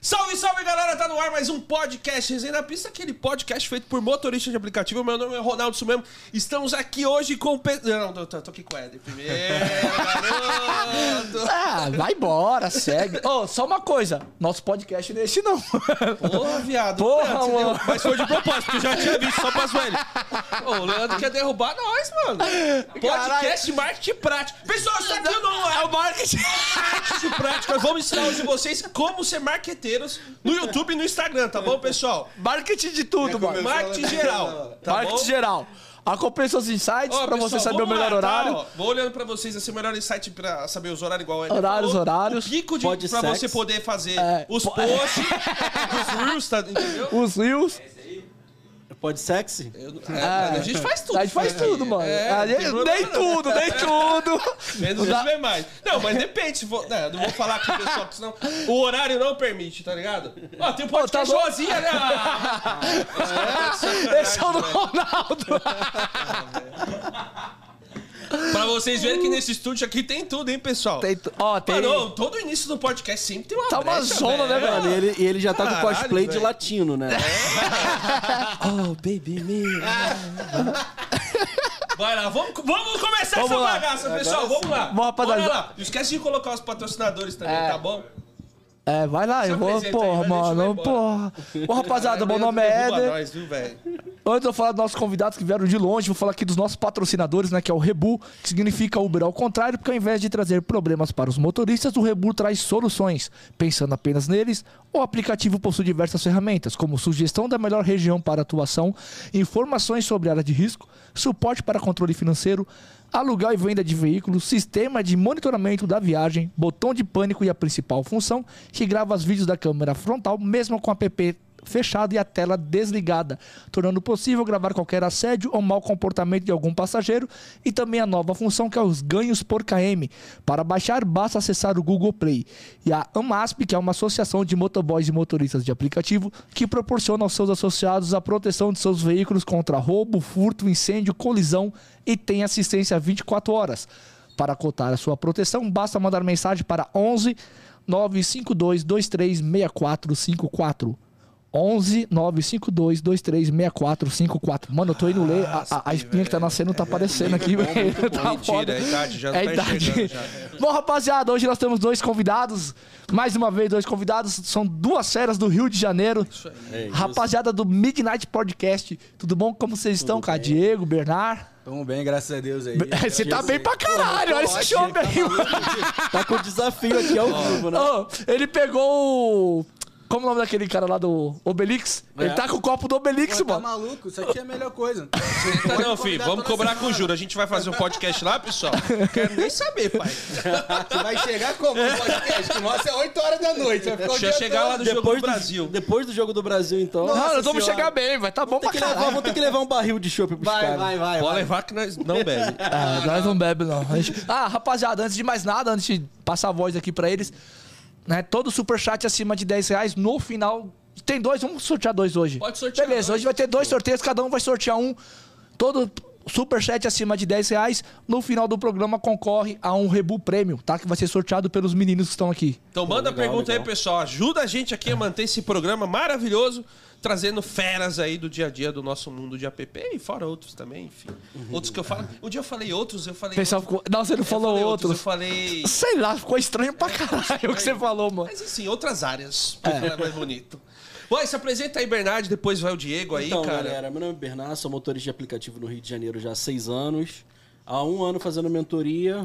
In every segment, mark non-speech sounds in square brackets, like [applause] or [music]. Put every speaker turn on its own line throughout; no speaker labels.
Salve, salve, galera! Tá no ar mais um podcast Resenha na Pista, aquele podcast feito por motorista de aplicativo. Meu nome é Ronaldo Sumemo. Estamos aqui hoje com... o Pe- Não, tô, tô tô aqui com o Eder primeiro, garoto!
[laughs] Ah, vai embora, segue. Ô, só uma coisa. Nosso podcast não é esse, não. [laughs]
Ô, viado.
Porra,
Leandro, você
mano.
derrubou- Mas foi de propósito, porque eu já tinha visto, só pra zoar ele. Ô, o Leandro quer derrubar nós, mano. Podcast Marketing Prático. Pessoal, isso aqui não é o Marketing Marketing Prático. Nós vamos ensinar hoje vocês como ser marqueteiros no YouTube e no Instagram, tá bom, pessoal?
Marketing de tudo, mano.
começou.
Marketing geral, tá
Marketing
bom?
geral. Acompanhe seus insights
Ó,
pra
pessoal,
você saber o
vamos
melhor
lá, tá?
horário.
Ó, vou olhando pra vocês esse melhor insight pra saber os horários igual o Eder
Horários,
falou.
horários.
O pico de, pra
Pode sexo.
você poder fazer
É,
os
po- [laughs]
posts, os reels, tá, entendeu?
Os reels.
É
Pode sexy?
Eu não- é, mano, a gente faz tudo.
A gente faz
cara.
tudo, mano.
É,
A gente-
não tem
nem
problema, não.
tudo,
[laughs]
nem tudo.
Menos
Dá-
isso vem mais. Não, mas depende. se for- não, eu não vou falar aqui, pessoal, porque senão o horário não permite, tá ligado? Ó, tem um podcast
Pô, tá bom.
sozinha,
[laughs]
né? Ah,
Esse é
né?
o do Ronaldo.
Pra vocês verem que nesse estúdio aqui tem tudo, hein, pessoal?
[laughs] Tem tu- Ó, tem.
Mano, todo início do podcast sempre tem uma
Tá uma
brecha,
zona, né,
velho?
velho?
Mano, e ele, e ele já tá com
Caralho,
cosplay de
velho.
latino, né?
Oh, baby me.
Vai lá, vamos, vamos começar
Vamos
essa
lá.
bagaça, pessoal. Vamos lá.
Vamos, rapaziada.
Bora lá. Não esquece de colocar os patrocinadores também,
É.
tá bom?
É, vai lá, eu vou,
apresenta aí, mas
porra,
a gente vai
mano,
embora.
porra. Ô, rapaziada, meu
Leandro
nome é
derruba
Eder.
nós, viu, velho?
Antes de eu falar dos nossos convidados que vieram de longe, vou falar aqui dos nossos patrocinadores, né? Que é o Rebu, que significa Uber ao contrário, porque ao invés de trazer problemas para os motoristas, o Rebu traz soluções. Pensando apenas neles, o aplicativo possui diversas ferramentas, como sugestão da melhor região para atuação, informações sobre área de risco, suporte para controle financeiro, aluguel e venda de veículos, sistema de monitoramento da viagem, botão de pânico e a principal função, que grava os vídeos da câmera frontal, mesmo com a app fechado e a tela desligada, tornando possível gravar qualquer assédio ou mau comportamento de algum passageiro e também a nova função que é os ganhos por KM. Para baixar, basta acessar o Google Play. E a AMASP, que é uma associação de motoboys e motoristas de aplicativo, que proporciona aos seus associados a proteção de seus veículos contra roubo, furto, incêndio, colisão e tem assistência 24 horas. Para cotar a sua proteção, basta mandar mensagem para 11 952 23 6454. 11 952 23 6454. Mano, eu tô indo ler. A, a- a espinha que tá nascendo
É,
tá aparecendo aqui, velho. [laughs] Tá foda.
Mentira, é idade, já
É
tá
idade.
enxergando. Já.
Bom, rapaziada, hoje nós temos dois convidados. Mais uma vez, dois convidados. São duas feras do Rio de Janeiro.
É
Rapaziada do Midnight Podcast. Tudo bom? Como vocês estão, cara? Diego, Bernard.
Tamo bem, graças a Deus aí.
[laughs] Você tá bem pra caralho. Olha esse
Porra,
show, aí, mano.
Tá com desafio aqui ao vivo, né?
Ô, ele pegou o. Como é o nome daquele cara lá do Obelix?
É.
Ele tá com o copo do Obelix,
Pô, tá
mano.
maluco? Isso aqui é a melhor coisa.
Tá não, filho,
convidar
vamos
toda
cobrar com
semana.
juro. A gente vai fazer um podcast lá,
[laughs]
pessoal. Quero nem saber, pai.
Tu vai chegar como no podcast? Que o nosso é 8 horas da noite. Vai ficar o
Deixa eu
dia
chegar
todo.
lá no
né?
jogo
Depois
do Brasil.
Depois do jogo do Brasil, então.
Não,
Nossa
nós vamos
senhora.
chegar bem, vai. Tá bom
Tem
pra
que levar,
caralho.
vamos ter que levar um barril de chopp pros
Vai,
caras.
vai, vai.
Pode
vai.
levar que nós não
[laughs]
bebe.
Ah, nós não bebe, não. A gente- Ah, rapaziada, antes de mais nada, antes de passar a voz aqui pra eles, né? Todo superchat acima de 10 reais no final. Tem dois, vamos sortear dois hoje.
Pode sortear
Beleza,
dois.
hoje vai ter dois sorteios, cada um vai sortear um. Todo superchat acima de 10 reais, no final do programa concorre a um Rebu Prêmio, tá? Que vai ser sorteado pelos meninos que estão aqui.
Então manda
legal,
pergunta aí,
legal.
pessoal. Ajuda a gente aqui a manter esse programa maravilhoso, trazendo feras aí do dia a dia do nosso mundo de app e fora outros também, enfim.
Uhum.
Outros que eu falo. Um dia eu falei outros, eu falei.
O pessoal ficou. Não, você não
eu
falou
falei
outros.
Eu falei.
Sei lá, ficou estranho pra caralho o que você falou, mano.
Mas assim, outras áreas, pra falar mais bonito. Ué, se apresenta aí, Bernard, depois vai o Diego aí,
Então,
cara.
galera, meu nome é Bernardo, sou motorista de aplicativo no Rio de Janeiro já há seis anos. Há um ano fazendo mentoria.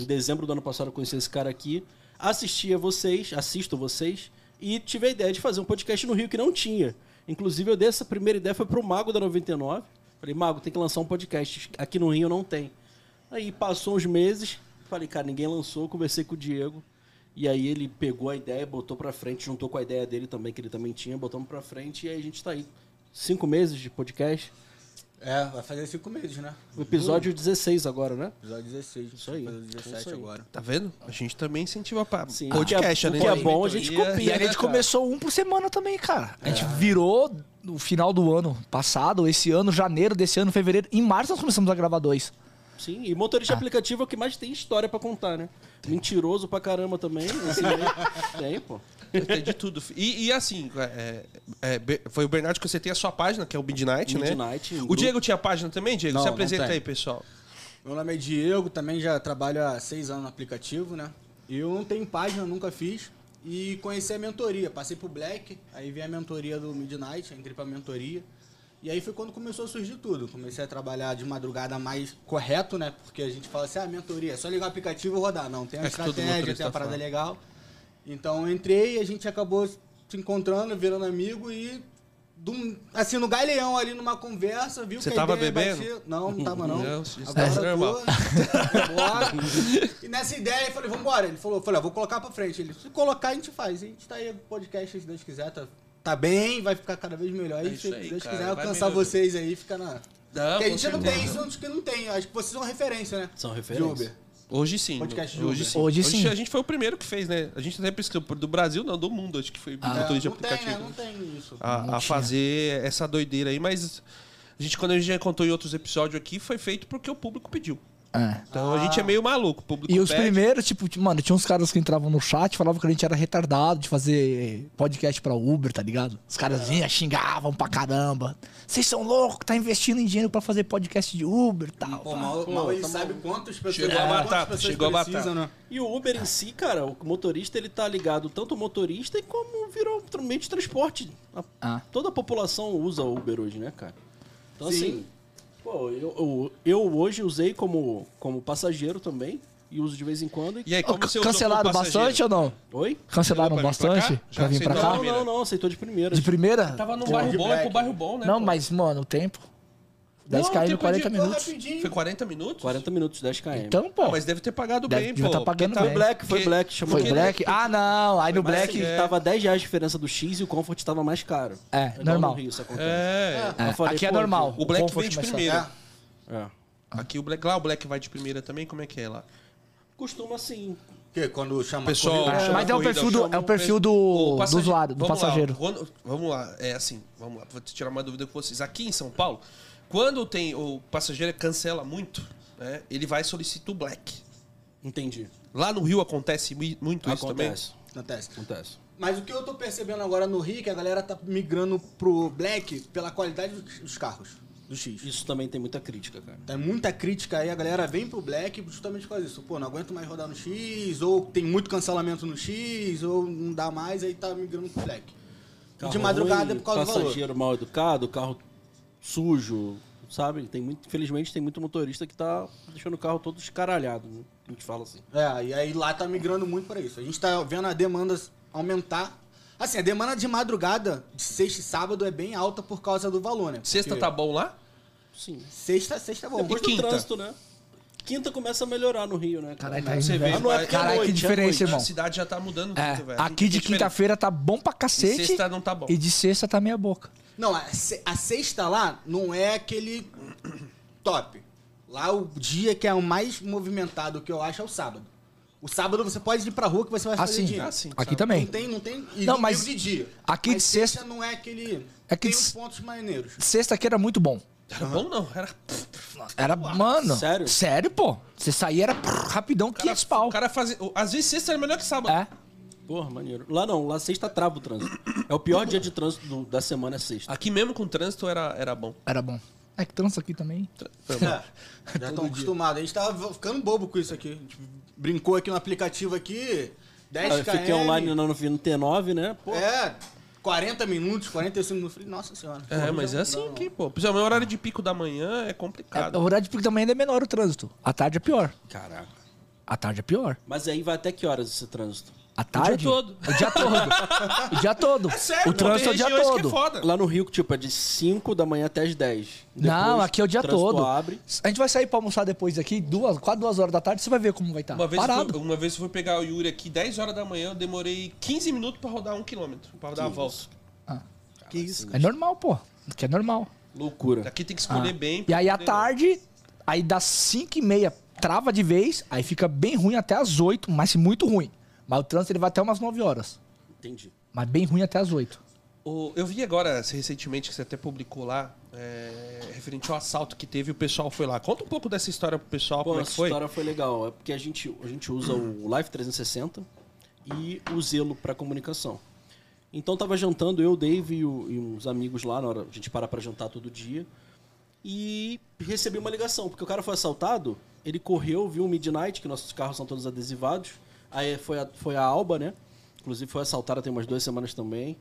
Em dezembro do ano passado eu conheci esse cara aqui. Assistia vocês, assisto vocês. E tive a ideia de fazer um podcast no Rio que não tinha. Inclusive, eu dei essa primeira ideia, foi pro Mago da 99. Falei, Mago, tem que lançar um podcast. Aqui no Rio não tem. Aí passou uns meses, falei, cara, ninguém lançou, conversei com o Diego. E aí ele pegou a ideia, botou pra frente, juntou com a ideia dele também, que ele também tinha, botamos pra frente, e aí a gente tá aí. Cinco meses de podcast.
É, vai fazer 5 meses, né?
O episódio 16 agora, né?
Episódio 16. Isso
aí.
Fazer o 17
Isso aí.
agora.
Tá vendo? A gente também incentiva pra
Sim.
podcast,
O que é-
né?
o que é bom, a gente
Mentoria.
copia.
E a gente começou um por semana também, cara. A gente virou no final do ano passado, esse ano, janeiro desse ano, fevereiro. Em março nós começamos a gravar dois.
Sim, e motorista de [laughs] aplicativo é o que mais tem história pra contar, né? Mentiroso pra caramba também. assim, né? tem, pô.
Eu entendi tudo. E, e assim, é, é, Be- foi o Bernardo que você tem a sua página, que é o Midnight, né?
Midnight, um
O
grupo.
Diego tinha página também, Diego?
Não,
se
não
apresenta
tem.
aí, pessoal.
Meu nome é Diego, também já trabalho há seis anos no aplicativo, né? Eu não tenho página, nunca fiz. E conheci a mentoria. Passei pro Black, aí veio a mentoria do Midnight, entrei pra mentoria. E aí foi quando começou a surgir tudo. Comecei a trabalhar de madrugada mais correto, né? Porque a gente fala assim, ah, mentoria, é só ligar o aplicativo e rodar. Não, tem uma
É que todo
estratégia,
motorista
tem uma parada
fala.
legal. Então eu entrei, a gente acabou se encontrando, virando amigo e... de um- assim, no galeão ali numa conversa, viu
Você
que a
tava
ideia
bebendo?
batia- Não, não tava não.
Não, isso
Agora
é
eu tô-
normal.
Bora. E nessa ideia, eu falei, vambora. Ele falou, eu falei, ó, vou colocar pra frente. Ele, se colocar, a gente faz. A gente tá aí, podcast, se Deus quiser, tá, tá bem, vai ficar cada vez melhor.
É
E
isso
se
aí,
Deus
cara,
quiser
vai
alcançar
melhorando.
vocês aí, fica na...
Não,
Porque a
com
gente não
certeza.
tem, isso é um dos que não tem. Acho que vocês são referência, né?
São
De
referências.
Uber.
Hoje sim.
Podcast de
hoje
Uber.
sim.
Hoje sim.
A gente foi o primeiro que fez, né? A gente até pesquisou por- do Brasil, não, do mundo, acho que foi
É,
motorista de
não tem,
aplicativo.
né? Não tem isso.
a, a fazer essa doideira aí, mas a gente, quando a gente já contou em outros episódios aqui, foi feito porque o público pediu.
É.
Então a gente é meio maluco. O público
E os
pede.
primeiros, tipo, t- mano, tinha uns caras que entravam no chat e falavam que a gente era retardado de fazer podcast pra Uber, tá ligado? Os
É.
caras vinham, xingavam pra caramba. Vocês são loucos, tá investindo em dinheiro pra fazer podcast de Uber e tal.
Pô, mal, mal ele sabe quantas pessoas,
Chegou a
quantas
batata,
pessoas
chegou a
precisam,
batata.
né?
E o Uber em si, cara, o motorista, ele tá ligado tanto ao motorista como virou um meio de transporte. A-
Ah.
Toda a população usa Uber hoje, né, cara? Então,
Sim.
assim, pô, eu, eu, eu hoje usei como, como passageiro também e uso de vez em quando.
E aí,
Ô,
como você
c-
usou
Cancelaram
como passageiro?
bastante ou não?
Oi?
Cancelaram
Pra vir pra
bastante
cá? Já
pra vir pra
aceitou?
cá?
Não, não, não, aceitou de primeira.
Tá De primeira?
Tava no
Pô,
bairro
de
bom, é
black.
pro bairro bom, né?
Não,
pô?
mas, mano, o tempo. 10
Não,
km
o
em
tempo é
40
de-
minutos.
Rapidinho.
Foi 40 minutos?
40 minutos, 10 km.
Então, pô.
Ah, mas é deve ter pagado
Deve-
bem, pô.
devia tá pagando
Porque
bem.
Black, foi
porque-
Black, chamou
Foi
porque-
black? Ah, não. Aí no
Mas,
black.
é,
assim, tava 10 reais a diferença do X e o Comfort tava mais caro.
É,
Igual
normal.
No Rio, isso acontece.
É.
É,
Eu falei,
aqui é
pô,
normal.
O Black
Comfort
vem de
mais
primeira.
fácil.
É.
Aqui o Black. Lá o Black vai de primeira também, como é que é lá?
Costuma assim.
Que quando chama
Pessoal,
É,
chama
mas é o
corrida,
perfil do-
chama
é o perfil do-
o
do
passageiro.
usuário, do
Vamos lá,
passageiro.
quando- vamos lá, é assim, vamos lá, vou te tirar uma dúvida com vocês. Aqui em São Paulo, quando tem o passageiro cancela muito, né, ele vai e solicita o black.
Entendi.
Lá no Rio acontece mi- muito isso
Acontece.
Acontece.
Acontece.
Mas o que eu tô percebendo agora no Rio é que a galera tá migrando pro Black pela qualidade dos dos carros, do X.
Isso também tem muita crítica, cara.
Tem muita crítica aí, a galera vem pro Black justamente por causa disso. Pô, não aguento mais rodar no X, ou tem muito cancelamento no X, ou não dá mais, aí tá migrando pro Black. E de
Carro
madrugada é
ruim,
por causa do valor.
passageiro mal educado, carro sujo, sabe? Tem muito, infelizmente tem muito motorista que tá deixando o carro todo escaralhado, né? a gente fala assim.
É, e aí lá tá migrando muito pra isso. A gente tá vendo a demanda aumentar. Assim, a demanda de madrugada, de sexta e sábado, é bem alta por causa do valor, né?
também. Sexta
Porque
tá bom lá?
Sim.
Sexta, sexta é bom.
Depois
E quinta?
do trânsito, né? Quinta começa a melhorar no Rio, né? cara?
Caralho, tá
Você
indo
vê,
bem.
Ah, não é porque é
Caralho, que
noite, é noite.
diferença, irmão.
A cidade já tá mudando
É,
muito, velho.
aqui de
É diferente.
quinta-feira tá bom pra cacete.
E sexta não tá bom.
E de sexta tá meia boca.
Não, a, se- a sexta lá não é aquele top. Lá o dia que é o mais movimentado que eu acho é o sábado. O sábado você pode ir pra rua que você vai fazer
Assim,
dia.
assim,
aqui
sabe?
também.
Não tem, não tem. E
Não,
domingo
mas
de dia.
aqui
Mas
de sexta-
não é aquele.
Aqui
tem
de
uns
se- [laughs]
pontos maneiros.
Sexta-feira era muito bom.
Era bom não, era...
Era, mano.
sério?
Sério, pô. Você saía, era prrr, rapidão,
O cara,
500 pau.
o cara fazia... Às vezes sexta era melhor que sábado.
É.
Porra, maneiro. Lá não, lá sexta trava o trânsito. É o pior dia de trânsito do- da semana é sexta.
Aqui mesmo com trânsito era, era bom.
Era bom. É que trança aqui também. [laughs]
É, já estão acostumados. A gente tava ficando bobo com isso aqui. A gente brincou aqui no aplicativo aqui. 10
Ah, Eu fiquei
km,
online no, no, no T9, né? Pô,
É, 40 minutos, 45 minutos. Falei, Nossa senhora.
É, mas é assim aqui, pô. Principalmente o horário de pico da manhã é complicado.
o horário de pico da manhã ainda é menor o trânsito. A tarde é pior.
Caraca.
A tarde é pior.
Mas aí vai até que horas esse trânsito?
A tarde.
todo.
O dia todo. o dia todo.
É sério,
o trânsito [laughs] é o dia
Que é
todo.
foda.
Lá no Rio, tipo, é de 5 da manhã até as 10.
Não,
Depois,
aqui é o dia
o trânsito
todo.
abre.
A gente vai sair pra almoçar depois aqui, duas, quase duas horas da tarde, você vai ver como vai estar.
Uma vez, eu
Parado.
fui, uma vez eu fui pegar o Yuri aqui 10 horas da manhã, eu demorei 15 minutos pra rodar um quilômetro, pra dar a volta.
Que isso?
É normal, pô. Que é normal.
Loucura.
Aqui tem que escolher bem.
Ah. E
pra
aí à
poder-
tarde, aí das 5 e meia, trava de vez, aí fica bem ruim até as 8, mas muito ruim. Mas o trânsito ele vai até umas 9 horas.
Entendi.
Mas bem ruim até as 8.
O- eu vi agora, se- recentemente, que você até publicou lá, é, referente ao assalto que teve, o pessoal foi lá. Conta um pouco dessa história pro pessoal,
Pô,
como é
essa
que foi.
história foi legal. É porque a gente, a gente usa o Life 360 e o zelo para comunicação. Então tava jantando eu, Dave e, o- e uns amigos lá, na hora a gente para para jantar todo dia. E recebi uma ligação, porque o cara foi assaltado, ele correu, viu o Midnight, que nossos carros são todos adesivados. Aí foi a, foi a Alba, né? Inclusive foi assaltada tem umas duas semanas também.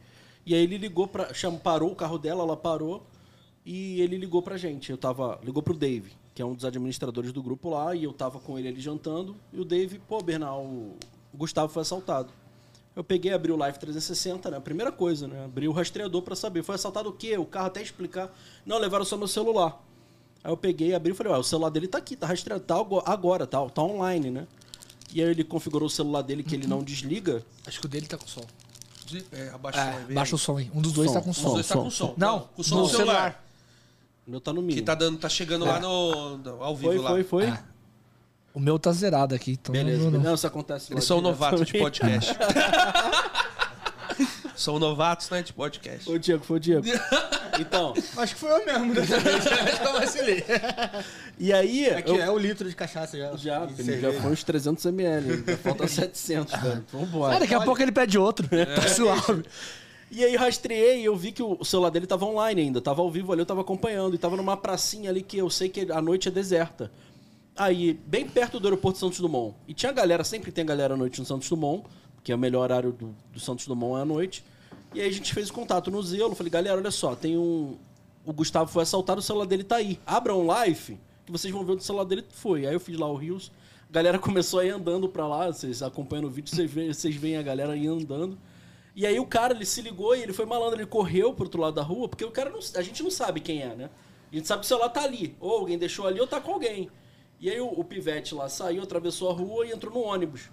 E aí ele ligou pra. Cham, parou o carro dela, ela parou. E ele ligou pra gente. Eu tava. Ligou pro Dave, que é um dos administradores do grupo lá, e eu tava com ele ali jantando. E o Dave, pô, Bernal, o Gustavo foi assaltado. Eu peguei, abri o Live 360, né? Primeira coisa, né? Abri o rastreador pra saber. Foi assaltado o quê? O carro até explicar. Não, levaram só meu celular. Aí eu peguei, abri e falei, ó, o celular dele tá aqui, tá rastreado, tá ago- agora, tá, tá online, né? E aí ele configurou o celular dele que ele não desliga.
Acho que o dele tá com som.
De- é, abaixa o som aí,
É,
vem
baixa o
aí.
som aí. Um dos dois
Som,
tá com
Os
som.
dois tá
som,
com som.
Não,
com som
no
do celular.
celular. É.
O meu tá no
Que
mínimo.
tá dando, tá chegando lá no, no- ao vivo
foi,
lá.
foi, foi.
O meu tá zerado aqui, então
Beleza,
não,
beleza.
não, não.
Não, isso acontece lá
Eles
um
são
direto
novatos de
também.
[laughs]
podcast. são novatos, né, de podcast.
[laughs] Ô, Diego, foi
[laughs]
o Diego. Então,
Acho que foi eu mesmo
[laughs]
né? dessa vez.
Eu vacilei.
e aí...
Aqui
eu-
é o litro de cachaça já.
Já,
E
já
cerveja.
foi uns 300 ml, ainda falta né? 700, velho. Vambora.
Ah, daqui a pouco ele pede outro. [laughs]
É.
Tá suave.
E aí eu rastreei e eu vi que o celular dele tava online ainda, tava ao vivo ali, eu tava acompanhando, e tava numa pracinha ali que eu sei que a noite é deserta. Aí, bem perto do aeroporto Santos Dumont. E tinha galera, sempre tem galera à noite no Santos Dumont, que é o melhor horário do, do Santos Dumont é à noite. E aí a gente fez o contato no Zelo, falei, galera, olha só, tem um. O Gustavo foi assaltado, o celular dele tá aí. Abra um live, que vocês vão ver onde o celular dele foi. Aí eu fiz lá o Rios. A galera [laughs] começou a ir andando pra lá, vocês acompanham o vídeo, vocês veem, vocês veem a galera aí andando. E aí o cara, ele se ligou e ele foi malandro, ele correu pro outro lado da rua, porque o cara não, a gente não sabe quem é, né? A gente sabe que o celular tá ali, ou alguém deixou ali ou tá com alguém. E aí o, o pivete lá saiu, atravessou a rua e entrou no ônibus.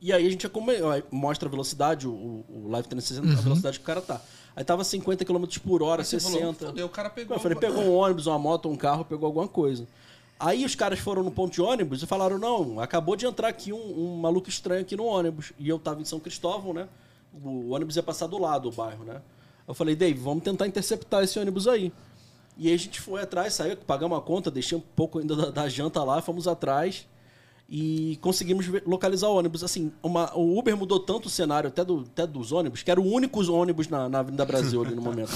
E aí a gente acome- ó, mostra a velocidade, o, o, o Live 360, a velocidade que o cara tá. Aí tava 50 km por hora,
Uhum. Você falou,
60.
fodeu, o cara pegou.
Eu falei, pegou um ônibus, uma moto, um carro, pegou alguma coisa. Aí os caras foram no ponto de ônibus e falaram, não, acabou de entrar aqui um, um maluco estranho aqui no ônibus. E eu tava em São Cristóvão, né? O, ônibus ia passar do lado, o bairro, né? Eu falei, Dave, vamos tentar interceptar esse ônibus aí. E aí a gente foi atrás, saiu, pagamos a conta, deixei um pouco ainda da, da janta lá, fomos atrás e conseguimos ver- localizar o ônibus. Assim, uma- o Uber mudou tanto o cenário até, do- até dos ônibus, que era o único ônibus na, na Avenida Brasil ali no momento.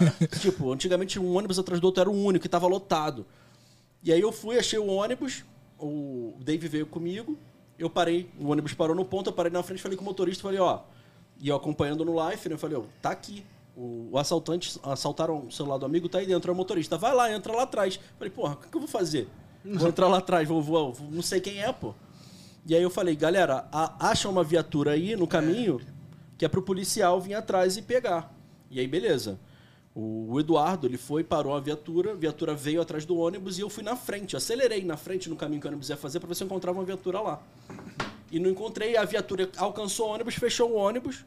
né? tipo, antigamente um ônibus atrás do outro era o único e tava lotado. E aí eu fui, achei o ônibus, o Dave veio comigo, eu parei, o ônibus parou no ponto, eu parei na frente, falei com o motorista, falei, ó, e eu acompanhando no live, né, eu falei, ó, tá aqui. O, o assaltante, assaltaram o celular do amigo, tá aí dentro, é o motorista, vai lá, entra lá atrás. Falei, porra, o que, que eu vou fazer? Vou entrar lá atrás, vou, vou, vou- não sei quem é, pô. E aí eu falei, galera, a- acha uma viatura aí no caminho que é pro policial vir atrás e pegar. E aí, beleza. O Eduardo, ele foi, parou a viatura, a viatura veio atrás do ônibus e eu fui na frente, acelerei na frente no caminho que o ônibus ia fazer pra ver se eu encontrava uma viatura lá. E não encontrei, a viatura alcançou o ônibus, fechou o ônibus.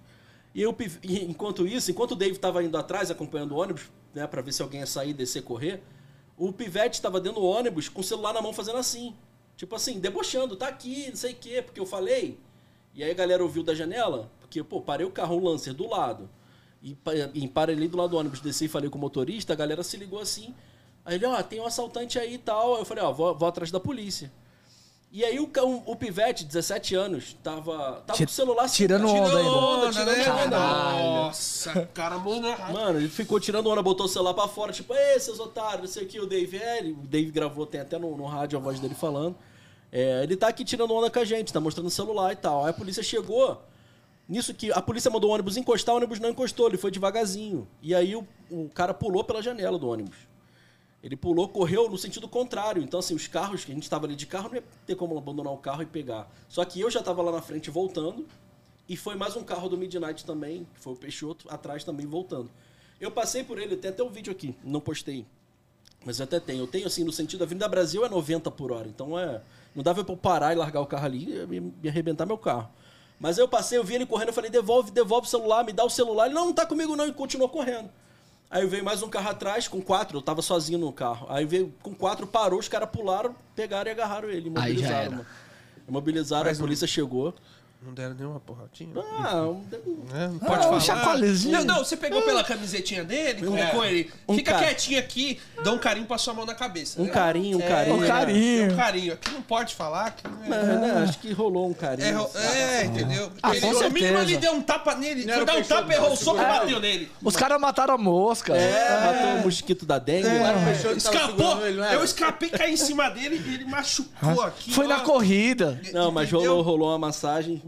E eu, piv- e enquanto isso, enquanto o Dave tava indo atrás, acompanhando o ônibus, né, pra ver se alguém ia sair, descer, correr, o Pivete tava dentro do ônibus com o celular na mão fazendo assim. Tipo assim, debochando, tá aqui, não sei o quê, porque eu falei. E aí a galera ouviu da janela, porque, pô, parei o carro, o Lancer, do lado. E, pa- e emparelhei do lado do ônibus, desci e falei com o motorista, a galera se ligou assim. Aí ele, ó, tem um assaltante aí e tal. Eu falei, ó, vou, vou atrás da polícia. E aí o, ca- o, o pivete, 17 anos, tava, tava com
Ti-
o celular
tirando
Tirou
onda ainda.
onda,
Tirando
né?
onda.
Nossa, cara, mano.
Mano, ele ficou tirando onda, botou o celular pra fora, tipo, ei, seus otários, não sei o que, o Dave é. ele- O Dave gravou, tem até no, no rádio a voz dele falando. É, ele tá aqui tirando onda com a gente, tá mostrando o celular e tal. Aí a polícia chegou. Nisso que a polícia mandou o ônibus encostar, o ônibus não encostou, ele foi devagarzinho. E aí o, o cara pulou pela janela do ônibus. Ele pulou, correu no sentido contrário. Então, assim, os carros, que a gente tava ali de carro, não ia ter como abandonar o carro e pegar. Só que eu já tava lá na frente voltando. E foi mais um carro do Midnight também, que foi o Peixoto, atrás também voltando. Eu passei por ele, tem até um vídeo aqui, não postei. Mas eu até tenho. Eu tenho, assim, no sentido, a Avenida Brasil é 90 por hora. Então é. Não dava pra eu parar e largar o carro ali e me, me arrebentar meu carro. Mas aí eu passei, eu vi ele correndo, eu falei, devolve, devolve o celular, me dá o celular. Ele, não, não tá comigo não, e continuou correndo. Aí veio mais um carro atrás, com quatro, eu tava sozinho no carro. Aí veio com quatro, parou, os caras pularam, pegaram e agarraram ele,
Aí já
imobilizaram,
era. um.
mano. Imobilizaram, a polícia chegou.
Não deram nenhuma porradinha?
Ah, um-
É, não pode
Ah,
falar.
um chacoalhezinho.
Não, não, você pegou pela camisetinha dele, colocou ele.
Um
Fica
cara.
quietinho aqui, dá um carinho, passa a mão na cabeça.
É.
um
né?
carinho, um carinho.
um
é,
carinho. né?
tem Um carinho. Aqui não pode falar. Aqui não é...
Não, não, acho que rolou um carinho.
É, ro- é, entendeu?
Ah,
ele,
com
no mínimo
certeza.
ele deu um tapa nele.
Não
Foi
era
dar um
fechou,
tapa, errou o soco e bateu nele.
Os caras mataram a mosca.
É, matou o mosquito da dengue.
É.
né?
Peixoto tava
Escapou.
segurando ele, não era?
Eu escapei, caí em cima dele e ele machucou aqui.
Foi
ó.
na corrida.
Não, mas
Entendeu?
rolou, rolou uma massagem.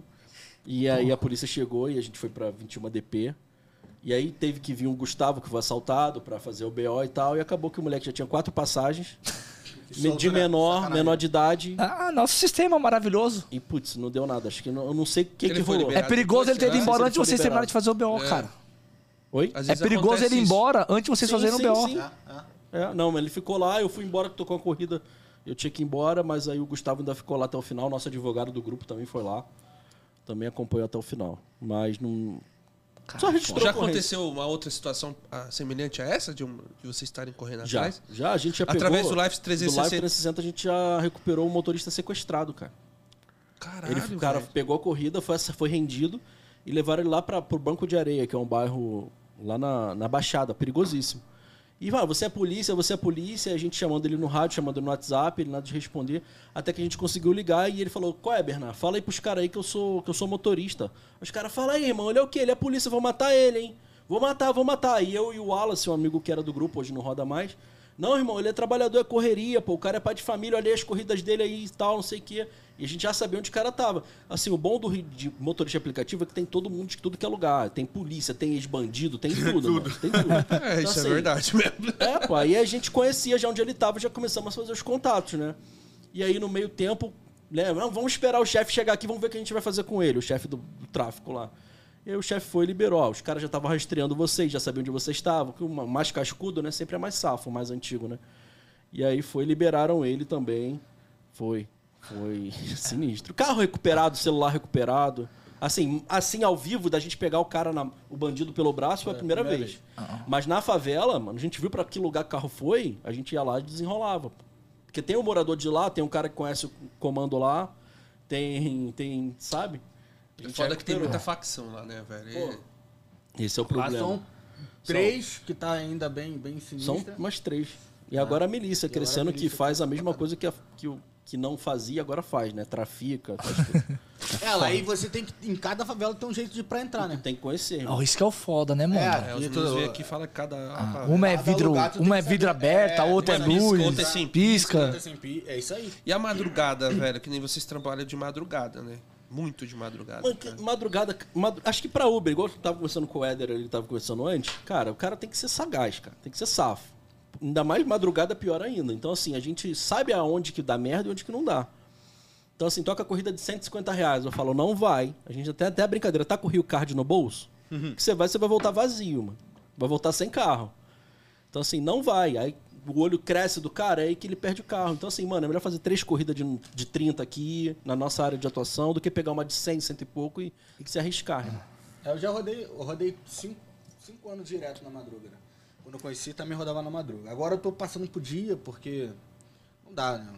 E aí a polícia chegou e a gente foi pra 21 DP. E aí teve que vir o Gustavo, que foi assaltado, pra fazer o BO e tal. E acabou que o moleque já tinha quatro
[laughs]
passagens. De menor, menor de idade.
Ah, nosso sistema maravilhoso.
E putz, não deu nada. Acho que não, eu não sei o que,
Ele
que
foi
rolou.
É
liberado.
perigoso ele
Não
ter ido
sei se
embora
ele
antes de
foi
vocês terminarem
liberado.
de fazer o BO, cara.
Oi?
Às
É
vezes
perigoso
acontece
ele ir
isso.
embora antes de vocês
Sim,
fazerem
sim,
o BO.
sim.
Ah,
É, não, mas ele ficou lá, eu fui embora, que tocou uma corrida. Eu tinha que ir embora, mas aí o Gustavo ainda ficou lá até o final. Nosso advogado do grupo também foi lá. Também acompanhou até o final. Mas não. Só registrou.
Já
a corrente.
aconteceu uma outra situação ah, semelhante a essa, de, um, de vocês estarem correndo
Já,
atrás?
já, a gente já pegou...
Através do Live 360.
Do Live 360 a gente já recuperou o motorista sequestrado, cara.
Caralho,
ele, o cara
velho.
pegou a corrida, foi, foi rendido e levaram ele lá para pro Banco de Areia, que é um bairro lá na, na Baixada, perigosíssimo. E, mano, você é polícia, você é polícia, a gente chamando ele no rádio, chamando ele no WhatsApp, ele nada de responder, até que a gente conseguiu ligar e ele falou, qual é, Bernard? Fala aí pros caras aí que eu sou que eu sou motorista. Os caras, fala aí, irmão, ele é o quê? Ele é polícia, vou matar ele, hein? Vou matar, vou matar. E eu e o Wallace, um amigo que era do grupo, hoje não roda mais, não, irmão, ele é trabalhador, é correria, pô. O cara é pai de família, olha aí as corridas dele aí e tal, não sei o quê. E a gente já sabia onde o cara tava. Assim, o bom do Rio de motorista de aplicativo é que tem todo mundo de tudo que é lugar. Tem polícia, tem ex-bandido, tem tudo, mano. Tem
[laughs]
tudo. Então, assim,
É, isso é verdade [laughs] mesmo.
É, pô, aí a gente conhecia já onde ele tava, já começamos a fazer os contatos, né? E aí, no meio tempo, né, não, vamos esperar o chefe chegar aqui, vamos ver o que a gente vai fazer com ele, o chefe do, do tráfico lá. E aí o chefe foi e liberou, ó, os caras já estavam rastreando vocês, já sabiam onde vocês estavam, que o ma- mais cascudo, né, sempre é mais safo, o mais antigo, né? E aí foi, liberaram ele também, foi, foi [laughs] sinistro. Carro recuperado, celular recuperado. Assim, assim ao vivo da gente pegar o cara, na- o bandido pelo braço, foi a primeira, vez. Ah, Mas na favela, mano, a gente viu pra que lugar que o carro foi, a gente ia lá e desenrolava. pô. Porque tem um morador de lá, tem um cara que conhece o comando lá, tem, tem, sabe? A gente
É Foda que tem
recuperou.
muita facção lá, né, velho?
Esse é o
lá
problema.
Ah, são três que tá ainda bem, bem
São
sinistra.
umas três. E agora a milícia
Ah, agora a
crescendo que
milícia
faz a mesma coisa que, a, que, o- que não fazia, agora faz, né? Trafica. faz
[laughs]
tudo.
É, lá aí você tem que. Em cada favela tem um jeito de pra entrar, né?
tem que conhecer. irmão.
Oh, isso que é o foda, né, mano?
É,
É,
os meninos vêm aqui e falam que cada. Ah,
Uma é
Cada
vidro,
lugar tu tem
uma é
que saber.
vidro aberta, a
É,
outra é
uma pisca,
luz,
outra é sem
pisca.
É isso aí.
E a madrugada, velho, que nem vocês trabalham de madrugada, né? Muito de
Ah,
madrugada.
Mano, que
cara.
madrugada, madru- acho que pra Uber, igual eu tava conversando com o Éder, ele tava conversando antes, cara, o cara tem que ser sagaz, cara, tem que ser safo. Ainda mais madrugada, pior ainda. Então, assim, a gente sabe aonde que dá merda e onde que não dá. Então, assim, toca a corrida de 150 reais. Eu falo, não vai. A gente até, até a brincadeira, tá com o Rio Card no bolso?
Uhum.
Que você vai, você vai voltar vazio, mano. Vai voltar sem carro. Então, assim, não vai. Aí o olho cresce do cara, é aí que ele perde o carro. Então, assim, mano, é melhor fazer três corridas de, de 30 aqui, na nossa área de atuação, do que pegar uma de 100, cento e pouco e, e se arriscar. né?
É, Eu já rodei, eu rodei cinco, cinco anos direto na madruga, né? Quando eu conheci, também rodava na madruga. Agora eu tô passando pro dia, porque não dá, né?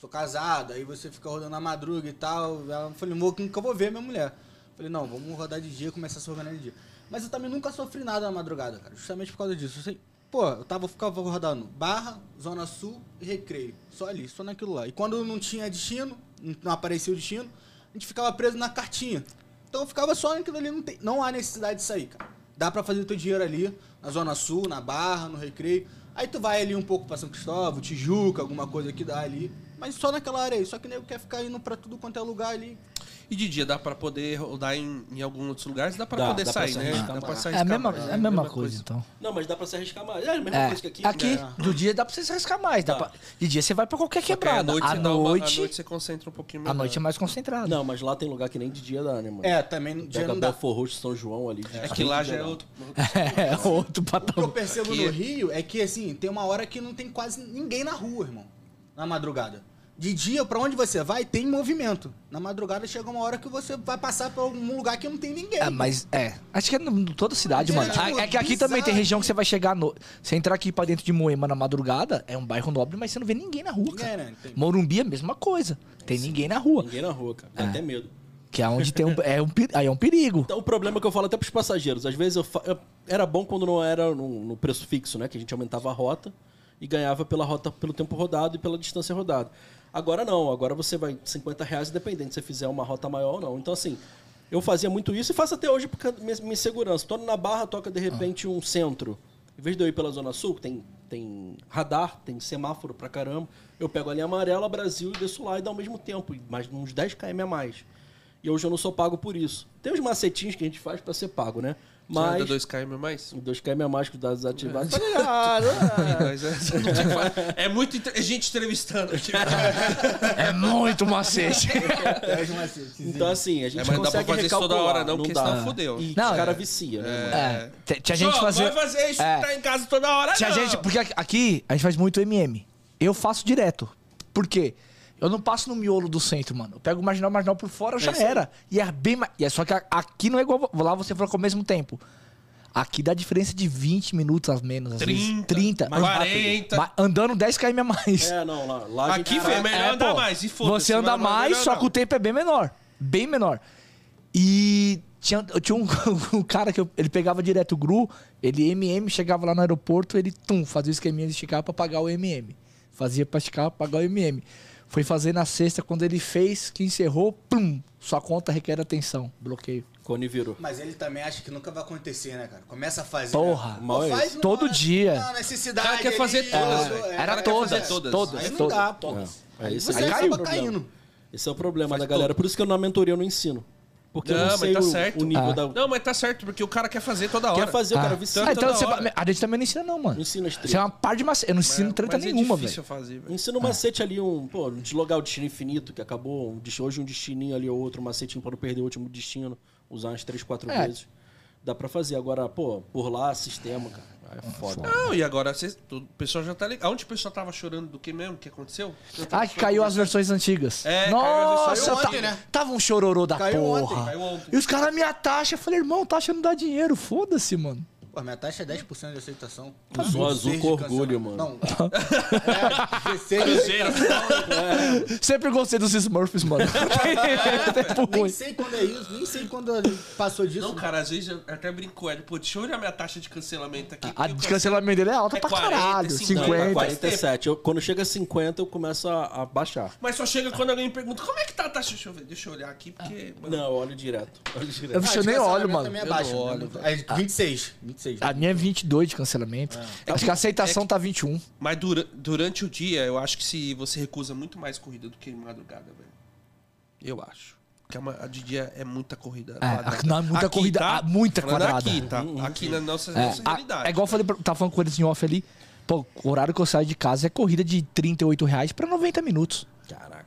Sou casado, aí você fica rodando na madruga e tal. Ela falei, vou que eu vou ver minha mulher. Falei, não, vamos rodar de dia, começar a se organizar de dia. Mas eu também nunca sofri nada na madrugada, cara, justamente por causa disso. Eu sei, pô, eu tava, ficava rodando Barra, Zona Sul e Recreio. Só ali, só naquilo lá. E quando não tinha destino, não aparecia o destino, a gente ficava preso na cartinha. Então eu ficava só naquilo ali, não, tem, não há necessidade de sair, cara. Dá pra fazer o teu dinheiro ali, na Zona Sul, na Barra, no Recreio. Aí tu vai ali um pouco pra São Cristóvão, Tijuca, alguma coisa que dá ali. Mas só naquela área aí. Só que o nego quer ficar indo pra tudo quanto é lugar ali.
E de dia dá pra poder rodar em, em alguns outros lugares, dá pra
Dá,
poder
dá pra
sair,
se
né?
arriscar
Dá pra
mais.
sair
É a mesma,
escapar,
é
né?
a mesma coisa, então.
Não, mas dá pra se arriscar mais. É a mesma
É,
coisa que aqui.
aqui,
né?
do dia dá pra você se arriscar mais. Dá pra- de dia você vai pra qualquer
Só que aí à
quebrada.
noite,
é À
você dá uma- à noite
noite,
você concentra um pouquinho
à
melhor.
noite é mais concentrado.
Não, mas lá tem lugar que nem de dia dá, né, mano?
É, também no dia
Pega
não dá.
Belfort Roxo, São João ali. de
É que
dia
lá
não
já é
dá.
outro.
[laughs] É, outro
O que eu
patamar.
percebo
Aqui-
no Rio é que, assim, tem uma hora que não tem quase ninguém na rua, irmão. Na madrugada. De dia, pra onde você vai, tem movimento. Na madrugada chega uma hora que você vai passar por algum lugar que não tem ninguém.
É, mas é. Acho que é em toda cidade, mano.
É, tipo,
É, que aqui também tem
bizarro.
região que você vai chegar no. Você entrar aqui pra dentro de Moema na madrugada, é um bairro nobre, mas você não vê ninguém na rua,
Ninguém,
cara. é
né? Tem-
Morumbi é a mesma coisa. Tem ninguém na rua.
Ninguém na rua, cara. Dá até medo.
Que Que é onde tem um. É um pe- aí é um
[laughs]
perigo.
Então, o problema é que eu falo até pros passageiros, às vezes eu, fa- eu- era bom quando não era no, no preço fixo, né? Que a gente aumentava a rota e ganhava pela rota, pelo tempo rodado e pela distância rodada. Agora não, agora você vai 50 reais independente se você fizer uma rota maior ou não. Então, assim, eu fazia muito isso e faço até hoje por causa da minha, minha segurança. Tô na barra, toca de repente um centro. Em vez de eu ir pela Zona Sul, que tem, tem radar, tem semáforo pra caramba, eu pego a linha amarela, Brasil e desço lá e dá ao mesmo tempo, mas uns 10 km a mais. E hoje eu não sou pago por isso. Tem os macetinhos que a gente faz pra ser pago, né?
Mas...
Mas.
Anda É. 2km a mais?
O tá 2KM a mais que os dados ativados. né?
[laughs] Mas é, é muito inter- é gente entrevistando aqui.
É muito macete.
Então, assim, a gente
É, mas não dá pra
consegue
fazer isso toda
recalcular,
hora, não, porque
dá.
senão fudeu.
E
Não,
o cara
é.
vicia, né?
É, t- tinha gente
Só,
fazer.
vai fazer isso
é.
que tá em casa toda hora,
Se a
não.
gente, porque aqui- aqui a gente faz muito MM. Eu faço direto. Por quê? Eu não passo no miolo do centro, mano. Eu pego o marginal, marginal por fora, já era. E é bem mais. E é só que a- aqui não é igual lá você for com o mesmo tempo. Aqui dá diferença de 20 minutos a menos, às 30,
30,
vezes. 30,
mais
andando-
40.
ba- andando 10 km a mais.
É, não, lá. lá a gente-
Aqui, filho, é melhor
É,
andar
pô,
mais. E foda-se,
Você anda
mas não é
mais,
melhor
só
não.
que o tempo é bem menor. Bem menor. E tinha, eu tinha um, [laughs] um cara que eu- ele pegava direto o Gru, ele MM, chegava lá no aeroporto, ele tum, fazia o esqueminha de esticar pra pagar o MM. Fazia pra esticar pra pagar o MM. Foi fazer na sexta, quando ele fez, que encerrou, pum, sua conta requer atenção, bloqueio.
Cone virou.
Mas ele também acha que nunca vai acontecer, né, cara? Começa a fazer.
Porra.
né?
Mal é
faz
isso.
numa-
Todo dia.
na
O
necessidade.
cara quer
ali,
fazer todas,
é,
velho.
é.
O
Era
cara quer fazer
todas,
todas.
todas,
Aí não
todas.
dá, porra.
Aí
Você
você
É, Aí
acaba
caiu.
caindo.
Esse é o problema
Faz
da galera. Por isso que eu na mentoria eu não ensino. Porque eu
Não,
não
mas
sei
tá
o,
certo.
o nível
Ah.
da.
Não, mas tá certo, porque o cara quer fazer toda hora.
Quer fazer, o
Ah.
cara vicia.
Ah, então
toda
você
hora.
vai- a gente também não ensina, não, mano.
Não ensina as tretas.
Você é uma par de macete. Eu não ensino treta
Mas
nenhuma,
é
velho.
difícil fazer, velho.
Ensina um macete ali, um, pô, deslogar o destino infinito, que acabou. um dest- hoje um destininho ali ou outro, um macetinho para não perder o último destino. Usar umas três, quatro
É.
vezes. Dá pra fazer. Agora, pô, por lá, sistema, cara. Aí É foda.
Não, e agora cês- todo- o pessoal já tá ligado. Onde o pessoal tava chorando do que mesmo? O que aconteceu?
Ah, que caiu as versões antigas.
É, caiu as
Nossa,
versões-
caiu
tá-
ontem, né?
tava um chororô da
Caiu
porra.
ontem,
caiu ontem.
E os caras me taxa. Eu falei, irmão, taxa não dá dinheiro, foda-se, mano.
Pô, minha taxa é 10% de aceitação.
Tá Usou bom. azul
16
com
de
orgulho,
cancelamento.
mano.
[laughs]
Não. É, 16 de
Sempre gostei dos Smurfs, mano. [laughs] Tempo
Nem
ruim.
sei quando é isso, nem sei quando passou disso.
Não, cara, às vezes eu até brincou. Ele, pô, deixa eu olhar minha taxa de cancelamento aqui.
A
porque eu
de cancelamento dele é alta
É
pra
40,
caralho.
50,
50.
Tá
Aguenta.
47. Eu- quando chega a 50, eu começo a, a baixar.
Mas só chega quando alguém me pergunta, como é que tá a taxa? Deixa eu ver, deixa eu olhar aqui,
Ah.
porque... mano,
Não, eu olho direto. Olho
Eu,
direto.
não
Ah,
eu nem olho,
cancelamento
mano.
também é
Eu
baixo,
não
né?
olho,
Muito- é 26. 26.
A minha é 22 de cancelamento. Acho que a aceitação tá 21.
Mas dura- durante o dia, eu acho que se você recusa muito mais corrida do que de madrugada, velho. Eu acho. Porque a ma- a de dia é muita corrida. quadrada. tá
não, é muita corrida, ah, muita
Falando
quadrada.
Aqui, tá? Aqui na nossa,
É,
nossa
a-
realidade.
é igual eu falei, pra- tava falando com eles em off ali. Pô, o horário que eu saio de casa é corrida de 38 reais pra 90 minutos.
Caraca.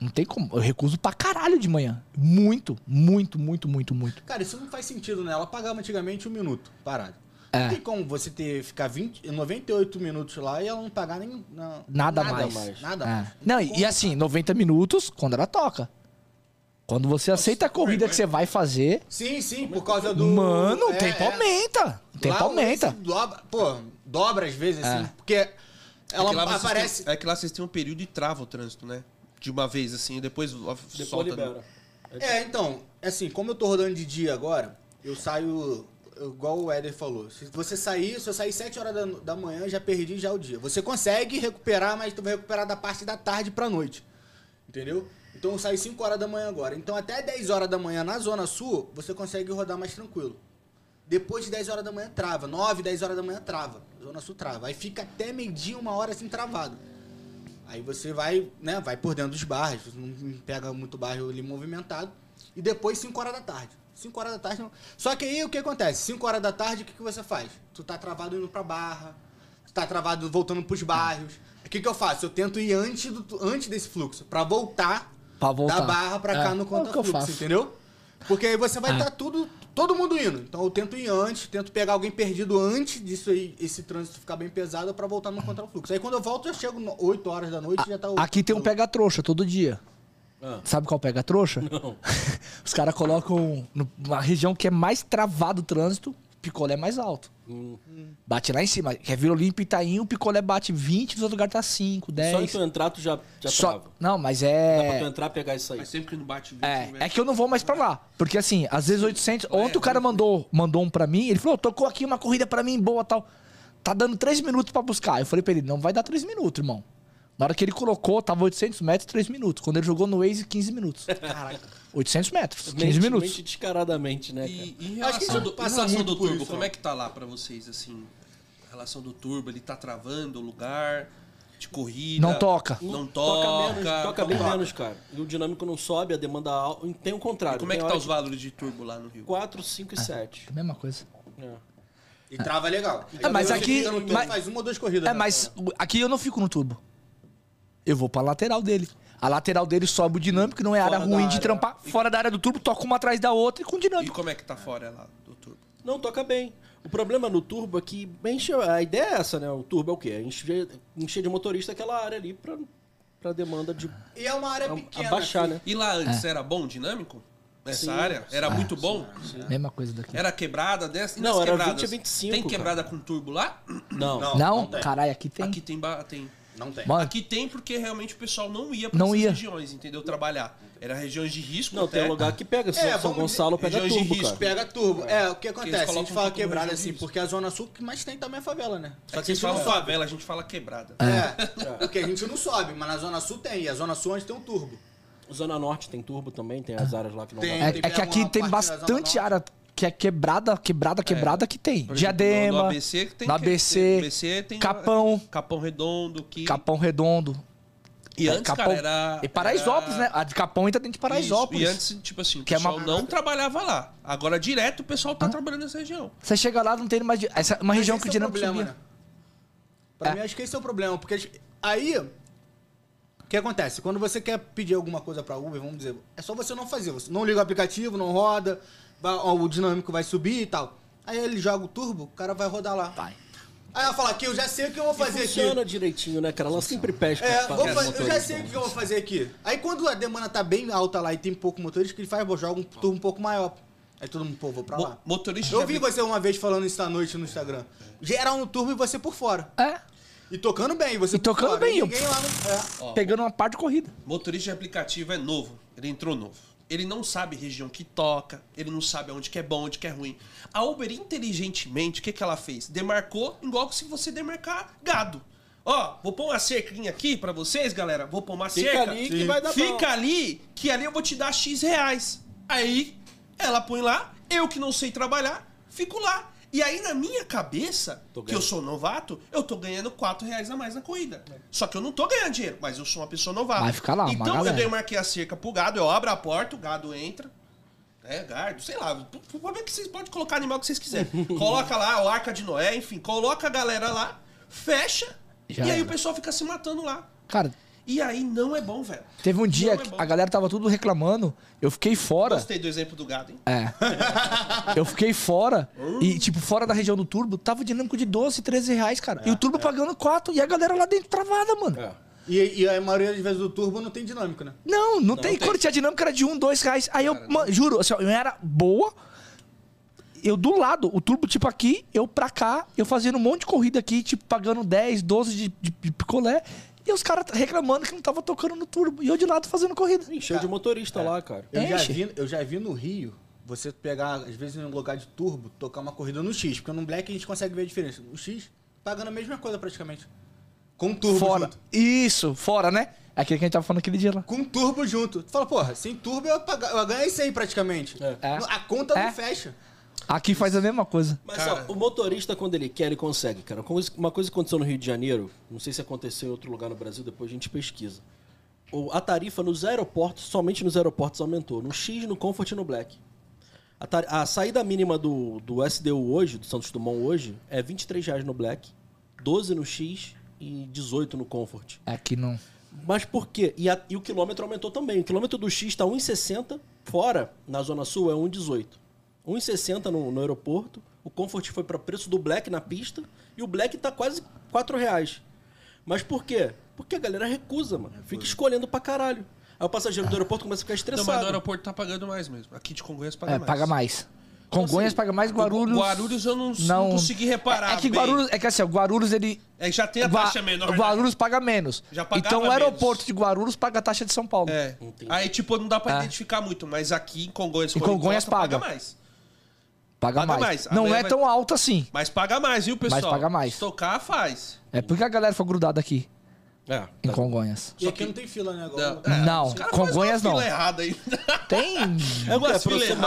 Não tem como. Eu recuso pra caralho de manhã. Muito, muito, muito, muito, muito.
Cara, isso não faz sentido, né? Ela pagava antigamente um minuto, parado.
É.
Não tem como você ter, ficar 20, 98 minutos lá e ela não pagar nem. não-
Nada mais.
Nada
É.
Ah.
mais.
Não, e, e assim, 90 minutos quando ela toca. Quando você aceita a corrida que você vai fazer,
Sim, sim, por causa do.
mano, o
é,
tempo
é.
aumenta. O tempo
Lá,
aumenta. É.
esse Dobra, pô, dobra às vezes, assim, porque ela
É que lá vocês
aparece.
têm- é que lá vocês têm um período e trava o trânsito, né? De uma vez, assim, e depois, depois
Depois
solta. né?
libera.
É, então, assim, como eu tô rodando de dia agora, eu saio, eu- igual o Éder falou, se você sair, se eu sair 7 horas da, da manhã, já perdi já o dia. Você consegue recuperar, mas tu vai recuperar da parte da tarde pra noite, entendeu? Então eu saio 5 horas da manhã agora. Então até 10 horas da manhã na Zona Sul, você consegue rodar mais tranquilo. Depois de 10 horas da manhã trava, 9, 10 horas da manhã trava, Zona Sul trava. Aí fica até meio-dia, uma hora assim travado. Aí você vai, né, vai por dentro dos bairros, não pega muito bairro ali movimentado. E depois 5 horas da tarde. 5 horas da tarde não. Só que aí o que acontece? 5 horas da tarde, o que, que você faz? Tu tá travado indo pra barra, tu tá travado voltando pros bairros. O que, que eu faço? Eu tento ir antes, do, antes desse fluxo, pra voltar,
Pra voltar.
da barra pra
É,
cá
é o
no
que eu
contra-fluxo,
faço.
entendeu? Porque aí você vai
Ah.
estar tudo, todo mundo indo. Então eu tento ir antes, tento pegar alguém perdido antes disso aí, esse trânsito ficar bem pesado pra voltar no contra-fluxo. Aí quando eu volto, eu chego no- 8 horas da noite e já tá o-
Aqui tem um pega-trouxa todo dia.
Ah.
Sabe qual [laughs] pega-trouxa? Os caras colocam no- na região que é mais travado o trânsito, picolé mais alto.
Hum.
Bate lá em cima. Quer vir Olímpio e Itaim, o picolé bate 20, dos outros lugares tá 5, 10.
Só em tu entrar, tu já, já
Só-
trava.
Não, mas
Dá pra tu
é...
entrar, pegar isso aí.
Mas sempre que não bate 20,
É,
né?
é que eu não vou mais pra lá. Porque assim, às vezes 800. Ontem o cara mandou, mandou um pra mim, ele falou: tocou aqui uma corrida pra mim boa tal. Tá dando 3 minutos pra buscar. Eu falei pra ele: não vai dar 3 minutos, irmão. Na hora que ele colocou, tava 800 metros, 3 minutos. Quando ele jogou no Waze, 15 minutos. Caraca. 800 metros, 15
Mente-
minutos.
mente descaradamente,
é,
né, cara?
E, e em
Acho que
relação
isso
do, em
passa
relação
muito
do
por
Turbo,
isso,
como
ó.
é que tá lá pra vocês, assim? A relação do Turbo, ele tá travando o lugar de corrida?
Não toca.
Não
Toca,
toca.
menos, toca bem
toca.
menos, cara. E o dinâmico não sobe, a demanda alta. Tem o contrário.
Como é
Tem
que tá
hora
os valores de Turbo lá no Rio?
4, 5 e 7.
É a mesma coisa.
E trava legal.
Ah, mas
Você
aqui-
fica no turno,
mas-
faz uma ou duas corridas.
É,
né?
mas o- aqui eu não fico no turbo. Eu vou pra lateral dele. A lateral dele sobe o dinâmico, não é área
Fora da
ruim de
área.
trampar. Fora da área do turbo, toca uma atrás da outra e com
E
dinâmico.
como é que tá fora lá do Turbo?
Não, toca bem. O problema no turbo é que enche, a ideia é essa, né? O turbo é o quê? É Encher, encher de motorista aquela área ali pra, pra demanda de
E é uma área pequena. assim.
abaixar, né?
E lá antes era bom o dinâmico? Nessa
Sim.
área? Era muito bom?
Mesma coisa daqui.
Era quebrada dessa? E
Não,
nas
era
quebradas?
20 a 25,
Tem quebrada com Turbo lá?
Não.
Não.
Não? tá.
tem.
Caralho, aqui tem.
Aqui tem, ba- tem.
Não tem.
Mano,
Aqui tem porque realmente o pessoal não ia pra
Não
essas
ia.
regiões, entendeu? Trabalhar. Era regiões de risco
Não,
até.
tem um lugar que pega. São, São
vamos
Gonçalo pega
regiões de
turbo,
risco.
cara.
Pega turbo. É, o que
eles
acontece? A gente
colocam
fala
tudo no
quebrada
registro.
assim, porque a Zona Sul, que mais tem também é favela, né?
É que
a
vocês
gente não
falam
sobe.
favela, a gente fala quebrada. [laughs]
É, porque a gente não sobe, mas na Zona Sul tem. E a Zona Sul onde tem um turbo.
Zona Norte tem turbo também, tem as áreas lá que não
Tem.
um
dá.
é, é que aqui
uma
tem
parte da Zona
bastante
Norte.
área que é quebrada, quebrada, quebrada que tem.
Por exemplo,
Diadema,
No, no ABC que tem.
no
que-
ABC,
no ABC tem
Capão.
Capão Redondo. Que,
Capão Redondo.
e
É,
antes,
Capão-
cara, era.
E Paraisópolis, né? A de Capão entra dentro de Paraisópolis.
Isso, E antes, tipo assim, o
Que é uma-
pessoal não trabalhava lá. Agora, direto, o pessoal tá trabalhando nessa região.
Você chega lá, não tem mais... di- Essa é uma região
Esse
que o
é
dinâmico
problema,
subia.
né? Pra
É.
mim, acho que esse é o problema, porque as- aí o que acontece? Quando você quer pedir alguma coisa pra Uber, vamos dizer, é só você não fazer, você não liga o aplicativo, não roda, vai- ó, o dinâmico vai subir e tal. Aí ele joga o turbo, o cara vai rodar lá.
Vai.
Aí ela fala aqui, eu já sei o que eu vou fazer aqui.
Funciona direitinho, né, cara? Ela sempre pesca.
É,
pra-
vou
os
fazer- eu já
motores,
sei o
então.
que eu vou fazer aqui. Aí quando a demanda tá bem alta lá e tem pouco motorista, o que ele faz? Vou jogar um turbo um pouco maior. Aí todo mundo, pô, vou pra lá.
Mo- motorista
Eu
de
vi
aplicativo-
você uma vez falando isso à noite no Instagram. Geral no turbo e você por fora.
né?
É,
E tocando bem, você
E tocando
por fora.
bem,
E
eu-
ninguém lá no... é.
pegando uma parte de corrida.
motorista de aplicativo é novo. Ele entrou novo. Ele não sabe região que toca, ele não sabe onde que é bom, onde que é ruim. A Uber, inteligentemente, o que, que ela fez? Demarcou igual que se você demarcar gado. Ó, vou pôr uma cerquinha aqui pra vocês, galera. Vou pôr uma
Fica
cerca.
ali que vai dar
Fica
bom.
ali, que ali eu vou te dar X reais. Aí ela põe lá, eu que não sei trabalhar, fico lá. E aí na minha cabeça,
Tô
que eu
ganhando.
sou novato, eu tô ganhando 4 reais a mais na corrida. Só que eu não tô ganhando dinheiro, mas eu sou uma pessoa novata.
Vai ficar lá, uma
Então eu
galera.
demarquei a cerca pro gado, eu abro a porta, o gado entra. É, gardo, sei lá. p- p- Pode ver que vocês podem colocar animal que vocês quiserem.
[laughs]
coloca lá o arca de Noé, enfim, coloca a galera lá, fecha,
Já
e aí
era.
o pessoal fica se matando lá.
Cara,
E aí não é bom, velho.
teve um dia
Não é
que
bom.
a galera tava tudo reclamando, eu fiquei fora.
Gostei do exemplo do gado, hein?
É. Eu fiquei fora e, tipo, fora da região do turbo, tava o dinâmico de 12, 13 reais, cara. e o turbo pagando 4 e a galera lá dentro travada, mano.
É.
E, e a maioria das vezes o turbo não tem dinâmico, né?
Não, não, tem. Quando tinha dinâmica era de 1, 2 reais. Aí eu, mano, juro, assim, ó, eu era boa. Eu do lado, o turbo tipo aqui, eu pra cá, eu fazendo um monte de corrida aqui, tipo, pagando 10, 12 de, de- de picolé. E os caras reclamando que não tava tocando no turbo. E eu de lado fazendo corrida.
Encheu de motorista lá, cara.
Eu já,
Enche.
vi, eu já vi no Rio você pegar, às vezes, em um lugar de turbo, tocar uma corrida no X, porque no Black a gente consegue ver a diferença. No X, pagando a mesma coisa praticamente. Com turbo
Fora.
junto.
Isso, fora, né? É Aquele que a gente tava falando aquele dia lá.
Com turbo junto. Tu fala, porra, sem turbo eu, paga- eu ganho isso aí praticamente.
É.
A conta
É.
não fecha.
Aqui faz a mesma coisa.
Mas
Cara.
ó, o motorista, quando ele quer, ele consegue, cara. Uma coisa- Uma coisa que aconteceu no Rio de Janeiro, não sei se aconteceu em outro lugar no Brasil, depois a gente pesquisa. O- a tarifa nos aeroportos, somente nos aeroportos, aumentou. No X, no Comfort e no Black. A, ta- a saída mínima do, do SDU hoje, do Santos Dumont hoje, é R$ 23 reais no Black, 12 no X e 18 no Comfort.
Aqui É não.
Mas por quê? E, a- e o quilômetro aumentou também. O quilômetro do X tá está 1,60, fora, na Zona Sul, é 1,18. 1,60 no, no aeroporto. O Comfort foi para preço do Black na pista. E o Black tá quase 4 reais. Mas por quê? Porque a galera recusa, mano. Fica escolhendo pra caralho. Aí o passageiro do aeroporto começa a ficar
Não, mas no
estressado.
aeroporto tá pagando mais mesmo. Aqui de Congonhas paga
É,
mais.
paga mais. Congonhas paga mais Guarulhos.
Guarulhos eu não, não
Não.
consegui reparar.
É que
bem.
Guarulhos, é que assim, ó, Guarulhos ele
É, já tem a
Gua-
taxa menor. né?
Guarulhos paga menos.
Já pagava
então o aeroporto
menos.
de Guarulhos paga a taxa de São Paulo.
É. Aí, tipo, não dá pra
É.
identificar muito, mas aqui em Congonhas,
Em
quando
Congonhas
encosta,
paga.
mais. Paga
Paga, mais.
mais.
Não
Amanhã
é
vai-
tão alta assim.
Mas paga mais, viu, pessoal?
Mas paga mais.
Se tocar, faz.
É porque a galera foi grudada aqui
É.
em Congonhas.
E aqui não tem fila, né? Agora.
Não, Congonhas não.
Errada aí.
Tem.
É uma
É
fila errada.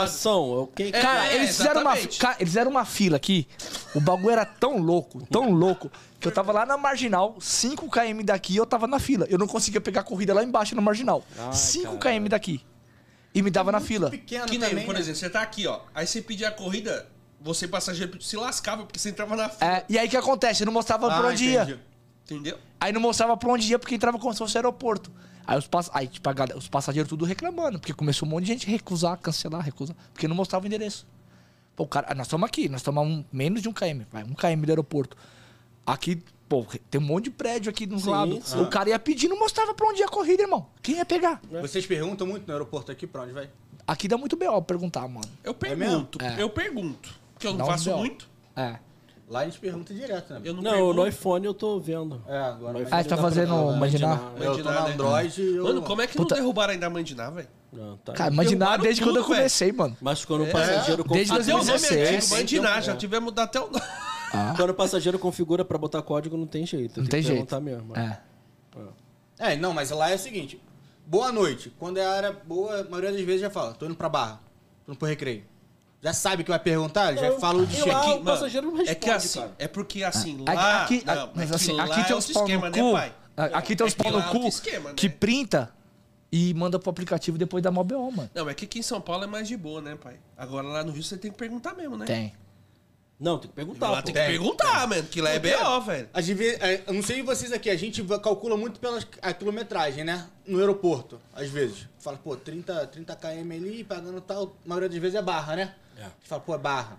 aproximação. é o que-
[laughs] É,
Cara,
é,
eles, fizeram uma,
exatamente.
cara, eles fizeram uma fila aqui. O bagulho era tão louco, tão louco, que eu tava lá na marginal, 5km daqui, eu tava na fila. Eu não conseguia pegar a corrida lá embaixo na marginal. 5km daqui. E me dava na fila.
Pequeno
Que nem,
também,
por
né?
exemplo, você tá aqui, ó. Aí você pedia a corrida, você passageiro se lascava porque você entrava na fila.
É, e aí o que acontece? Eu não mostrava
Ah,
pra onde ia.
Entendeu?
Aí não mostrava pra onde ia porque entrava como se fosse aeroporto. Aí os, pass... aí, tipo, a galera- os passageiros tudo reclamando, porque começou um monte de gente recusar, cancelar, recusar, porque não mostrava o endereço. Pô, o cara, ah, nós estamos aqui, nós estamos a um- menos de um km, vai, um km do aeroporto. Aqui, pô, tem um monte de prédio aqui nos lados. O cara ia pedir, não mostrava pra onde ia a corrida, irmão. Quem ia pegar?
Vocês perguntam muito no aeroporto aqui pra onde vai?
Aqui dá muito B.O. perguntar, mano.
Eu pergunto,
É.
eu pergunto. Porque eu não
Dá um
faço
B.O..
muito.
É.
Tá.
Lá a gente pergunta direto, né?
Eu não,
Não,
pergunto.
no iPhone eu tô vendo.
É, agora.
Ah,
mas
Ah, você tá
dá
fazendo
pra-
imaginar?
Eu tô no
Mandinar, né?
Android e eu.
Mano, como é que
Puta.
não derrubaram ainda a Mandiná, velho?
Não, tá.
Cara, imaginar
Derrubaram
desde quando eu
tudo, velho.
comecei, mano.
Mas quando o passageiro
Desde
Até o nome
2016.
é antigo, Mandiná, já tivemos dar até um- o nome.
Quando o passageiro configura pra botar código, não tem jeito.
Não tem
que
jeito.
perguntar mesmo.
É.
É, não, mas lá é o seguinte. Boa noite. Quando é a área boa, a maioria das vezes já fala, tô indo pra barra, tô indo pro recreio. Já sabe o que vai perguntar, já fala o de
eu-
check-in.
o passageiro não responde,
É que assim,
cara.
é porque assim,
Aqui-
lá...
aqui,
não, é
mas
que
assim,
lá
aqui
é
tem uns
outro
pau no
esquema,
cu.
né, pai?
a- aqui tem
É
uns
que
pau
lá
no
é
cu
outro esquema, né?
que printa e manda pro aplicativo e depois dá mó BO, mano.
Não, é que aqui em São Paulo é mais de boa, né, pai? Agora lá no Rio você tem que perguntar mesmo, né?
Tem.
Não, tem que
Lá
perguntar. Tá, Pô.
tem que perguntar, mano, que lá é B.O., velho.
A gente vê- é, eu não sei vocês aqui, a gente va- calcula muito pela a quilometragem, né? No aeroporto, às vezes. Fala, pô, 30, 30 km ali, pagando tal. A maioria das vezes é barra, né? A gente fala, pô, é barra.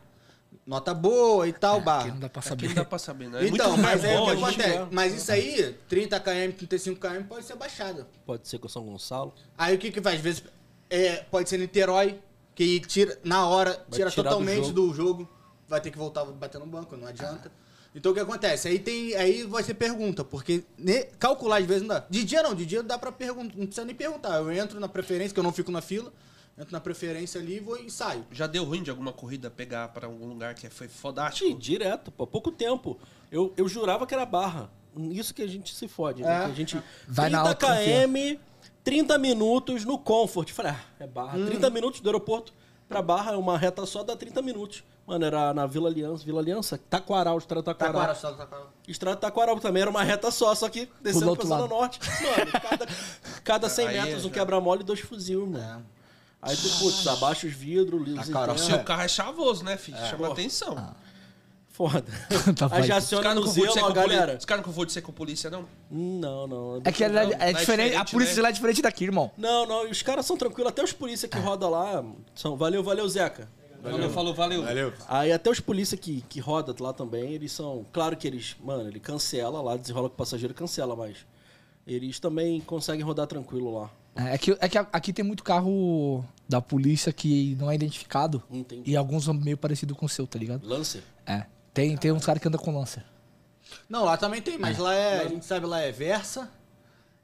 Nota boa e tal, barra.
É, Aqui não dá pra
Aqui não
saber.
dá pra saber, né? É
então,
muito né?
mas aí o que
carvão, a gente-
acontece?
vai.
Mas
É.
isso aí, 30 km, 35 km, pode ser baixada.
Pode ser com São um Gonçalo.
Aí o que que faz? Às vezes é, pode ser Niterói, que tira, na hora,
Vai tirar
tira
do
totalmente
jogo. Ah.
do jogo. vai ter que voltar a bater no banco, não adianta. Então o que acontece? Aí tem, aí você pergunta, porque ne- calcular às vezes não dá. De dia não, de dia dá pra perguntar, não precisa nem perguntar. Eu entro na preferência, que eu não fico na fila, entro na preferência ali e vou e saio.
Já deu ruim de alguma corrida pegar pra algum lugar que foi
Sim,
fodástico?
direto, pô. Pouco tempo. Eu, eu jurava que era barra. Isso que a gente se fode, né?
É.
Que a gente.
Vai na alta,
km, 30 minutos no Comfort. Falei, ah, é barra. 30 minutos do aeroporto pra barra, é uma reta só, dá 30 minutos. Mano, era na Vila Aliança, Vila Aliança, Taquaral, Estrada Taquaral.
Taquara, só tá taquara.
Estrada Taquaral também era uma reta só, só que descendo
outro
pra Zona
lado.
Norte. Mano,
[laughs]
cada, cada 100
Aí é
metros,
já-
um
É.
quebra-mola e dois fuzil, mano. Aí tu, putz, abaixa os vidros, lisa
Taquaral.
Seu carro é chavoso, né, filho? Chama atenção.
Foda.
[laughs] Tá vai.
Aí já
Os
aciona
caras
no
não confundem
zelo,
ser
ó,
com polícia.
galera.
Os caras não confundem ser com polícia, não?
Não, não.
É que ela-
Não, lá
é
é
diferente, a
diferente,
polícia
né?
lá é diferente daqui, irmão.
Não, não, e os caras são tranquilos, até os polícia que roda lá são. Valeu, valeu, Zeca.
Valeu, falou, valeu.
Valeu.
Aí até os polícia que, que roda lá também, eles são. Claro que eles, mano, ele cancela lá, desenrola com o passageiro, cancela, mas. Eles também conseguem rodar tranquilo lá.
É que, é que a- aqui tem muito carro da polícia que não é identificado.
Entendi.
E alguns são meio parecido com o seu, tá ligado?
Lancer?
É. Tem, tem uns caras que andam com lança.
Não, lá também tem, mas lá é, a gente sabe, lá é Versa,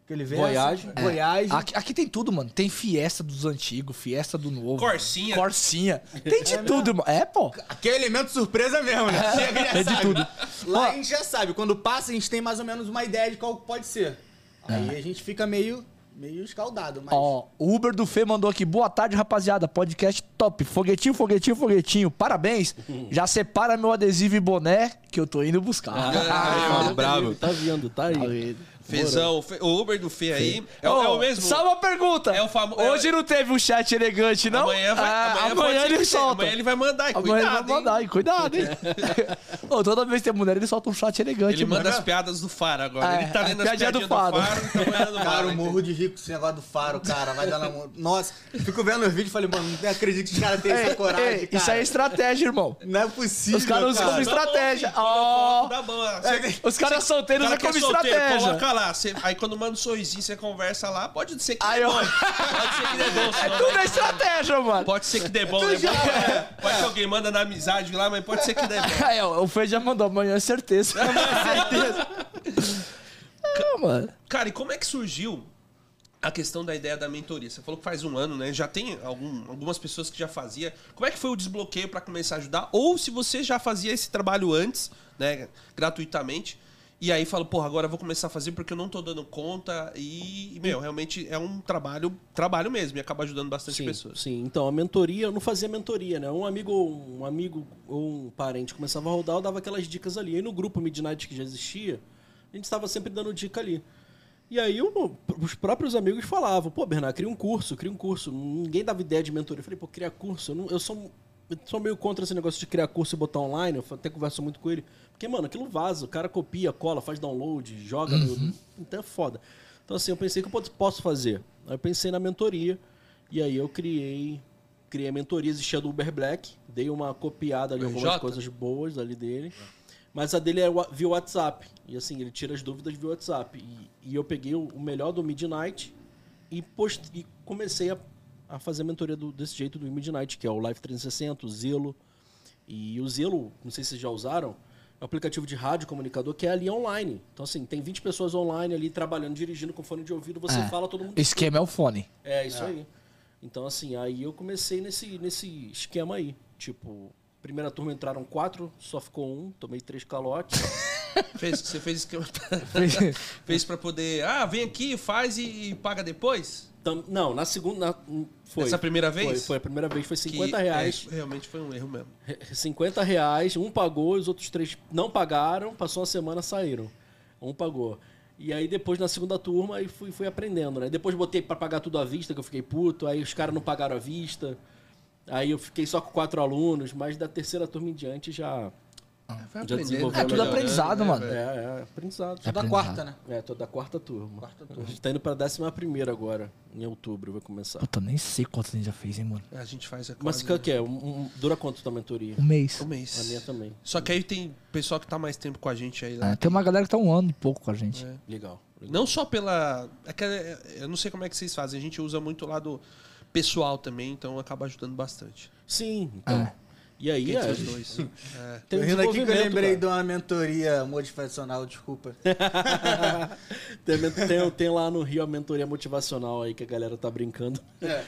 aquele Versa.
Voyage.
É. Voyage.
Aqui, aqui tem tudo, mano. Tem fiesta dos antigos, fiesta do novo.
Corsinha.
Corsinha. Tem de tudo, irmão. É, pô.
Que é elemento surpresa mesmo, né? Chega, já
É de
sabe.
tudo.
Lá
Ó.
a gente já sabe, quando passa a gente tem mais ou menos uma ideia de qual pode ser. Aí a gente fica meio, meio escaldado, mas...
É. Ó, o Uber do Fê mandou aqui. Boa tarde, rapaziada. Podcast top. Foguetinho, foguetinho,
[laughs]
foguetinho. Parabéns. Já separa meu adesivo e boné que eu tô indo buscar.
Ah,
bravo.
Tá vindo, tá aí.
Fezão, Fe- o Uber do Fê aí. É, o-
Ô,
é o mesmo.
Só uma pergunta.
É o famo-
Hoje não teve um chat elegante, não?
Amanhã vai.
Ah,
amanhã
amanhã
pode ser
ele
que seja.
solta.
Amanhã ele vai mandar, e
Amanhã ele
cuidado,
vai
hein?
mandar, hein? Cuidado, hein?
[laughs]
[laughs] Ô, toda vez que tem mulher, ele solta um chat elegante,
Ele
mano.
manda as piadas do Faro agora.
É,
ele tá
a
lendo as piadinhas
piadinha do
do
Faro.
Faro. tá mandando bala,
Cara, eu morro
entendeu?
de rico com esse negócio do faro, cara. Vai dar namoro. Nossa, fico vendo os vídeos e falei, mano, não acredito que os caras têm
Ei,
essa coragem,
ei,
cara.
Isso aí é estratégia,
[laughs]
irmão.
Não é possível,
Os caras usam como
Tá bom,
estratégia.
filho,
Ó.
coloca o da bola. Você-
Os caras solteiros
cara
usam
que é
como
solteiro,
estratégia.
Coloca lá, você- aí quando manda um sorrisinho, você conversa lá, pode ser que
Aí
dê [laughs]
eu-
bom. Pode ser que dê bom,
É
senão-
tudo é estratégia, mano.
Pode ser que dê bom, né? Pode ser alguém manda na amizade lá, mas pode ser que dê bom.
Aí, ó, o Fê já mandou, amanhã é certeza. Amanhã é certeza. Ah, mano.
Cara, e como é que surgiu a questão da ideia da mentoria? Você falou que faz um ano, né? Já tem algum- algumas pessoas que já fazia. Como é que foi o desbloqueio para começar a ajudar? Ou se você já fazia esse trabalho antes, né, gratuitamente, e aí fala, porra, agora eu vou começar a fazer porque eu não tô dando conta e, meu, realmente é um trabalho, trabalho mesmo e acaba ajudando bastante
sim,
pessoas.
Sim, então a mentoria, eu não fazia mentoria, né? Um amigo, um amigo ou um parente começava a rodar, eu dava aquelas dicas ali. E no grupo Midnight que já existia, a gente estava sempre dando dica ali. E aí eu- os próprios amigos falavam, pô, Bernardo, cria um curso, cria um curso. Ninguém dava ideia de mentoria. Eu falei, pô, criar curso, eu, não- eu sou. eu sou meio contra esse negócio de criar curso e botar online, eu até converso muito com ele. Porque, mano, aquilo vaza, o cara copia, cola, faz download, joga. no- Então é foda. Então, assim, eu pensei o que eu pod- posso fazer. Aí eu pensei na mentoria. E aí eu criei. Criei a mentoria, existia do Uber Black. Dei uma copiada ali, algumas
RJ?
coisas boas ali dele. Mas a dele é wa- via WhatsApp. E assim, ele tira as dúvidas via WhatsApp. E, e eu peguei o, o melhor do Midnight e, post, e comecei a, a fazer a mentoria do- desse jeito do Midnight, que é o Live 360, o Zelo. E o Zelo, não sei se vocês já usaram, é um aplicativo de rádio comunicador que é ali online. Então, assim, tem 20 pessoas online ali trabalhando, dirigindo com fone de ouvido, você
É.
fala, todo mundo
Esquema é o fone.
é, isso aí. Então, assim, aí eu comecei nesse, nesse esquema aí. Tipo, primeira turma entraram quatro, só ficou um, tomei três calotes.
Fez, você fez esquema.
[laughs]
[laughs] fez para poder. Ah, vem aqui, faz e, e paga depois?
Tam- não, na segunda. na- foi.
Essa primeira vez?
Foi, foi a primeira vez, foi 50
Que,
reais.
é, realmente foi um erro mesmo.
Re- 50 reais, um pagou, os outros três não pagaram, passou uma semana, saíram. Um pagou. E aí depois, na segunda turma, aí fui, fui aprendendo, né? Depois botei pra pagar tudo à vista, que eu fiquei puto, aí os caras não pagaram à vista. Aí eu fiquei só com quatro alunos, mas da terceira turma em diante já.
Vai
Já
aprendendo,
desenvolveu
vai
É tudo
melhorando,
aprendizado,
né,
mano.
velho?
É, é, aprendizado.
Só da quarta, né?
É, tô da quarta turma. A gente tá indo pra décima primeira agora, em outubro, vai começar.
Puta, nem sei quantos a gente já fez, hein, mano.
A gente faz a
Mas
quase
o que é? Um, um- dura quanto tua mentoria?
Um mês.
um mês.
A minha também.
Só que aí tem pessoal que tá mais tempo com a gente aí lá.
Ah, tem uma galera que tá um ano e pouco com a gente.
É.
Legal. legal.
Não só pela. é que, é, eu não sei como é que vocês fazem, a gente usa muito o lado pessoal também, então acaba ajudando bastante.
Sim, então.
Ah.
E aí,
Entre
é,
os dois. É.
tem um
Tô rindo aqui que eu
desenvolvimento,
lembrei
cara.
de uma mentoria motivacional, desculpa.
[laughs] Tem, tem- tem lá no Rio a mentoria motivacional aí que a galera tá brincando.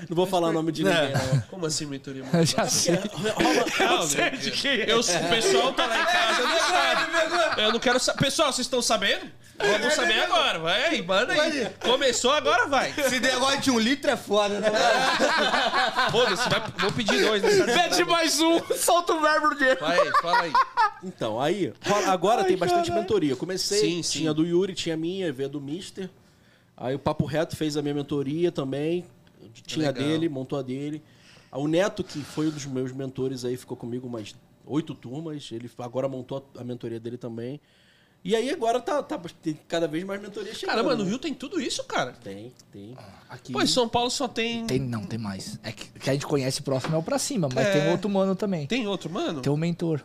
Não vou falar o nome
É.
de ninguém, né? [laughs] não.
Como assim, mentoria?
Eu [laughs] já
[laughs]
sei.
eu sei de quem é. Eu, o pessoal tá lá em casa, não sabe. Eu não quero saber. Pessoal, vocês estão sabendo? Vamos saber agora. Vai aí, manda aí. Começou, agora vai.
Esse negócio de um litro é foda, né?
Foda-se, vai- vou pedir dois. Nessa...
Pede mais um, solta o verbo dele.
Vai aí, fala aí.
Então, aí, rola- agora tem bastante mentoria. Eu comecei,
Sim, sim.
tinha do Yuri, tinha a minha, veio a do Mister. Aí o Papo Reto fez a minha mentoria também. Tinha a
Legal.
dele, montou a dele. O Neto, que foi um dos meus mentores aí, ficou comigo umas oito turmas. Ele agora montou a mentoria dele também. E aí agora tá, tá tem cada vez mais mentoria chegando.
Caramba, no
né?
Rio tem tudo isso, cara.
Tem, tem. Aqui.
Pô, em São Paulo só tem.
Tem, não, tem mais. É que, que a gente conhece próximo é o pra cima, mas tem outro mano também.
Tem outro, mano?
Tem o mentor.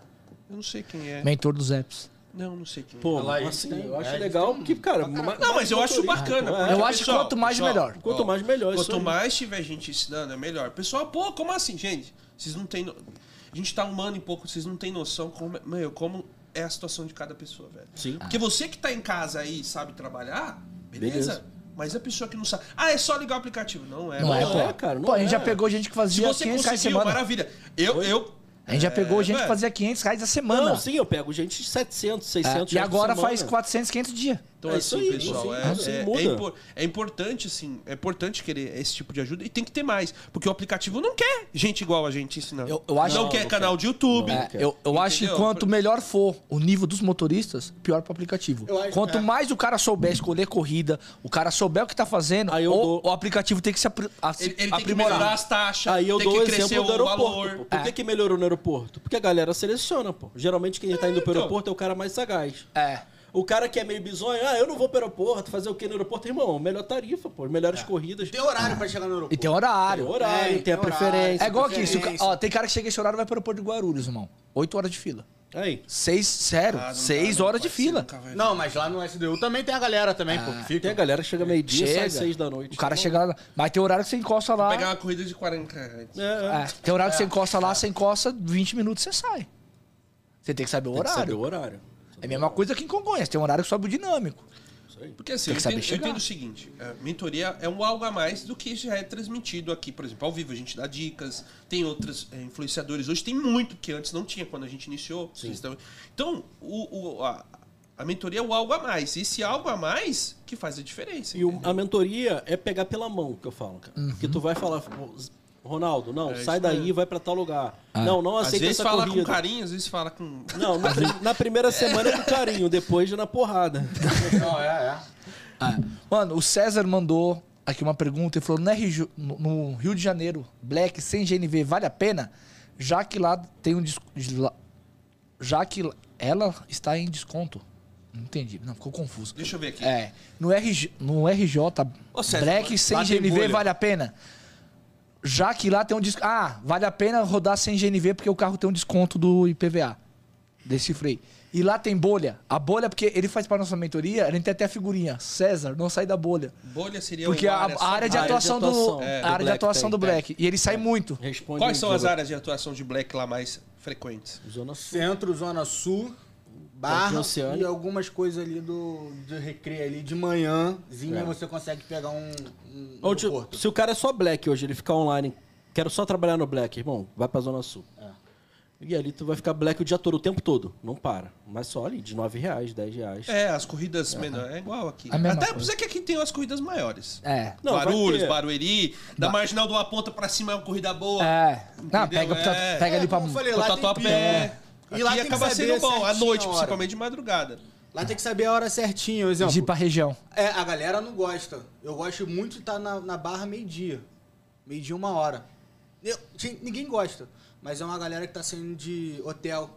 Eu não sei quem é.
Mentor dos apps.
Não, não sei quem é.
Pô,
lá, eles
assim,
têm-
eu acho
é, eles
legal
têm um-
que, cara... ma-
Não, mas eu
mais
acho
mentoria.
bacana.
É.
porque,
Eu acho que
pessoal,
quanto mais, melhor.
Quanto mais, melhor, isso
Quanto
aí.
mais tiver gente ensinando, é melhor. Pessoal, pô, como assim, gente? Vocês não têm. No... A gente tá humano em pouco, vocês não têm noção como, é- meu, como é a situação de cada pessoa, velho.
Sim.
Porque você que tá em casa aí sabe trabalhar, beleza.
Beleza.
Mas a pessoa que não sabe. Ah, é só ligar o aplicativo. Não é.
Não, é,
não
pô.
é, cara, não
pô, a gente
é.
já pegou gente que
Se
fazia
você
500 reais a
conseguiu,
semana.
maravilha. Eu. eu
A gente já pegou gente que
velho.
fazia 500 reais a semana.
Não, sim, eu pego gente de 700,
É,
600
e
reais por
agora
semana.
faz 400, 500 dias.
Então,
É isso
assim,
aí,
pessoal,
sim,
é,
sim,
é-
muda.
é impor- é importante, assim, é importante querer esse tipo de ajuda e tem que ter mais. Porque o aplicativo não quer gente igual a gente ensinando.
Eu- eu acho-
não,
Não,
quer
não
canal de YouTube.
É, eu eu acho que
Entendeu?
quanto melhor for o nível dos motoristas, pior pro aplicativo.
Eu acho-
quanto
é.
mais o cara souber escolher corrida, o cara souber o que tá fazendo,
Aí eu
o,
dou-
o aplicativo tem que se apri- a- se
Ele, ele tem que
aprimorar.
melhorar as taxas,
Aí eu
tem
dou o
que crescer
exemplo
o
do aeroporto. Tá. pô.
valor.
Por
É.
que, que melhorou no aeroporto? Porque a galera seleciona, pô. Geralmente quem tá indo pro
então.
aeroporto é o cara mais sagaz.
É.
O cara que é meio bizonho, ah, eu não vou pro aeroporto, fazer o que no aeroporto? Irmão, melhor tarifa, pô, melhores corridas.
Tem horário pra chegar no aeroporto.
E tem É. horário.
Tem horário,
É,
tem a
tem horário.
preferência.
É igual aqui, se o ca-
preferência.
ó, tem cara que chega esse horário e vai pro aeroporto de Guarulhos, irmão. 8 horas de fila.
Aí.
Seis, sério, seis horas de fila.
Não, tá- mas lá no SDU também tem a galera também, pô. que
Tem
Fica.
a galera que chega meio-dia e
Chega.
sai seis da noite. tá
O cara chega lá. Mas tem horário que você encosta lá.
Pegar uma corrida de 40 reais.
É, tem horário que você encosta lá, você encosta, 20 minutos você sai. Você tem que saber o
Tem que
horário.
saber o horário.
É a mesma coisa que em Congonhas, tem um horário que sobe o dinâmico.
Porque assim,
Tem
eu
que saber
entendo, eu
chegar.
entendo o seguinte: a mentoria é um algo a mais do que já é transmitido aqui, por exemplo, ao vivo a gente dá dicas, tem outros é, influenciadores. Hoje tem muito que antes não tinha quando a gente iniciou. Vocês estão- Então, o, o- a, a mentoria é o algo a mais. E esse algo a mais que faz a diferença.
E o- a mentoria é pegar pela mão, que eu falo, cara. Porque tu vai falar, "Pô, Ronaldo, não,
É
sai
isso
daí,
mesmo.
vai pra tal lugar. Não, não
às
aceita
vezes
essa
fala
corrida.
com carinho, às vezes fala com. [laughs]
Não, na, prim- na primeira semana é com carinho, depois já na porrada. [laughs]
Não, é, é.
Mano, o César mandou aqui uma pergunta e falou: no, RJ no- no Rio de Janeiro, Black sem GNV vale a pena? Já que lá tem um desconto. Já que ela está em desconto. Não entendi. Não, ficou confuso.
Deixa eu ver aqui.
É. No, RJ, no RJ,
Ô, César,
Black sem
bate em
GNV
bolha.
vale a pena? Já que lá tem um desconto. Ah, vale a pena rodar sem GNV porque o carro tem um desconto do IPVA. Decifrei. E lá tem bolha. A bolha, porque ele faz parte da nossa mentoria, a gente tem até a figurinha. César, não sai da bolha.
Bolha seria
Porque
o
a, a área de
área de
atuação do.
atuação, é,
a
do
área de
Black
atuação
tem,
do
tem.
Blaresponde E ele sai muito.
Responde
Quais são
aí,
as
Diogo.
áreas de atuação de Black lá mais frequentes?
Zona Sul.
Centro, Zona Sul, Barra
Oceânia.
e algumas coisas ali do, do recreio ali de manhãzinha
É.
você consegue pegar um, um
Ou
aeroporto.
tipo, se o cara é só black hoje, ele ficar online, quero só trabalhar no black, irmão, vai pra Zona Sul. E ali tu vai ficar black o dia todo, o tempo todo. Não para. Mas só ali, de 9 reais, 10 reais.
É, as corridas menores. É igual aqui.
A mesma
Até por
coisa.
isso é que aqui tem as corridas maiores.
É.
Não, vai
Barulhos,
ter.
Barueri, da marginal do Aponta pra cima é uma corrida boa.
É. Não, pega,
Entendeu? É.
pega ali pra.
como eu falei,
Pro
lá tem
Tatuapé.
pico.
É.
E lá
Aqui
tem que
acaba
saber
sendo bom, à
certinho
noite,
a hora.
principalmente de madrugada.
Lá tem que saber a hora certinha, exemplo.
De ir pra região.
É, a galera não gosta. Eu gosto muito de estar na, na barra meio-dia. Meio-dia, uma hora. Eu- ti- ninguém gosta. Mas é uma galera que tá saindo de hotel.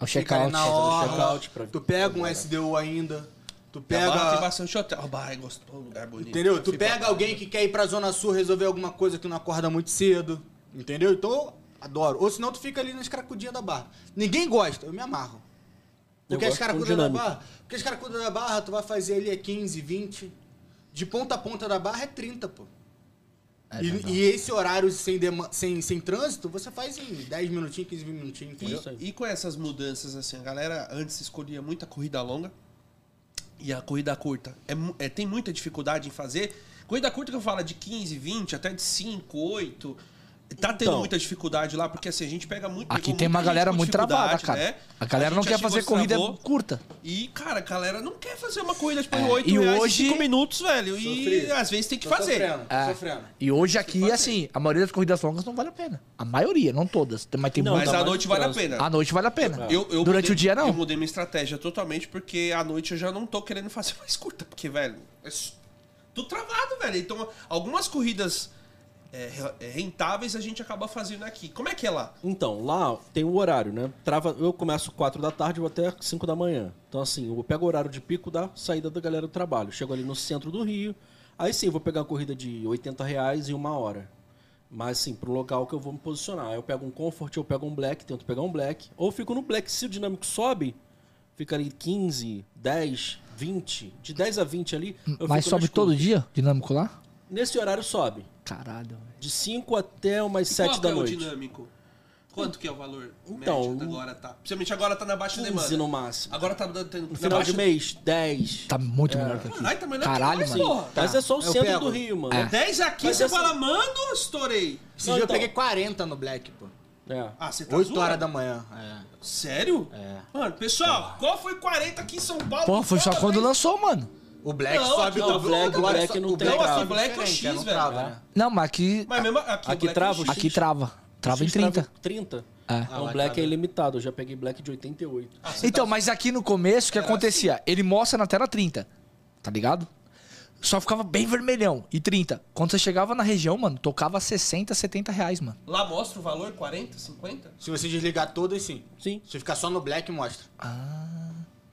É um
O
Fica ali
check-out.
Na
fazendo
hora,
check-out pra-
tu pega um SDU ainda. Tu
A barra tem
pega.
bastante hotel. A barra é gostoso, lugar bonito.
Entendeu?
Eu
Tu
fui
pega
pra-
alguém que quer ir pra Zona Sul resolver alguma coisa que não acorda muito cedo. Entendeu? Então, adoro. Ou senão tu fica ali nas cracudinhas da barra. Ninguém gosta, eu me amarro.
Eu
Porque as
gosto com
caracudas da
dinâmica.
barra. Porque as caracudas da barra, tu vai fazer ali é 15, 20. De ponta a ponta da barra é 30, pô.
É
e,
verdade.
e esse horário sem, dema- sem, sem trânsito, você faz em 10 minutinhos, 15 minutinhos, entendeu?
E com essas mudanças, assim, a galera antes escolhia muita corrida longa e a corrida curta. É, mu- é, tem muita dificuldade em fazer. Corrida curta que eu falo é de 15, 20, até de 5, 8. Tá tendo
Então.
muita dificuldade lá, porque assim, a gente pega muito.
Aqui
pegou
tem uma
muita gente
galera
com
muito travada,
dificuldade,
cara.
né?
A galera
gente
não
já
quer
chegou,
fazer
se
corrida
travou.
curta.
E, cara, a galera não quer fazer uma corrida tipo,
É,
8
e
reais
hoje-
5 minutos, velho. E
Sofrido.
às vezes tem que
Tô
fazer.
Sofrendo, tô
É.
sofrendo.
E hoje aqui, assim, a maioria das corridas longas não vale a pena. A maioria, não todas. tem- Mas tem
Não,
Mas
muita.
tá
à
mais
noite vale a
trânsito.
pena.
À noite vale a pena.
Eu- eu
Durante
mudei-
o dia,
Eu
não.
mudei minha estratégia totalmente, porque à noite eu já não tô querendo fazer [laughs] mais curta, porque, velho, é s- tô travado, velho. Então, algumas corridas é, re- é, rentáveis a gente acaba fazendo aqui. Como é que é lá?
Então, lá tem um horário, né? Trava, eu começo 4 da tarde, vou até 5 da manhã. Então, assim, eu pego o horário de pico da saída da galera do trabalho. Chego ali no centro do Rio. Aí sim, eu vou pegar uma corrida de 80 reais e uma hora. Mas, assim, pro local que eu vou me posicionar. Eu pego um Comfort, eu pego um Black, tento pegar um Black. Ou fico no Black. Se o dinâmico sobe, fica ali 15, 10, 20. De 10 a 20 ali, eu
Mas
fico nas
sobe todo
curvas.
dia, dinâmico lá?
Nesse horário sobe.
Caralho, velho.
De 5 até umas
E
7
qual
da
que é
noite.
o dinâmico? Quanto que é o valor
Então,
médio agora tá? Principalmente agora tá na baixa
15
demanda.
no máximo.
Agora tá dando tendo-
No
na
final
baixa...
de mês, 10.
Tá muito melhor que aqui.
Caralho, tá melhor
Caralho,
que nós,
mano.
porra.
Mas é só o
eu
centro
pego.
do Rio, mano.
É.
10 aqui,
Mas
você
essa-
fala, mano, estourei.
Esse
Não,
dia
então.
eu peguei 40 no Black, pô.
É.
Ah, você tá
8
zoando?
horas da manhã. É.
Sério?
É.
Mano, pessoal, qual foi 40 aqui em São Paulo?
Pô, foi só
Fala,
quando
velho.
lançou, mano.
O Black
Não,
sobe
não,
o
o Black-
o
Black
so-
não
tá o
tem
Black
trava.
sobe
O Black é o
diferente,
X,
não
velho.
trava,
É.
né?
Não, mas aqui.
Mas mesmo aqui,
Aqui
Black
trava
é um
o
X.
Aqui trava. Trava em
X trava
30.
30.
É.
É um
lá
black
trava.
é ilimitado. Eu já peguei black de 88.
Ah, você
Então,
tá-
mas aqui no começo, o que acontecia?
assim.
Ele mostra na tela 30, tá ligado? Só ficava bem vermelhão e 30. Quando você chegava na região, mano, tocava 60, 70 reais, mano.
Lá mostra o valor 40, 50?
Se você desligar todas, sim.
Sim.
Se ficar só no Black, mostra. Ah.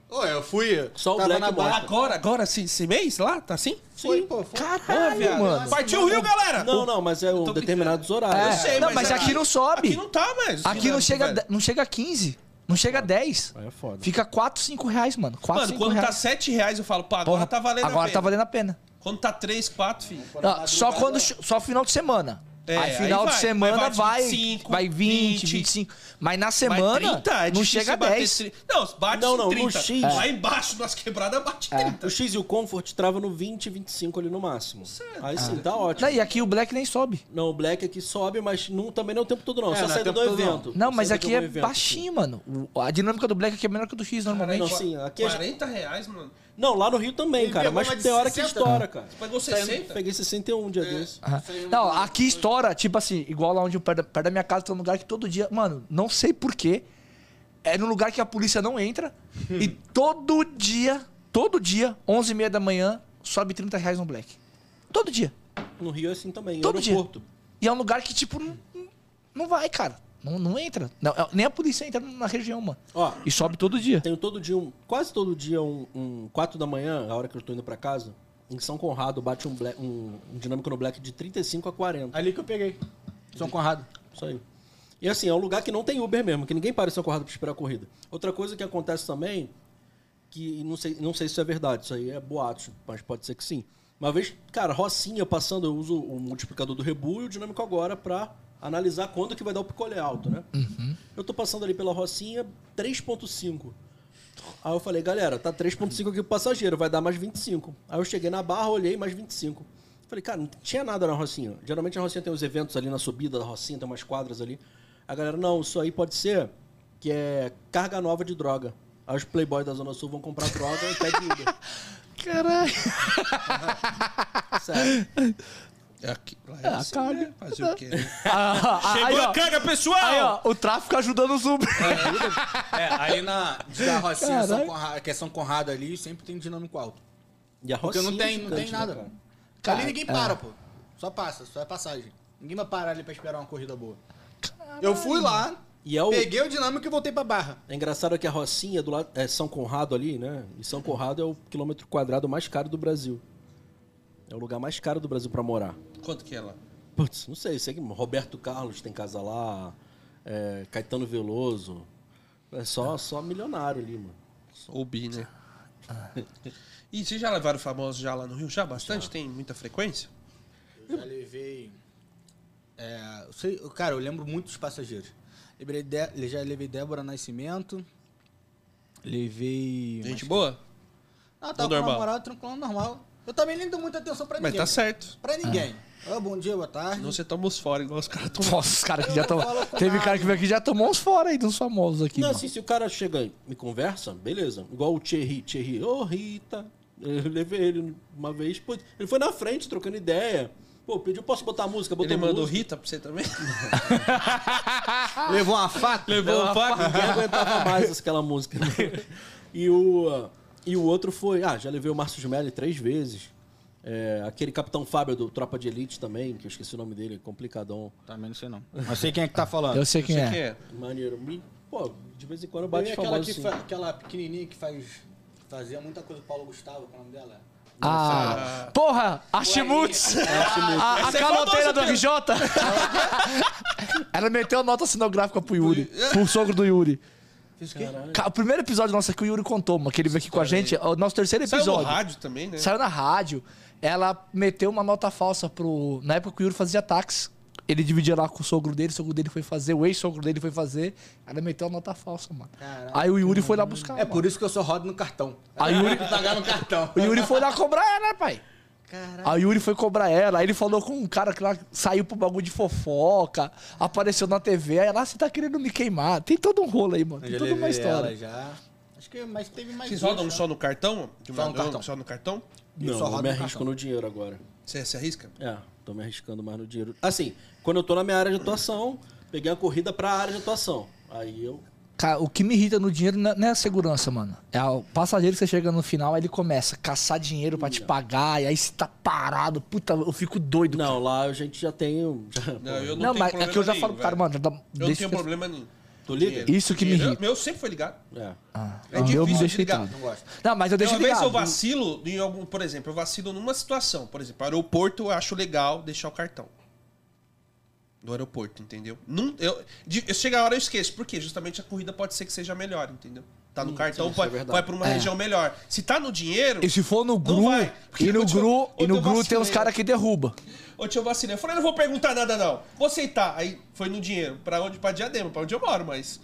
Ô, eu fui.
Só o
tava
Black
na
mostra.
barra.
Agora, agora, esse, esse mês lá? Tá assim?
Foi, pô, foi.
Caralho, mano.
Partiu o Rio, galera!
Não, não, mas é um
tô
determinados
É.
horários.
sei,
não,
mas
mas
é-
aqui não sobe.
Aqui não tá mais.
Aqui não chega,
velho.
não chega a 15. Não chega a 10.
Aí é foda.
Fica 4, 5 reais, mano. 4,
Mano,
5
quando
reais.
tá 7 reais, eu falo, pô, agora
Porra,
tá valendo a
Agora
pena.
tá valendo a pena.
Quando tá 3, 4, filho.
Ah, só quando só final de semana.
É,
aí final
aí
de
vai.
semana
Aí vai
vai
25,
vai 20,
20.
25. Mas na
Mas
semana
30, é
não
difícil
chega a É.
bater
10.
30. Não, bate
Não,
não,
não, no
30.
X.
Lá embaixo nas quebradas bate
É.
30.
O X e o Comfort trava no 20, 25 ali no máximo. Aí
Ah.
sim, tá ótimo.
Não, e aqui o Black nem sobe.
Não, o Black aqui sobe, mas não, também não é o tempo todo não.
É,
só
não é
saída
o
do
tempo todo,
evento.
Não,
Só
mas
saída
aqui
do
é
evento,
baixinho, mano. O- A dinâmica do Black aqui é menor que a do X normalmente.
Não, sim, aqui é-
40 reais, mano.
sim. Não, lá no Rio também,
Ele
cara.
pegou
Mas
uma de
tem hora que
60,
estoura, cara.
Pagou
Saiu-
60?
Peguei 61 um dia desse.
Aham. Não, aqui estoura, tipo assim, igual lá onde eu perto, da- perto da minha casa tem um lugar que todo dia, mano, não sei porquê. É num lugar que a polícia não entra. e todo dia, todo dia, 11h30 da manhã, sobe 30 reais no Black. Todo dia.
No Rio é assim também,
Todo dia.
aeroporto.
E é um lugar que, tipo, não, não vai, cara. Não, não entra. Não, é- nem a polícia entra na região, mano.
Ó,
E sobe todo dia.
Tenho todo dia, um, quase todo dia, um, um 4 da manhã, a hora que eu tô indo pra casa, em São Conrado bate um, black- um- um dinâmico no black de 35 a 40.
Ali que eu peguei. São Conrado.
Isso aí. E assim, é um lugar que não tem Uber mesmo, que ninguém para em São Conrado pra esperar a corrida. Outra coisa que acontece também, que não sei, não sei se isso é verdade, isso aí é boato, mas pode ser que sim. Uma vez, cara, Rocinha passando, eu uso o multiplicador do Rebu e o dinâmico agora pra analisar quando que vai dar o picolé alto, né? Eu tô passando ali pela Rocinha, 3.5. Aí eu falei, galera, tá 3.5 aqui pro passageiro, vai dar mais 25. Aí eu cheguei na barra, olhei, mais 25. Falei, cara, não tinha nada na Rocinha. Geralmente a Rocinha tem uns eventos ali na subida da Rocinha, tem umas quadras ali. A galera, não, isso aí pode ser que é carga nova de droga. Aí os playboys da Zona Sul vão comprar droga e pedem Uber. [laughs]
Caralho.
Sério.
É aqui. Lá é assim, né? Fazer o quê? né?
Ah, aí,
Chegou a
ó,
carga, pessoal!
aí, ó, o tráfico ajudando os Uber.
[laughs] É, ali na de da Rocinha, São
Caralho.
Conrado, que é São Conrado ali, sempre tem dinâmico alto.
E a
Porque
Rocinha
não
é
tem, não
gigante,
tem
né,
nada.
cara?
Cara,
ali ninguém para, pô. Só passa, só é passagem. Ninguém vai parar ali pra esperar uma corrida boa. Eu fui lá,
E é o...
peguei o dinâmico e voltei pra barra.
É engraçado que a Rocinha do lado é São Conrado ali, né? E São Conrado é o quilômetro quadrado mais caro do Brasil. É o lugar mais caro do Brasil pra morar.
Quanto que é lá?
Putz, não sei, sei que Roberto Carlos tem casa lá, é, Caetano Veloso. É só, só milionário ali, mano.
Oubi, né? [laughs] E vocês já levaram famosos já lá no Rio? Já bastante? Tem muita frequência?
Eu já levei. É, eu sei, eu- cara, eu lembro muito dos passageiros. Lembrei de, já levei Débora Nascimento. Levei.
Gente boa?
Ah, tava
Ou
com
normal?
namorado, tranquilo, normal. Eu também nem dou muita atenção pra
Mas
ninguém.
tá certo.
Pra ninguém. Ah, bom dia, boa tarde.
Senão você toma os fora, igual os tá. caras tomam.
Nossa, os caras que já tomou.
falo com
Teve
nada.
cara que veio aqui e já tomou uns fora aí dos famosos aqui.
não,
mano.
assim, se o cara chega e me conversa, beleza. Igual o Thierry, Thierry, ô Rita. Eu levei ele uma vez, pô, ele foi na frente trocando ideia. Pô, pediu, posso botar música? Botou
Ele mandou
música.
Rita pra você também?
Ah! Levou uma faca?
[laughs] Levou o
Ninguém
faca?
aguentava mais aquela música. né? E o, e o outro foi. Ah, já levei o Márcio Gemelli três vezes. É, aquele Capitão Fábio do Tropa de Elite também, que eu esqueci o nome dele, complicadão.
Também não sei não. Tá, Mas sei quem é que tá falando.
Eu sei quem é.
Quem é?
Maneiro. Me- Pô, de vez em quando
Eu
bate
vi aquela,
famoso
que
assim.
fa- aquela pequenininha que faz, fazia muita coisa pro Paulo Gustavo, qual é o nome dela?
Ah, porra, a Shimutz. A, a
Essa é
caloteira
famosa
do RJ. Ela meteu nota sinográfica pro Yuri, pro sogro do Yuri.
Fiz o quê?
Ca- O primeiro episódio nosso aqui, o Yuri contou, mano, que ele veio aqui com a gente, é o nosso terceiro
Saiu no
episódio.
rádio também, né?
Saiu na rádio. Ela meteu uma nota falsa pro. Na época que o Yuri fazia táxi. Ele dividia lá com o sogro dele, o sogro dele foi fazer, o ex-sogro dele foi fazer. Ela meteu a nota falsa, mano.
Caralho.
Aí o Yuri foi lá buscar.
É por isso que eu só rodo no cartão.
A Yuri-
Tem que pagar no cartão.
O Yuri foi lá cobrar ela, pai.
Caralho.
Aí o Yuri foi cobrar ela, aí ele falou com um cara que lá saiu pro bagulho de fofoca, apareceu na TV, aí ela, "Ah, você tá querendo me queimar. Tem todo um rolo aí, mano. Tem toda uma história.
já. Acho que mas teve mais
Vocês
dois,
rodam
né?
só no cartão? De
Só no
madrugada,
cartão.
Só no cartão?
Eu
Não,
só rodo
eu me
no
arrisco
cartão.
no dinheiro agora.
Você se arrisca?
É, tô me arriscando mais no dinheiro. Assim, quando eu tô na minha área de atuação, peguei a corrida pra área de atuação. Aí eu.
Cara, o que me irrita no dinheiro não é- não é a segurança, mano. É o passageiro que você chega no final, aí ele começa a caçar dinheiro pra te pagar, e aí você tá parado. Puta, eu fico doido.
Não, lá a gente já tem. um- já- [laughs] pô,
Não, eu não,
Não,
tenho
mas
problema
é que eu já
nenhum,
falo pro cara,
velho.
mano, já dá-
Eu não
deixa
tenho
que-
problema nenhum.
Tu liga?
Dinheiro.
Isso que me
Dinheiro-
irrita.
Meu sempre foi ligado.
É.
Ah,
É
eu
difícil
me
de
deixo
ligar.
irritado.
Não gosto.
Não, mas eu deixo
uma vez
ligado.
eu vacilo em algum, por exemplo, eu vacilo numa situação, por exemplo, aeroporto eu acho legal deixar o cartão.
do aeroporto, entendeu? Não, eu, de- eu- chega a hora eu esqueço, porque justamente a corrida pode ser que seja melhor, entendeu? Tá no cartão,
isso é
vai,
verdade.
vai pra uma região melhor. Se tá no dinheiro.
E se for no
Não
Gru,
vai, porque
e
eu
no
vou te falar,
Gru, e
eu
no
te
Gru tem uns
vacilei.
caras que derruba.
Ô, tio, eu vacilei. Eu falei, eu não vou perguntar nada, não. Vou aceitar. Aí foi no dinheiro. Pra onde? Pra Diadema, pra onde eu moro, mas.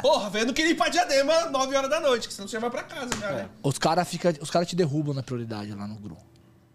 Porra, velho, eu não queria ir pra Diadema 9 horas da noite, que senão você vai pra casa, já, né?
Os caras fica, os cara te derrubam na prioridade lá no Gru.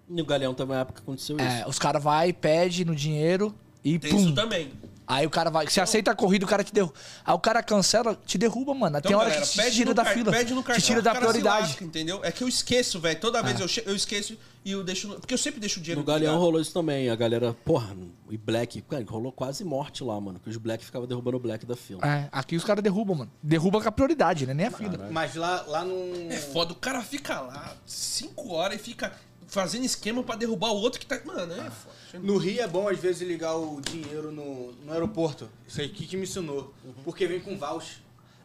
No Galeão também na época aconteceu isso.
É, os caras vai, pede no dinheiro e
Tem
pum.
isso também.
Aí o cara vai,
Então-
você aceita a corrida, o cara te derruba. Aí o cara cancela, te derruba, mano. Até
Então,
hora
galera,
que te
pede
tira
no
da
car-
fila.
Pede no cartão.
te tira da
O cara se
prioridade.
lasca, entendeu? É que eu esqueço, velho. Toda vez eu, che- eu esqueço e eu deixo. no- Porque eu sempre deixo o
É.
dinheiro
No Galeão
ligado.
rolou isso também. A galera, porra, e Black, cara, rolou quase morte lá, mano. Que os Black ficavam derrubando o Black da fila.
É, aqui os caras derrubam, mano. Derruba com a prioridade, né? Nem
Ah,
a fila.
Mas lá, lá no.
É foda, o cara fica lá 5 horas e fica fazendo esquema pra derrubar o outro que tá. Mano, é foda.
No Rio é bom, às vezes, ligar o dinheiro no, no aeroporto. Isso aí que, que me ensinou.
Uhum.
Porque vem com voucher.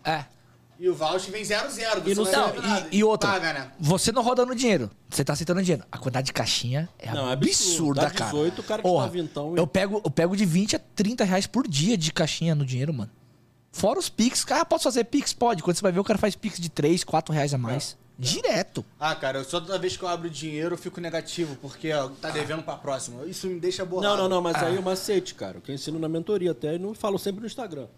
É.
E o voucher vem 0-0.
E
você
não
recebe
tem-
nada.
E, e outra,
Paga, né?
você não roda no dinheiro. Você tá aceitando dinheiro. A quantidade de caixinha é
Não, é
absurda,
absurdo.
Tá
Dá
cara.
18, o cara que
Porra,
dá vintão e-
Eu pego, eu pego de 20 a 30 reais por dia de caixinha no dinheiro, mano. Fora os Pix. Ah, posso fazer Pix? Pode. Quando você vai ver, o cara faz Pix de 3, 4 reais a mais.
É.
Direto.
Ah, cara, eu só toda vez que eu abro o dinheiro eu fico negativo, porque ó, tá devendo pra próxima. Isso me deixa
Não,
bolado.
não, não, mas
Ah.
aí é o macete, cara. Que eu ensino na mentoria até e não falo sempre no Instagram.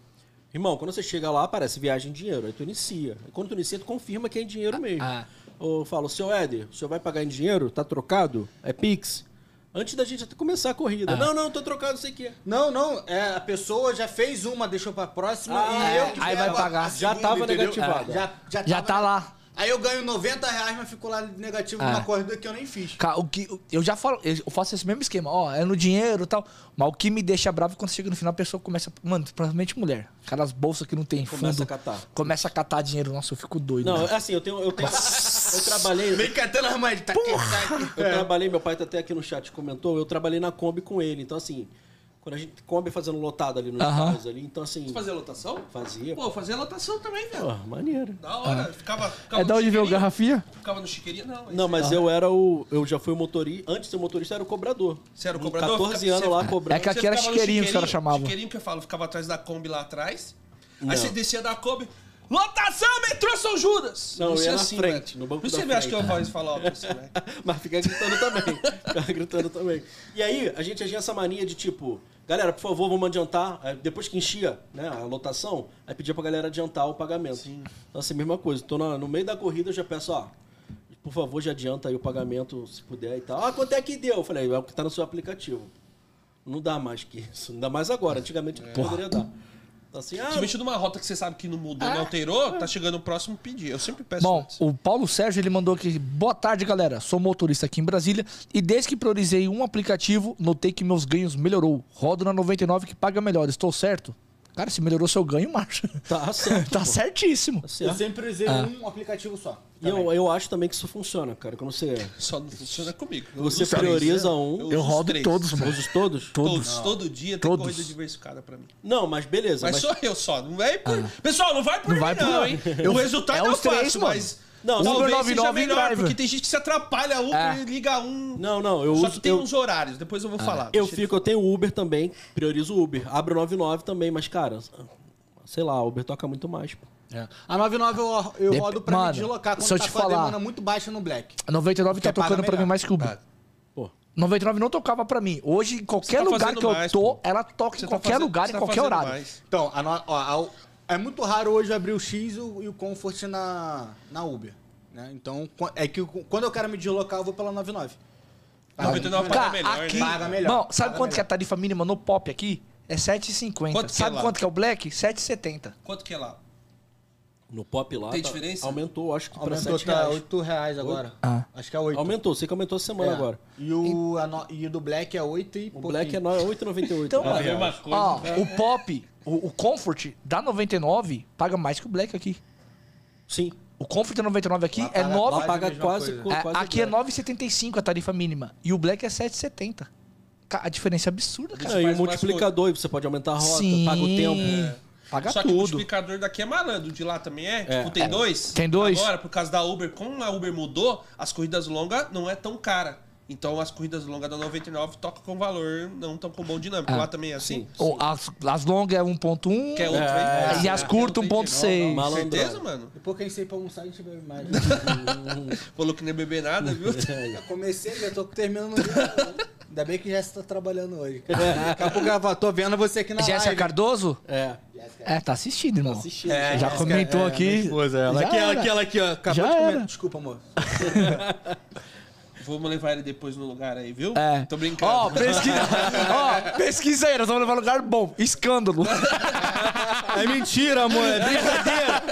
Irmão, quando você chega lá, aparece viagem em dinheiro. Aí tu inicia. E quando tu inicia, tu confirma que é em dinheiro mesmo.
ah.
Ou eu falo, seu Éder, o senhor vai pagar em dinheiro? Tá trocado? É Pix? Antes da gente até começar a corrida.
Ah.
Não, não, tô trocado, não sei o que.
Não, não, é, a pessoa já fez uma, deixou pra próxima
Ah,
e
é,
eu que
aí
pego
vai
a-
pagar.
a
Já
segunda,
tava
entendeu?
negativado.
É. Já, já,
Já
tava-
tá lá.
Aí eu ganho 90 reais, mas fico lá negativo
Ah.
numa corrida que eu nem fiz.
Ca- O que, eu já falo, eu faço esse mesmo esquema, ó, é no dinheiro e tal. Mas o que me deixa bravo é quando chega no final a pessoa começa. Mano, principalmente mulher. Aquelas bolsas que não tem fundo.
Começa a catar.
Começa a catar dinheiro. Nossa, eu fico doido.
Não,
mano.
assim, eu tenho. Eu, tenho, eu trabalhei.
[laughs]
[laughs]
Vem cantando as mães. Tá aqui, tá aqui.
é.
Eu trabalhei, meu pai tá até aqui no chat comentou, eu trabalhei na Kombi com ele. Então, assim, quando a gente. Kombi fazendo lotado ali nos
Aham.
carros ali, então assim.
Você fazia lotação?
Fazia.
Pô, eu fazia lotação também, velho.
Pô, maneiro.
Ah.
Da hora. Ficava, ficava
é da
no
onde veio o
chiqueirinho?
garrafinha?
Ficava no chiqueirinha, não.
Não, mas eu era o. Eu já fui o motorista. Antes de ser motorista, eu era o cobrador.
Você era o
Com
cobrador?
14
Fica-
anos
você-
lá cobrando.
É que aqui era chiqueirinho que os caras chamavam.
Chiqueirinho que eu falo, ficava atrás da Kombi lá atrás.
Não.
Aí você descia da Kombi. Lotação, metrô São Judas!
Não, eu
Descia
ia na frente,
velho.
no banco
Por isso
da
você acha que
frente.
eu falo isso falar alto assim,
[laughs]
né?
[laughs] Mas fica gritando também. Fica gritando também. E aí, a gente tinha essa mania de tipo, galera, por favor, vamos adiantar. Aí, Depois que enchia né, a lotação, aí pedia pra galera adiantar o pagamento. Então, assim, mesma coisa. Tô na- no meio da corrida, eu já peço, ó. Por favor, já adianta aí o pagamento, se puder e tal. Ah, quanto é que deu? Eu falei, é o que tá no seu aplicativo. Não dá mais que isso. Não dá mais agora. Antigamente
É.
poderia dar. Então, assim, ah,
Principalmente numa rota que você sabe que não mudou, não alterou, tá chegando o próximo pedir. Eu sempre peço
Ah. Bom,
antes.
o Paulo Sérgio ele mandou aqui. Boa tarde, galera. Sou motorista aqui em Brasília e desde que priorizei um aplicativo, notei que meus ganhos melhorou. Rodo na 99 que paga melhor. Estou certo? Cara, se melhorou seu ganho, marcha. [laughs]
[laughs] tá certo.
tá
pô.
certíssimo.
Tá
Eu
certo.
sempre usei um aplicativo só.
E eu, eu acho também que isso funciona, cara. Quando você,
Só não funciona comigo. Eu uso
você
os três.
prioriza um.
Eu
Eu
uso
rodo
três.
todos, mano.
Usos todos?
Todos, todo dia tem
Todos.
corrida diversificada pra mim.
Não, mas beleza.
Mas,
Mas,
sou eu só, não é por... Pessoal, não vai por
Ah. Não
mim
vai por
não,
mim. [laughs]
hein?
Eu-
o resultado
é
eu
os
faço,
três, mano.
mas...
Não,
talvez
99
seja melhor,
driver.
porque tem gente que se atrapalha um
É.
e liga um.
Não, não, eu
Só
uso-
que tem
eu-
uns horários, depois
Ah,
eu vou falar.
eu
Deixa
fico, eu tenho Uber também, priorizo o Uber. Abro 99 também, mas cara, sei lá, Uber toca muito mais. pô.
A 99 eu, eu
Dep-
rodo pra
Mano,
me deslocar quando
se eu
tá
te
com a
falar-
demanda muito baixa no Black.
A 99 tá
Porque paga
tocando pra
melhor.
mim mais que o Uber.
Ah,
Tá.
Pô.
99 não tocava pra mim. Hoje, em qualquer
tá
lugar
fazendo
que eu
mais,
tô,
pô.
ela toca
Você
em
tá
qualquer
fazendo-
lugar,
você
em
tá
qualquer
fazendo
horário.
mais.
Então, a no- ó, a U- é muito raro hoje abrir o X e o, e o Comfort na, na Uber. Né? Então, qu- é que o- quando eu quero me deslocar, eu vou pela 99.
99
Cara,
paga melhor,
aqui...
né?
Tá. Paga melhor.
Não,
Paga
sabe quanto
melhor.
que é a tarifa mínima no pop aqui? É 7,50.
Quanto que é
sabe
lá?
quanto que é o black? 7,70.
Quanto que é lá?
No pop lá.
Tem
tá-
diferença?
Aumentou, acho que pra
Aumentou
7
pra
reais.
8 tá reais agora.
Ah.
Acho que é 8.
Aumentou, sei que aumentou a
É.
semana agora.
E o, a no- e o do Black é 8 e
O
pouquinho.
Black é no- 8,98.
Então,
né?
mano,
mesma coisa.
ó, o pop, o, o comfort da 99 paga mais que o black aqui.
Sim.
O comfort da 99 aqui
Lá
é
paga-
9...
Ela
Quase a
paga
mesma
quase,
coisa.
co-
é,
quase
aqui é
o
9,75 a tarifa mínima. E o black é 7,70. Ca- A diferença é absurda,
Black.
cara.
Não, e o
mais-
multiplicador, você pode aumentar a rota,
Sim.
paga o tempo.
Paga
É. Só que o
tudo.
multiplicador daqui é malandro, de lá também é?
É.
Tipo, tem dois?
Tem dois.
Agora, por causa da Uber, como a Uber mudou, as corridas longas não é tão cara. Então as corridas longas da 99 tocam com valor não tão com bom dinâmico. Lá também é assim.
Ou As, as longas é 1.1
Quer outro aí?
É. e as um curtas 1.6.
Com
Malandrão.
certeza, mano.
Depois que a gente saiu pra almoçar, a gente bebe [laughs] mais.
Falou que nem beber nada,
[laughs]
viu?
Eu comecei, já tô terminando o dia. Ainda bem que já está trabalhando hoje. Daqui a pouco eu vou- tô vendo você aqui na
Jéssica
live.
Cardoso?
É.
É, tá assistindo, irmão.
Assistindo.
É,
já comentou aqui.
ela.
Já
Aquela,
era.
aquela aqui, ó. Acabou
Já
de comer.
era.
Desculpa, amor.
Vamos levar ele depois no lugar aí, viu?
É.
Tô
Ó,
[laughs]
brincando.
pesquisa, ó, pesquisa aí, nós vamos levar lugar bom. Escândalo.
É mentira, amor. É
[laughs]
brincadeira.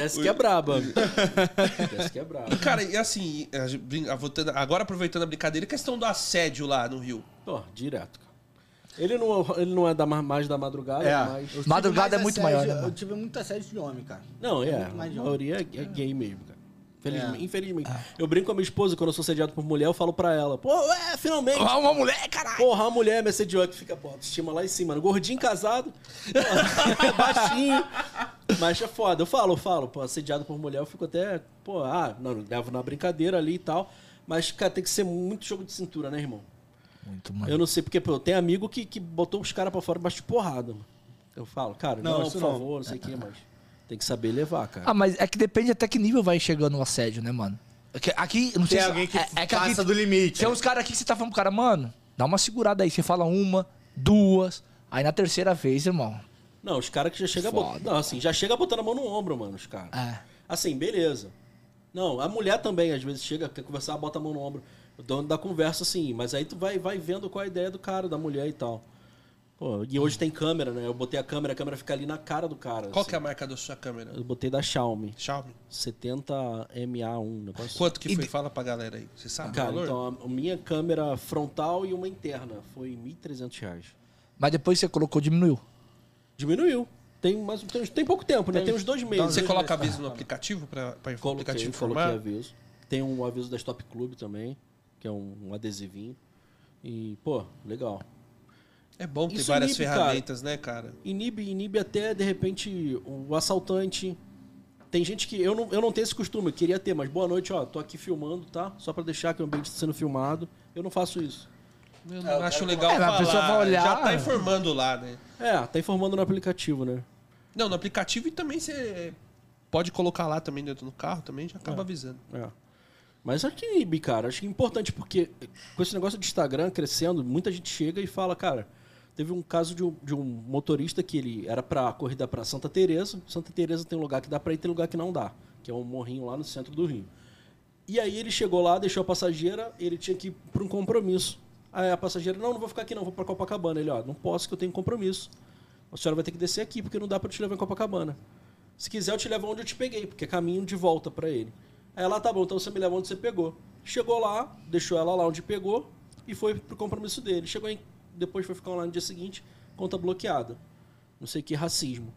Jéssica é
[laughs]
braba. Jéssica é braba.
Cara, e assim, a gente brin- ah, voltando- agora aproveitando a brincadeira, e questão do assédio lá no Rio.
Pô, direto, cara. Ele não, ele não é da, ma- mais da madrugada,
É.
mas...
Eu
Madrugada
tive
é muito
assédio-
maior, né, mano?
Eu tive muito assédio de homem, cara.
Não, é.
Muito mais É. Ah. de
A
homem.
maioria é é gay mesmo, cara. Infelizmente. infelizmente. Eu brinco com a minha esposa, quando eu sou sediado por mulher, eu falo pra ela, pô, é, finalmente.
Ó, Uma mulher, caralho.
Porra, a mulher me assediou que fica, pô, autoestima lá em cima, mano. Gordinho casado, [laughs] pô, baixinho. Mas é foda. Eu falo, eu falo, pô, assediado por mulher, eu fico até, pô, ah, não, eu levo na brincadeira ali e tal. Mas, cara, tem que ser muito jogo de cintura, né, irmão?
Muito, mano.
Eu não sei, porque, pô, tem amigo que, que botou os caras pra fora embaixo de porrada, mano. Eu falo, cara,
Não,
não,
isso
por
não.
favor, não sei o que, mas. Tem que saber levar, cara.
Ah, mas é que depende até que nível vai chegando o assédio, né, mano? É que Aqui, não
Tem
sei se-
alguém que
é, é que
passa
aqui-
do limite.
Tem uns caras aqui que você tá falando pro cara, mano, dá uma segurada aí. Você fala uma, duas, aí na terceira vez, irmão.
Não, os caras que já chega
Foda.
bot... Não, assim, já chega botando a mão no ombro, mano, os caras.
É.
Assim, beleza. Não, a mulher também, às vezes, chega, quer conversar, bota a mão no ombro. O dono da conversa, assim, mas aí tu vai, vai vendo qual é a ideia do cara, da mulher e tal. Pô, e hoje tem câmera, né? Eu botei a câmera, a câmera fica ali na cara do cara.
Qual
assim.
que é a marca da sua câmera?
Eu botei da Xiaomi.
Xiaomi.
70MA1, negócio.
Quanto que foi? Fala pra galera aí. Você sabe o
Cara,
valor?
então a minha câmera frontal e uma interna foi R$ 1.300 reais.
Mas depois você colocou, diminuiu.
Diminuiu. Tem, mais, tem, tem pouco tempo, né? Tem uns dois meses. É.
Você coloca aviso no aplicativo pra, pra o
Coloquei,
aplicativo
coloquei
informar?
aviso. Tem um aviso da Stop Club também, que é um, um adesivinho. E, pô, legal.
É bom ter
Isso
várias
inibe,
ferramentas, né, cara?
Inibe, inibe até, de repente, o assaltante. Tem gente que. Eu não, eu não tenho esse costume, eu queria ter, mas boa noite, ó. Tô aqui filmando, tá? Só pra deixar que o ambiente está sendo filmado. Eu não faço isso.
Eu não acho legal
É, mas a
falar.
pessoa vai olhar.
Já tá informando lá, né?
É, tá informando no aplicativo, né?
Não, no aplicativo e também você pode colocar lá também dentro do carro, também já acaba avisando.
É. Mas acho que inibe, cara. Acho que é importante, porque com esse negócio de Instagram crescendo, muita gente chega e fala, cara, teve um caso de um, de um motorista que ele era pra corrida pra Santa Teresa. Santa Teresa tem lugar que dá pra ir, tem lugar que não dá, que é um morrinho lá no centro do Rio. E aí ele chegou lá, deixou a passageira, ele tinha que ir pra um compromisso. Aí a passageira, não, não vou ficar aqui não, vou pra Copacabana. Ele, ó, não posso que eu tenho compromisso. A senhora vai ter que descer aqui, porque não dá pra eu te levar em Copacabana. Se quiser, eu te levo onde eu te peguei, porque é caminho de volta pra ele. Aí ela, tá bom, então você me leva onde você pegou. Chegou lá, deixou ela lá onde pegou e foi pro compromisso dele. Chegou em... Depois foi ficar lá no dia seguinte, conta bloqueada. Não sei que, racismo.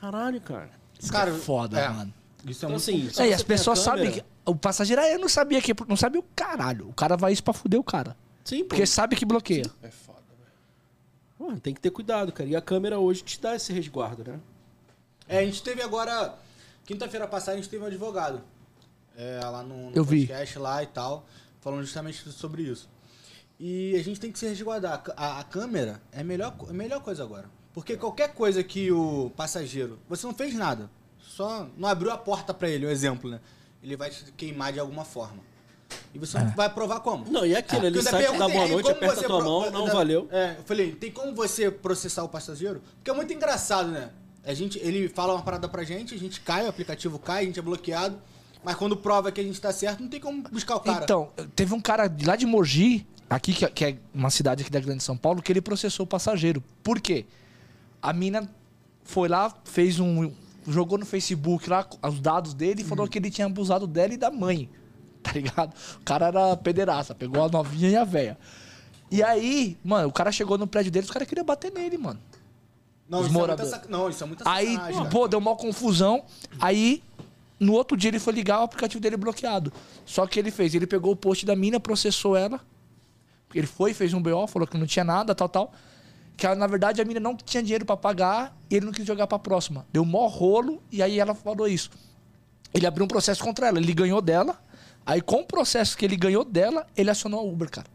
Caralho, cara.
Isso cara, é foda,
é.
mano.
Isso é
Então,
muito
assim,
É, e
você
as
tem a
pessoas sabem
câmera-
que. O passageiro "Ah, eu não sabia que. Não sabe o caralho. O cara vai isso pra fuder o cara.
Sim, pô.
Porque sabe que bloqueia.
É foda, velho.
Ué, tem que ter cuidado, cara. E a câmera hoje te dá esse resguardo, né?
É, a gente teve agora. Quinta-feira passada a gente teve um advogado. é, lá no, no
Eu vi.
podcast lá e tal. Falando justamente sobre isso. E a gente tem que se resguardar. A c- A, a câmera é a melhor, co- a melhor coisa agora. Porque qualquer coisa que o passageiro. Você não fez nada. Só não abriu a porta pra ele, um exemplo, né? Ele vai te queimar de alguma forma. E você
É.
não vai provar como? Ah,
Não, e aquilo, ele
Eu ainda
sai, te dá
perguntei,
boa
"Ei,
noite,
como
aperta
você
tua
pro-
mão, não
né?"
valeu.
É, eu falei, tem como você processar o passageiro? Porque é muito engraçado, né? A gente, ele fala uma parada pra gente, a gente cai, o aplicativo cai, a gente é bloqueado. Mas quando prova que a gente tá certo, não tem como buscar o cara.
Então, teve um cara de lá de Mogi, aqui que que é uma cidade aqui da Grande São Paulo, que ele processou o passageiro. Por quê? A mina foi lá, fez um. jogou no Facebook lá os dados dele e falou que ele tinha abusado dela e da mãe. [laughs] Tá ligado? O cara era pederasta, pegou a novinha e a véia. E aí, mano, o cara chegou no prédio dele, os caras queriam bater nele, mano.
não,
os
isso é muita
moradores.
sac... não, isso é muita
Aí,
sacanagem. cara.
pô, deu uma confusão. Aí, no outro dia, ele foi ligar o aplicativo dele é bloqueado. Só que ele fez, ele pegou o post da mina, processou ela. Ele foi, fez um BO, falou que não tinha nada, tal, tal. Que ela, na verdade a mina não tinha dinheiro pra pagar e ele não quis jogar pra próxima. Deu mó rolo e aí ela falou isso. Ele abriu um processo contra ela, ele ganhou dela. Aí, com o processo que ele ganhou dela, ele acionou a Uber, cara.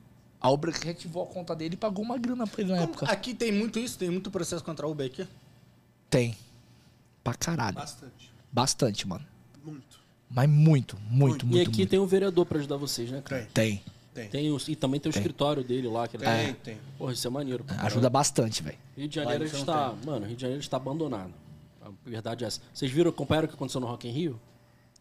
A Uber reativou a conta dele e pagou uma grana pra ele na
Como-
época.
Aqui tem muito isso, tem muito processo contra a Uber aqui.
Tem. Pra caralho.
Bastante.
Bastante, mano.
Muito.
Mas muito, muito, muito.
E aqui
muito.
tem um vereador pra ajudar vocês, né, cara?
Tem.
Tem os- e também tem o escritório dele lá. Que ele-
Tem, tem.
Porra, isso é maneiro. pô.
Ajuda bastante, velho.
Rio de Janeiro
é um
está. Mano, Rio de Janeiro está abandonado. A verdade é essa. Vocês viram, acompanharam o que aconteceu no Rock in Rio?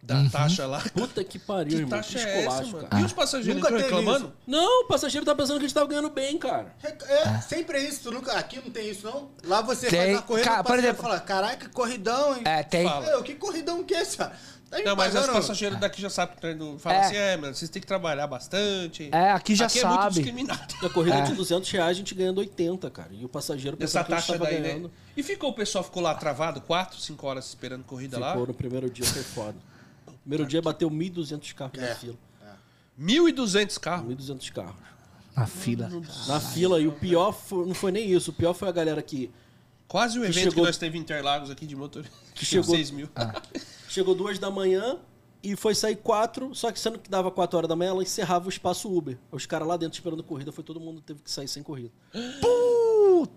Da taxa lá.
Puta que pariu,
Que
irmão.
taxa
que
é essa,
esculacho,
mano?
cara.
E os passageiros
Nunca
tão
teve
reclamando?
Não, o passageiro tá pensando que a gente tava ganhando bem, cara.
É, sempre é isso, tu nunca. Aqui não tem isso, não. Lá você
Tem,
faz uma corrida
cara,
cara,
por
passa
exemplo-
e fala, caraca, corridão, hein?
É, tem.
Fala.
Meu, que corridão que é essa? Tá me
Não, mas os
pagando,
passageiros daqui já sabem que o trem do. Fala
É.
assim, é, mano, vocês têm que trabalhar bastante.
É, aqui já
É muito
sabe. [laughs]
discriminado.
Na corrida de 200 reais a gente ganhando 80, cara. E o passageiro
É. Essa
pensando que a gente
taxa
tava
daí,
ganhando.
né? E ficou, o pessoal ficou lá travado 4, 5 horas esperando corrida
Ficou
lá.
no primeiro dia, foi foda. Primeiro dia bateu 1.200 carros
É.
na fila.
1.200 carros.
1.200 carros.
Na fila.
Na fila, e o pior foi- não foi nem isso. O pior foi a galera que
Quase o evento que,
chegou-
nós teve em Interlagos aqui de motorista. Que
chegou-
6 mil.
Ah,
[laughs]
chegou duas da manhã e foi sair quatro, só que sendo que dava quatro horas da manhã, ela encerrava o espaço Uber. Os caras lá dentro esperando corrida, foi todo mundo teve que sair sem corrida.
Mano.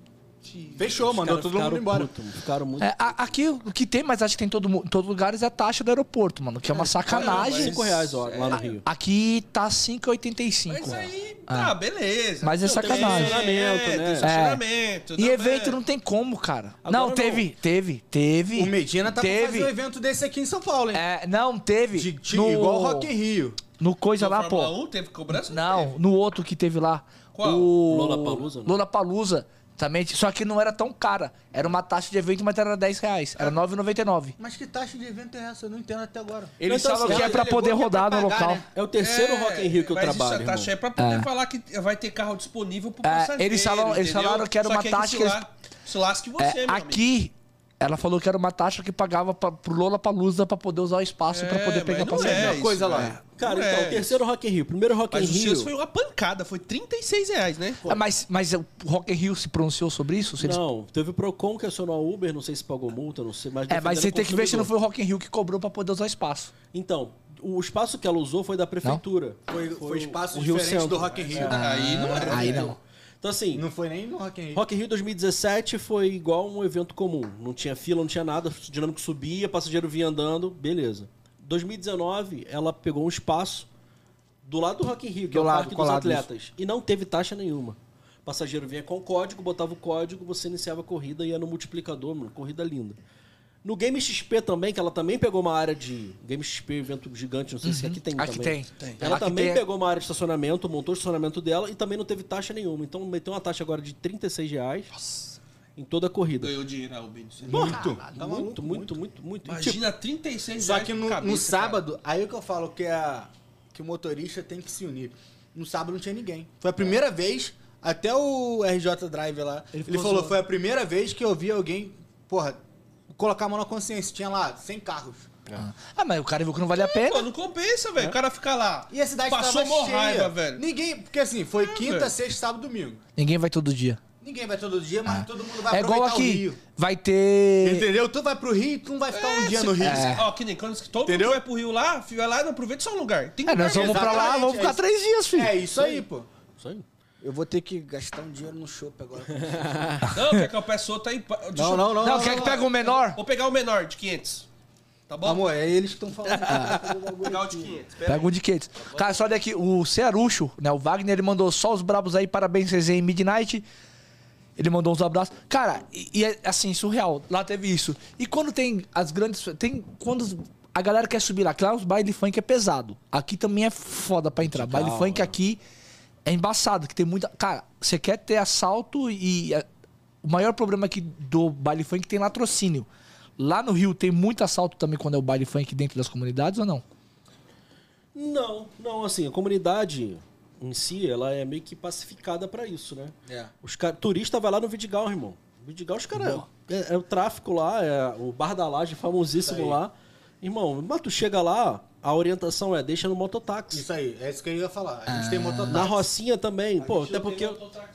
Fechou,
Os
mandou
caras
todo mundo
ficaram
embora.
puto, ficaram muito.
É, a- aqui o que tem, mas acho que tem em todo, mu- em todo lugar, é a taxa do aeroporto, mano. Que é uma
R$
sacanagem.
5 reais ó, lá
é,
no Rio.
Aqui tá 5,85.
Mas aí, tá, beleza.
ah. Mas é
Não, tem
sacanagem.
estacionamento,
É.
Tem estacionamento. é.
E
dá
evento
merda.
não tem como, cara.
Agora
não,
não.
teve, teve, teve.
O Medina tá pra
teve.
fazer um evento desse aqui em São Paulo, hein?
É, não, teve.
De- de-
no,
Igual o Rock in Rio.
No coisa lá, pô.
Fórmula 1 teve cobrança?
Não, no outro que teve lá.
Qual?
O...
Lollapalooza, né?
Lola Palusa. Também, só que não era tão cara. Era uma taxa de evento, mas era 10 reais. Era 9,99.
Mas que taxa de evento é essa? Eu não entendo até agora.
Ele
Então,
estava
assim,
que é
ela
pra
delegou
poder
que é pra
rodar no
pagar,
local.
né?
É o terceiro Rock in Rio que eu
mas
trabalho,
Isso é, taxa, é
irmão.
pra poder falar que vai ter carro disponível pro
Ah. É,
passageiro.
eles falaram- eles
entendeu?
falaram que era
Só
uma
aí
taxa que eles-
Se, la- se lasque você,
É,
meu amigo.
aqui, ela falou que era uma taxa que pagava pra, pro Lola Palusa pra poder usar o espaço pra poder
mas
pegar
não
passageiro.
é isso,
coisa lá.
velho.
Cara,
Não
então,
é
o terceiro Rock in Rio. Primeiro Rock in
Mas o
Rio.
Seus foi uma pancada, foi 36 reais, né?
Ah, Mas, mas o Rock in Rio se pronunciou sobre isso? Se eles-
Não, teve o Procon que acionou a Uber, não sei se pagou multa, não sei, mas
É, mas você
defenderam o
tem que ver se não
consumidor.
foi o Rock in Rio que cobrou pra poder usar o espaço.
Então, o espaço que ela usou foi da prefeitura.
Foi, foi, espaço
o Rio
diferente
Centro.
do Rock in Rio.
Aí não é.
Aí não.
Então assim,
Não foi nem no Rock in Rio.
Rock in Rio 2017 foi igual um evento comum. Não tinha fila, não tinha nada, o dinâmico subia, passageiro vinha andando, beleza. 2019, ela pegou um espaço do lado do Rock in Rio, que
Do
é o
lado,
Parque dos
colado,
Atletas, e não teve taxa nenhuma. Passageiro vinha com código, botava o código, você iniciava a corrida e ia no multiplicador, mano, corrida linda. No Game XP também, que ela também pegou uma área de Game XP, evento gigante, não sei
Uhum.
se aqui tem
Aqui
também.
tem. Tem.
Ela
Aqui
também
tem.
pegou uma área de estacionamento, montou o estacionamento dela e também não teve taxa nenhuma. Então meteu uma taxa agora de 36 reais em toda a corrida.
Ganhou dinheiro a Uber.
Muito.
muito, muito, muito, muito, E, tipo,
Imagina 36
Só
reais
que
por
no,
é cabeça,
no
cara.
sábado, aí o que eu falo que, a, que o motorista tem que se unir. No sábado não tinha ninguém. Foi a primeira vez, até o RJ Drive lá, ele, falou, foi a primeira vez que eu vi alguém, porra, colocar a mão na consciência. Tinha lá 100 carros.
Ah, mas o cara viu que não vale a
Pô,
pena.
não compensa,
É.
velho. O cara fica lá.
E a cidade
Passou
tava
mó
cheia.
raiva, velho.
Ninguém, porque assim, foi quinta,
velho.
sexta, sábado, domingo.
Ninguém vai todo dia.
Ninguém vai todo dia, mas todo mundo vai
é igual
aproveitar o
aqui.
Rio.
Vai ter.
Entendeu? Tu vai pro Rio, tu não vai
é
ficar um dia no Rio.
Ó, que nem quando todo
Entendeu?
mundo vai pro Rio lá, vai lá e não aproveita só um lugar. Tem
É, nós
lugar
vamos pra lá,
Exatamente,
vamos
é
ficar
isso.
três dias, filho.
É isso aí, pô.
Tipo, isso aí.
Eu vou ter que gastar um dinheiro no shopping [laughs] agora.
mesmo. Não, quer que eu peço outro aí. pa- deixa eu-
Não, quer que pegue o menor?
Vou pegar o menor de 500. Tá bom?
Amor, é eles que estão falando.
Ah.
Vou pegar o de 500. Pera
Pega um de quentes. Cara, só olha aqui, o Cearucho, né? O Wagner, ele mandou só os brabos aí, parabéns, CZ em Midnight. Ele mandou uns abraços. Cara, e, e é assim, surreal. Lá teve isso. E quando tem as grandes. Tem. Quando os- a galera quer subir lá, claro, os baile funk é pesado. Aqui também é foda pra entrar. Baile
calma.
funk aqui é embaçado, que tem muita. Cara, você quer ter assalto e. é, o maior problema aqui do baile funk tem latrocínio. Lá no Rio tem muito assalto também quando é o baile funk dentro das comunidades ou não?
Não, não, assim, a comunidade em si, ela é meio que pacificada pra isso, né?
É.
Os cara, turista vai lá no Vidigal, irmão. Vidigal, os caras. É, é o tráfico lá, é o Bar da Laje famosíssimo lá. Irmão, mas tu chega lá, a orientação é deixa no mototáxi.
Isso aí, é isso que eu ia falar. A
Ah.
gente tem
Na
mototáxi.
Rocinha também, pô, até porque.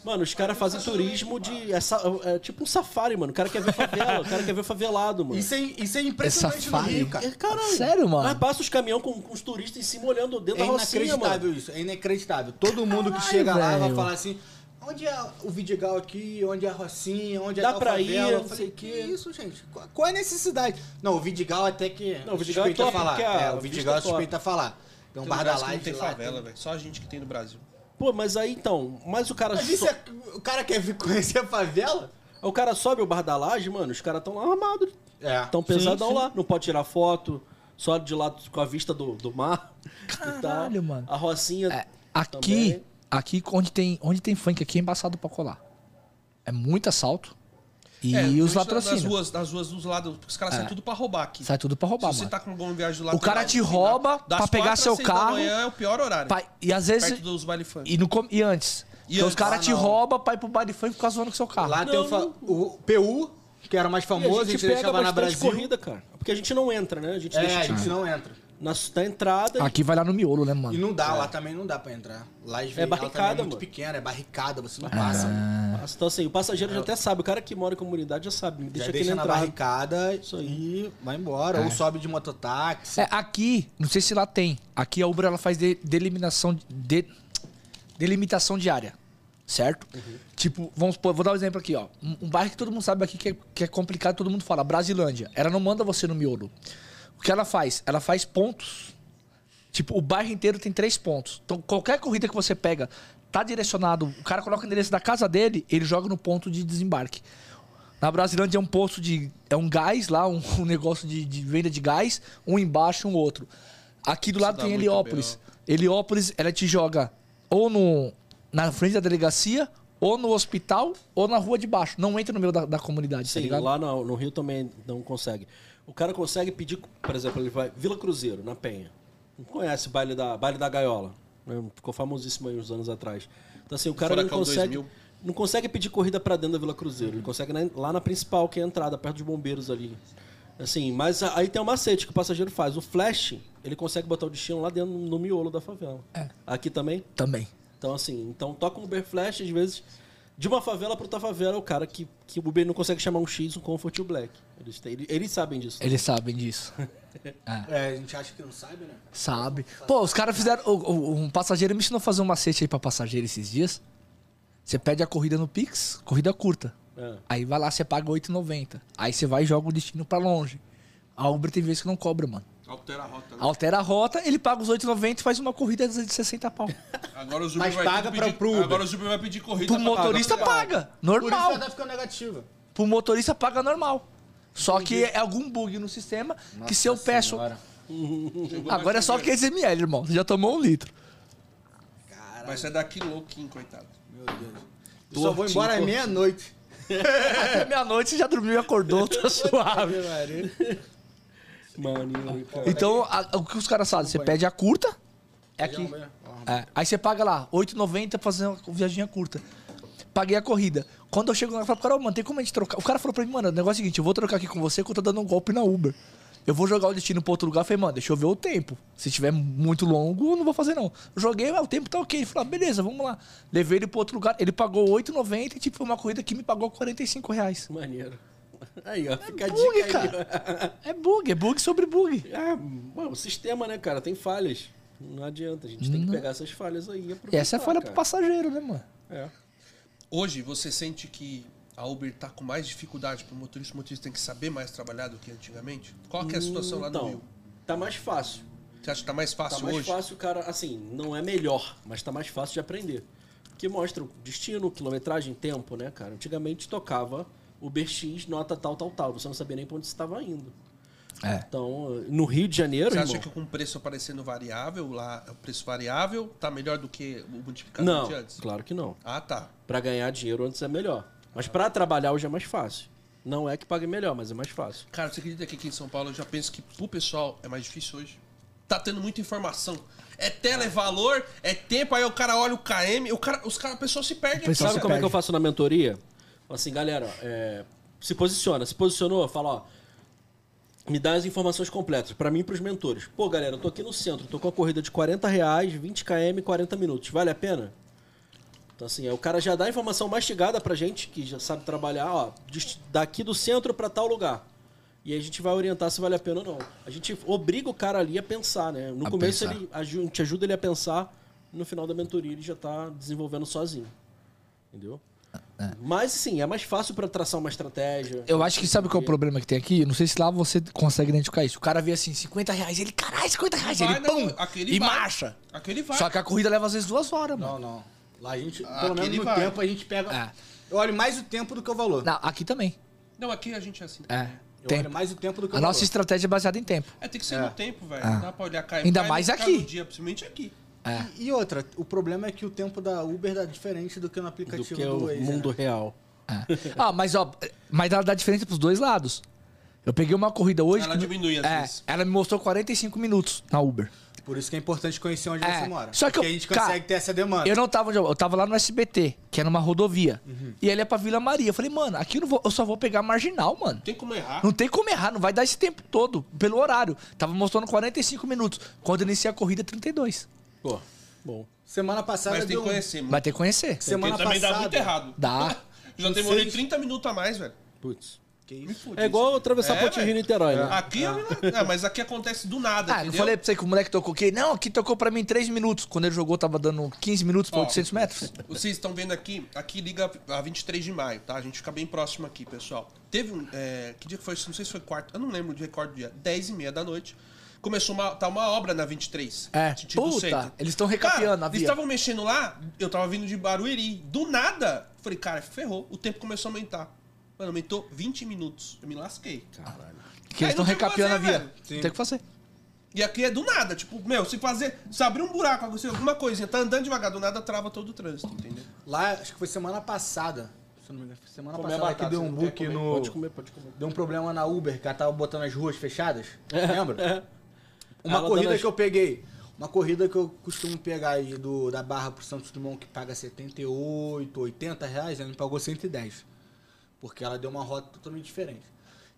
Mano, os caras fazem turismo de. É, sa- é tipo um safari, mano. O cara quer ver favela, o cara quer ver favelado, mano.
Isso é, isso é impressionante no
safari.
Rio, cara.
É, caralho.
Sério, mano?
Mas passa os caminhões com, com os turistas em cima olhando dentro
É
da Rocinha, assim, mano.
inacreditável isso, é inacreditável. Todo mundo que
Caralho,
chega lá vai
velho.
falar assim: onde é o Vidigal aqui, onde é a Rocinha, onde é
Dá
tal
pra
favela?"
ir,
Eu
não
falei:
sei
que
quê."
isso, gente? Qual, qual é a necessidade? Não, o Vidigal até que.
Não, o Vidigal é
suspeito
top,
falar.
porque a
É, o Vidigal é
vista é top.
suspeito a falar. Tem um
Tem
bar da
lugares que Não
live
tem
lá.
favela,
tem-
velho. Só a gente que tem no Brasil.
Pô, mas aí então, mas o cara.
Mas isso
so-
é- o cara quer vir [laughs] conhecer a favela?
O cara sobe o bar da laje, mano, os caras tão lá armados.
É.
Tão pesadão lá. Não pode tirar foto, só de lá com a vista do, do mar. [laughs] e tal.
Caralho, mano.
A Rocinha.
É, aqui,
também.
aqui onde tem, onde tem funk aqui é embaçado pra colar. É muito assalto e
É,
os
principalmente Nas
latrocínios.
ruas, nas ruas dos lados, porque os caras saem tudo pra roubar aqui.
Sai tudo pra roubar,
Se você
mano.
tá com um bom viagem do lado
O cara te rouba pra pegar seu carro.
Da manhã é o pior horário.
Pai, e às vezes...
perto dos baile funk.
E, no, com- e antes.
E
então
antes.
os caras
Ah,
te
não.
roubam pra ir pro bar de funk e ficar zoando com seu carro.
Lá tem o, fa- o PU, que era o mais
E
famoso, a gente, deixava na
bastante
Brasil.
corrida, cara. Porque a gente não entra, né? A gente
É,
deixa
a gente
tipo,
não entra.
na, na entrada.
Aqui vai lá no miolo, né,
E
mano?
não dá, lá também não dá pra entrar. Lá
É barricada,
é muito
mano.
pequena, é barricada, você não passa.
Passa. Então assim, o passageiro já até sabe, o cara que mora em comunidade já sabe, me
Já
deixa
deixa,
aqui na
na
entrada.
barricada
Isso
e vai embora. Ou sobe de mototáxi.
É, aqui, não sei se lá tem. Aqui a Uber ela faz de, deliminação de, delimitação diária, certo? Tipo, vamos supor, vou dar um exemplo aqui, ó. Um, um bairro que todo mundo sabe aqui que é, que é complicado, todo mundo fala, Brasilândia. Ela não manda você no miolo. O que ela faz? Ela faz pontos. Tipo, o bairro inteiro tem três pontos. Então, qualquer corrida que você pega, tá direcionado, o cara coloca o endereço da casa dele, ele joga no ponto de desembarque. Na Brasilândia é um posto de. É um gás lá, um, [laughs] um negócio de, de venda de gás, um embaixo, um outro. Aqui do
tá
lado
dá
tem
muito
Heliópolis. Heliópolis, ela te joga ou no, na frente da delegacia, ou no hospital, ou na rua de baixo. Não entra no meio da, da comunidade, tá
Sim,
ligado?
lá no, no Rio também não consegue. O cara consegue pedir, por exemplo, ele vai Vila Cruzeiro, na Penha. Não conhece baile da, baile da Gaiola. né? Ficou famosíssimo aí uns anos atrás. Então assim, o cara não
Furacão
consegue,
2000.
não consegue pedir corrida pra dentro da Vila Cruzeiro. Ele consegue na- lá na principal, que é a entrada, perto dos bombeiros ali. Assim, mas a- aí tem um macete que o passageiro faz. O flash, ele consegue botar o destino lá dentro, no miolo da favela. Aqui também?
Também.
Então, assim, então toca um Uber Flash, às vezes, de uma favela pra outra favela, é o cara que, que o Uber não consegue chamar um X, um Comfort e o Black. Eles, têm- eles, eles sabem disso.
Eles sabem disso.
É, a gente acha que não sabe, né?
Sabe. Pô, os caras fizeram. o- o- Um passageiro me ensinou a fazer um macete aí pra passageiro esses dias. Você pede a corrida no Pix, corrida curta.
É.
Aí vai lá, você paga 8,90. Aí você vai e joga o destino pra longe. A Uber tem vezes que não cobra, mano.
Altera a rota. né?
Altera a rota, ele paga os 8,90 e faz uma [laughs] corrida de 60 pau.
Agora o Uber
Mas
vai
paga
tudo
pra-
pedir,
pro Uber.
Agora o Uber vai pedir corrida
Pro
pra pagar.
motorista paga,
Por isso
normal.
ela ficando negativa.
Pro motorista paga normal. Só que é algum bug no sistema que se eu peço. Agora é só 500 ml, irmão. Você já tomou um [laughs] litro.
Vai sair é daqui louquinho, coitado.
Eu só vou embora à meia-noite.
Até meia-noite você já dormiu e acordou, [laughs] tá suave.
Mano, cara.
Então, a- o que os caras fazem? Você pede a curta, é aqui. É, aí você paga lá, 8,90 pra fazer uma viaginha curta. Paguei a corrida. Quando eu chego lá, eu falo pro cara, "Ô, mano, tem como a gente trocar? O cara falou pra mim, mano, o negócio é o seguinte, eu vou trocar aqui com você que eu tô dando um golpe na Uber. Eu vou jogar o destino pra outro lugar. Eu falei, mano, deixa eu ver o tempo. Se tiver muito longo, eu não vou fazer, não. Joguei, ah, o tempo tá ok. Ele falou, ah, beleza, vamos lá. Levei ele pro outro lugar. Ele pagou 8,90 e, tipo, foi uma corrida que me pagou 45 reais.
[laughs] Maneiro. Aí, ó, fica a
Bug,
dica aí.
É cara. É bug, é bug sobre bug.
[laughs] Ah, mano, o sistema, né, cara, tem falhas. Não adianta, a gente tem que pegar essas falhas aí e
E
aproveitar,
essa é a falha pro
cara.
passageiro, né, mano?
É.
Hoje, você sente que a Uber tá com mais dificuldade pro motorista? O motorista tem que saber mais trabalhar do que antigamente? Qual que é a situação lá no
Então,
Rio?
tá mais fácil.
Você acha que tá mais
Tá
fácil
mais
hoje?
fácil, cara, assim, não é melhor, mas tá mais fácil de aprender. Que mostra o destino, quilometragem, tempo, né, cara? Antigamente tocava Uber X, nota tal, tal, tal. Você não sabia nem pra onde você estava indo.
É.
Então, no Rio de Janeiro,
Você
irmão,
acha que com o preço aparecendo variável, lá o preço variável tá melhor do que o multiplicador
Não,
de antes?
claro que não.
Ah, tá.
Pra ganhar dinheiro antes é melhor. Mas pra trabalhar hoje é mais fácil. Não é que pague melhor, mas é mais fácil.
Cara, você acredita que aqui em São Paulo eu já penso que pro pessoal é mais difícil hoje? Tá tendo muita informação. É tela, é valor, é tempo, aí o cara olha o KM, o cara, os cara, o pessoal se perde.
Então
pessoal
cara.
Sabe
se
como é que
perde.
eu faço na mentoria? Falo Assim, galera, é, se posiciona. Se posicionou, fala, ó. me dá as informações completas, pra mim e pros mentores. Pô, galera, eu tô aqui no centro, tô com a corrida de 40 reais, 20 km, 40 minutos. Vale a pena? Então, assim, é, o cara já dá a informação mastigada pra gente, que já sabe trabalhar, ó, dist- daqui do centro pra tal lugar. E aí a gente vai orientar se vale a pena ou não. A gente obriga o cara ali a pensar, né? No
A
começo
pensar.
ele aju- a gente ajuda ele a pensar, no final da mentoria ele já tá desenvolvendo sozinho. Entendeu? Mas, sim, é mais fácil pra traçar uma estratégia.
Eu acho que sabe qual é o problema que tem aqui? Não sei se lá você consegue identificar isso. O cara vê assim, 50 reais, ele, caralho, 50 reais,
Vai
ele
na-
pum,
aquele
e
vai.
marcha.
Aquele vai.
Só que a corrida leva às vezes duas horas, mano.
Não, não. Lá a gente,
Ah, Aquele
pelo menos no
vai.
tempo, a gente pega.
É.
Eu olho mais o tempo do que o valor.
Não, aqui também.
Não, aqui a gente é assim.
É.
Eu
Tempo.
olho mais o tempo do que o
A nossa
valor.
estratégia é baseada
[laughs]
em tempo.
É, tem que ser no tempo, velho.
Ah.
Não dá pra olhar cá.
Ainda
cá,
mais
cá
aqui.
tá no dia, principalmente aqui.
E, e outra, o problema é que o tempo da Uber dá diferente do que no
do
aplicativo do,
que é o
Waze, né?
mundo real.
É. ah, mas ó, mas ela dá diferença pros dois lados. Eu peguei uma corrida hoje.
Ela
que-
diminui às
é,
vezes.
Ela me mostrou 45 minutos na Uber.
Por isso que é importante conhecer onde
É,
você mora.
só que
porque
eu-
a gente
cara,
consegue ter essa
Ah.
demanda.
Eu não tava onde eu, eu tava lá no SBT, que é numa rodovia.
Uhum.
E ele é pra Vila Maria. Eu falei, mano, aqui eu, não vou- eu só vou pegar a marginal, mano.
Tem como errar.
Não tem como errar, não vai dar esse tempo todo, pelo horário. Tava mostrando 45 minutos. Quando eu iniciei a corrida, 32.
Pô, bom.
Semana passada
Mas tem
deu...
que conhecer, mano.
Vai ter que conhecer.
um- Semana
Porque também
passada...
dá muito errado.
Dá. Ah,
Já
Não
demorei
sei.
30 minutos a mais, velho.
Putz.
Que isso?
É igual atravessar
É,
a Ponte
velho.
Rio Niterói, né?
Aqui eu não- ah, mas aqui acontece do nada,
Ah, não
entendeu?
falei pra você que o moleque tocou aqui? Não, aqui tocou pra mim 3 minutos. Quando ele jogou, tava dando 15 minutos pra
Ó.
800 metros.
Vocês estão vendo aqui, aqui liga a 23 de maio, tá? A gente fica bem próximo aqui, pessoal. Teve um. é, que dia que foi? Não sei se foi quarto. Eu não lembro de recorde dia. 10 e meia da noite. Começou uma, tá uma obra na 23.
É,
sentido
puta,
centro.
eles tão recapeando
Cara,
a
Eles
via.
estavam mexendo lá, eu tava vindo de Barueri. Do nada, falei, cara, ferrou. O tempo começou a aumentar. Mano, aumentou 20 minutos. Eu me lasquei.
Que
Aí
eles estão
não tem o que
recapeando a
fazer,
via.
velho.
Não tem o que fazer.
E aqui é do nada, tipo, meu, se fazer. Se abrir um buraco, acontecer alguma coisinha, tá andando devagar, do nada trava todo o trânsito, entendeu?
Lá, acho que foi semana passada. Se eu não me engano, foi semana
é
Comer
passada
batata,
que deu
você
um
não quer
book
comer?
no...
Pode comer, pode comer.
Deu um problema na Uber, que ela tava botando as ruas fechadas. Lembra?
É.
Uma
Ela
corrida
dando as-
que eu peguei. Uma corrida que eu costumo pegar aí do, da Barra pro Santos Dumont, que paga 78, 80 reais, ela me pagou 110. Porque ela deu uma rota totalmente diferente.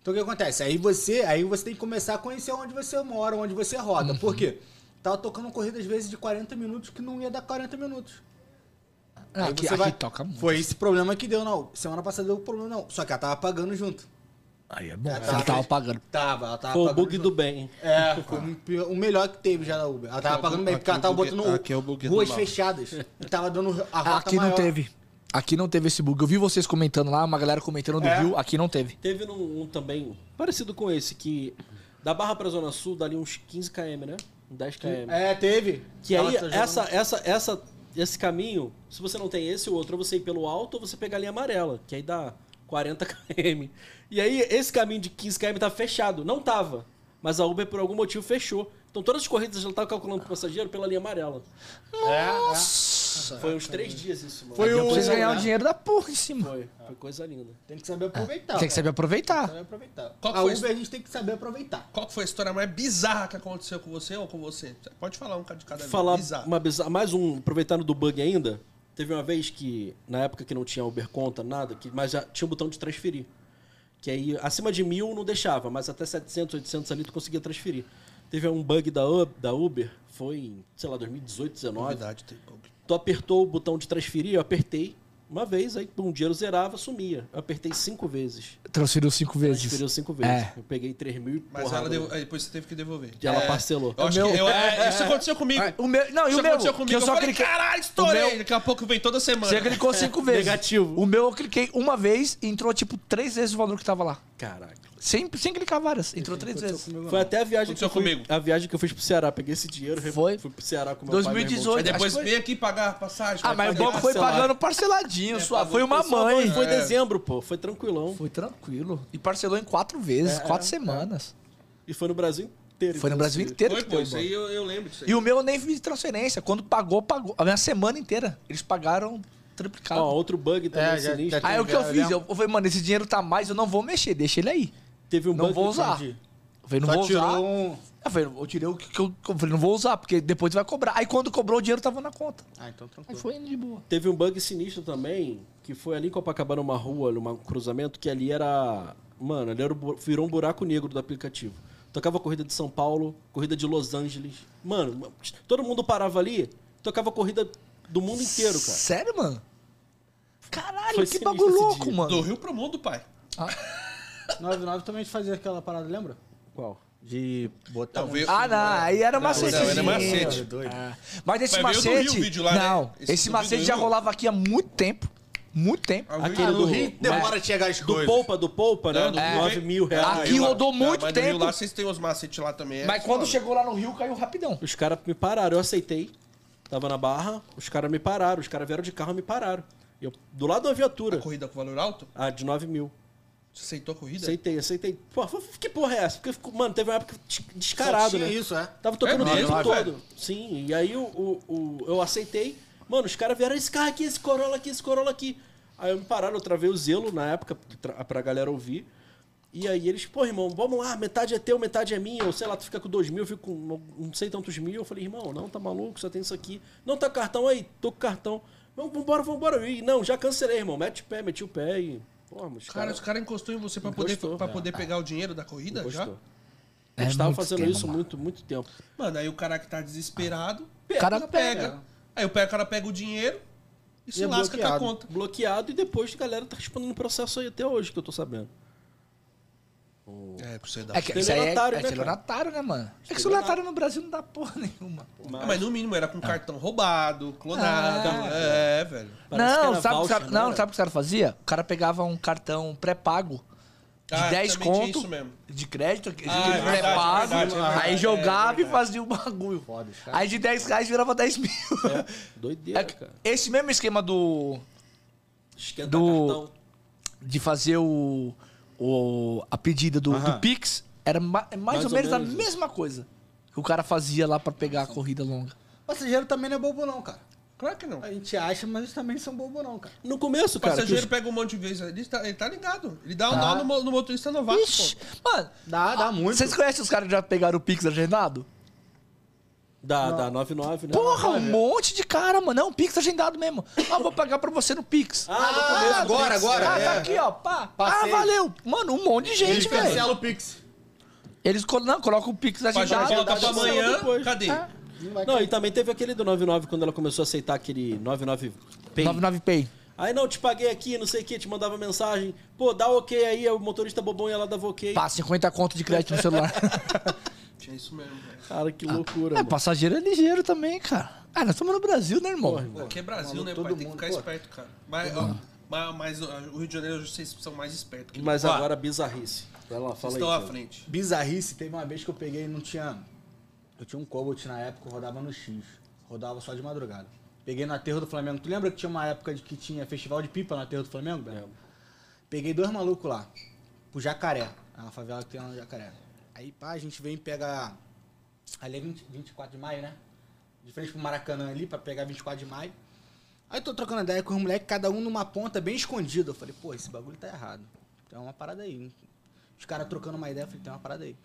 Então o que acontece? Aí você, aí você tem que começar a conhecer onde você mora, onde você roda. Por quê? Tava tocando corrida às vezes de 40 minutos que não ia dar 40 minutos.
Ah,
Aí
aqui,
você
aqui
vai-
toca muito.
Foi esse problema que deu, não. Semana passada deu um problema, não. Só que ela tava pagando junto.
Aí é bom.
É,
Ela
tá.
tava pagando.
Tava, ela tava
Foi o
pagando
bug
junto.
do bem.
É, foi um pior- o melhor que teve já na Uber. Ela tava
é o
pagando
bug-
bem, porque ela
aqui é o
tava
bug-
botando
aqui é o bug
ruas
normal.
fechadas. E tava dando a rota
Aqui não
maior.
teve. Aqui não teve esse bug. Eu vi vocês comentando lá, uma galera comentando do Rio. Aqui não teve.
Teve num, um também parecido com esse, que da Barra pra Zona Sul dali uns 15 km, né? 10 km.
É, teve.
Que
Ela
aí,
tá jogando-
essa, essa, essa, esse caminho, se você não tem esse ou outro, ou você ir pelo alto ou você pegar a linha amarela, que aí dá 40 km. E aí, esse caminho de 15 km tá fechado. Não tava. Mas a Uber, por algum motivo, fechou. Então, todas as corridas ela tava calculando pro passageiro pela linha amarela. Nossa! Foi uns três dias isso, mano.
Foi
Deu pra vocês
o-
ganharam o dinheiro da porra em cima.
Foi, foi coisa linda.
Tem que saber aproveitar.
Tem que saber
velho. Tem que
aproveitar.
saber aproveitar.
Qual que
a
foi
Uber
isso?
a gente tem que saber aproveitar.
Qual que foi a história mais bizarra que aconteceu com você ou com você? Você Pode falar um cara de cada vez.
falar
Bizarro.
uma bizarra, mais um, aproveitando do bug ainda, teve uma vez que, na época que não tinha Uber Conta, nada, que, mas já tinha o botão de transferir. Que aí, acima de mil não deixava, mas até 700, 800 ali tu conseguia transferir. Teve um bug da Uber, da Uber foi em, sei lá, 2018, 2019.
Novidade, tem bug.
Tu apertou o botão de transferir, eu apertei uma vez, aí pum, o dinheiro zerava, sumia. Eu apertei cinco vezes.
Transferiu cinco
Transferiu
vezes.
cinco vezes.
É.
Eu peguei 3 mil e
Mas
porrada,
ela devo- aí depois você teve que devolver. É.
e ela parcelou.
Eu acho que eu- é, isso aconteceu comigo.
Ah, O meu, não, e
isso
o meu,
aconteceu comigo.
que eu só
falei,
cliquei...
caralho, é estourei.
O meu-
Daqui a pouco vem toda semana.
Você clicou cinco vezes.
Negativo.
O meu eu cliquei uma vez e entrou, tipo, três vezes o valor que tava lá.
Caraca.
Sem, sem clicar várias. Entrou três vezes.
Foi até a viagem que
Aconteceu
eu fui,
comigo.
A viagem que eu fiz pro Ceará. Peguei esse dinheiro, re-
Foi?
fui pro Ceará com meu pai.
Aí
2018.
depois
acho que foi-
veio aqui pagar a passagem.
Ah, mas
pagar-
o banco foi
parcelado.
pagando
É,
parceladinho. sua, foi uma
Meu irmão. Só
mãe.
Foi em
É.
dezembro, pô. Foi tranquilão.
Foi tranquilo. E parcelou em quatro
É,
vezes, quatro semanas.
E foi no Brasil inteiro.
Foi no
então,
Brasil
assim,
inteiro
Foi,
que
pô,
deu
isso aí eu, eu lembro disso aí.
E o meu eu nem fiz transferência. Quando pagou, pagou. A minha semana inteira. Eeles pagaram triplicado.
Tá. Ó, né? outro bug também
É, já-
sinistro.
já-
aí o que eu
eu
fiz?
lembro.
Eu falei, mano, esse dinheiro tá mais, eu não vou mexer, deixa ele aí.
Teve um
Não
bug
vou
que-
usar.
entendi.
Eu falei, não
Só
vou
tirou
usar.
um...
Eu falei, eu tirei o que que eu, que eu falei, não vou usar, porque depois vai cobrar. Aí quando cobrou, o dinheiro tava na conta.
Ah, então tranquilo.
Aí foi indo de boa.
Teve um bug sinistro também, que foi ali em Copacabana, uma rua, num cruzamento, que ali era Mano, ele era o bu- virou um buraco negro do aplicativo. Tocava corrida de São Paulo, corrida de Los Angeles. Mano, todo mundo parava ali, tocava corrida do mundo inteiro, cara.
Sério, mano? Caralho,
Foi
que
sinistro
bagulho
esse
louco,
Do
dia.
mano.
Rio pro mundo, pai.
99 também a gente fazia aquela parada, lembra?
Qual?
De botar um-
Talvez.
Ah, não, é aí era macete.
não, era macete.
Doido.
Mas esse
Mas veio do Rio
macete.
o vídeo lá, né?
não,
Esse
esse,
do
macete
Rio.
já rolava aqui há muito tempo. Muito tempo.
Ah,
Aquele do Rio demora a chegar as
Do
coisas.
Poupa, do Poupa, né?
Não,
Do
do- é.
9 mil reais.
Aqui rodou muito
mas no Rio
tempo.
lá vocês têm os macetes lá também. é
Mas quando
foda.
chegou lá no Rio, caiu rapidão.
Os caras me pararam, eu aceitei. Tava na barra, os caras me pararam, os caras vieram de carro e me pararam. Eu, do lado da
A
viatura,
corrida com valor alto?
ah, de 9 mil.
Você aceitou a corrida?
Aceitei, aceitei. Pô, foi- que porra é essa? Porque, ficou- mano, teve uma época des-
Só
descarado,
tinha
né?
isso, é.
Tava tocando
É
o tempo
mesmo,
todo.
velho?
Sim, e aí o, o- o- eu aceitei. Mano, os caras vieram, esse carro aqui, esse Corolla aqui, esse Corolla aqui. Aí eu me pararam, eu travei o zelo na época pra, pra galera ouvir. E aí eles, pô, irmão, vamos lá, metade é teu, metade é minha. Ou sei lá, tu fica com dois mil, eu fico com não sei tantos mil. Eu falei, irmão, não, tá maluco, só tem isso aqui. Não, tá com cartão aí, tô com cartão. Vamos, vambora, vambora. E não, já cancelei, irmão. Mete o pé, meti o pé e... Pô, mas
Cara,
cara,
os caras encostou em você pra poder,
Encostou.
pra poder pegar o dinheiro da corrida
gostou.
já?
É
Eles estavam
muito
fazendo
tempo,
isso
mano.
muito, muito tempo.
Mano, aí o cara que tá desesperado,
O cara pega.
Aí o pe- o cara pega o dinheiro e se
E é
lasca com a
bloqueado.
conta.
bloqueado e depois a galera tá respondendo processo aí até hoje que eu tô sabendo.
É, pra você dar.
É que isso aí é,
Estelionatário,
é
né,
estelionatário, né, mano? É que estelionatário no Brasil não dá porra [laughs] nenhuma. pô.
Ah, Mas no mínimo era com cartão roubado, clonado. É, velho.
Parece que
não,
era
sabe, o que
voucher,
sabe-
não
não,
era?
sabe o que o cara fazia? O cara pegava um cartão pré-pago de
Ah,
10
também tinha
conto
isso mesmo.
de crédito, que-
Ah, é
de
verdade,
pré-pago,
é verdade, é verdade,
aí
é
jogava e
verdade.
fazia o bagulho. aí de 10 reais virava 10 mil.
Doideira,
É que-
cara.
Esse mesmo esquema do
Esquenta
do-
cartão.
de fazer o, o a pedida do, do Pix era ma- é mais,
Mais
ou,
ou
menos,
menos
a
isso.
mesma coisa que o cara fazia lá pra pegar a corrida longa.
Passageiro também não é bobo não, cara.
Claro que não.
A gente acha, mas eles também são bobo não, cara.
No começo,
O
cara, que
passageiro
os-
pega um monte de vezes, ele tá, ele tá ligado. Ele dá um nó no, mo- no motorista novato,
Ixi,
pô.
mano,
Dá,
Ah,
dá muito.
vocês conhecem os caras que já pegaram o Pix agendado?
dá, dá 99, né?
Porra, um monte de cara, mano. Não, Pix agendado mesmo. Ah, vou pagar pra você no Pix.
Ah, no começo,
agora, agora.
Ah,
é.
tá aqui, ó, pá.
Passei.
Ah, valeu. Mano, um monte de
Eles
gente, velho.
cancelam o Pix.
Eles colo- não, colocam o Pix
Passageiro
agendado.
volta pra
agendado,
amanhã,
depois.
cadê?
Não, e também teve aquele do 99 quando ela começou a aceitar aquele 99 Pay.
99 Pay.
Aí não, te paguei aqui, não sei o que, te mandava mensagem. Pô, dá ok aí, aí o motorista bobão ia lá dava ok.
Pá, 50 conto de crédito no
[laughs]
celular.
Tinha isso mesmo, velho.
Cara, que loucura,
é,
mano.
passageiro é ligeiro também, cara. Ah, nós estamos no Brasil, né, irmão?
Aqui é Brasil, né, pai? Tem que ficar esperto, cara. Mas, ó, mas, mas, ó, o Rio de Janeiro, hoje vocês são mais espertos. que
Mas
nós. Ó,
agora bizarrice. Vai lá,
Vocês
fala aí.
estão à
cara.
[laughs] frente.
Bizarrice, teve uma vez que eu peguei e não tinha. Eu tinha um Cobalt na época, eu rodava no X. Rodava só de madrugada. Peguei no aterro do Flamengo. Tu lembra que tinha uma época de que tinha festival de pipa no aterro do Flamengo, Belo? Peguei dois malucos lá. Pro jacaré. É uma favela que tem lá no jacaré. Aí, pá, a gente vem pegar. Ali é 20, 24 de maio, né? De frente pro Maracanã ali, pra pegar 24 de maio. Aí tô trocando ideia com os moleques, cada um numa ponta bem escondido. Eu falei, pô, esse bagulho tá errado. Tem uma parada aí. hein? Os caras trocando uma ideia, eu falei, tem uma parada aí.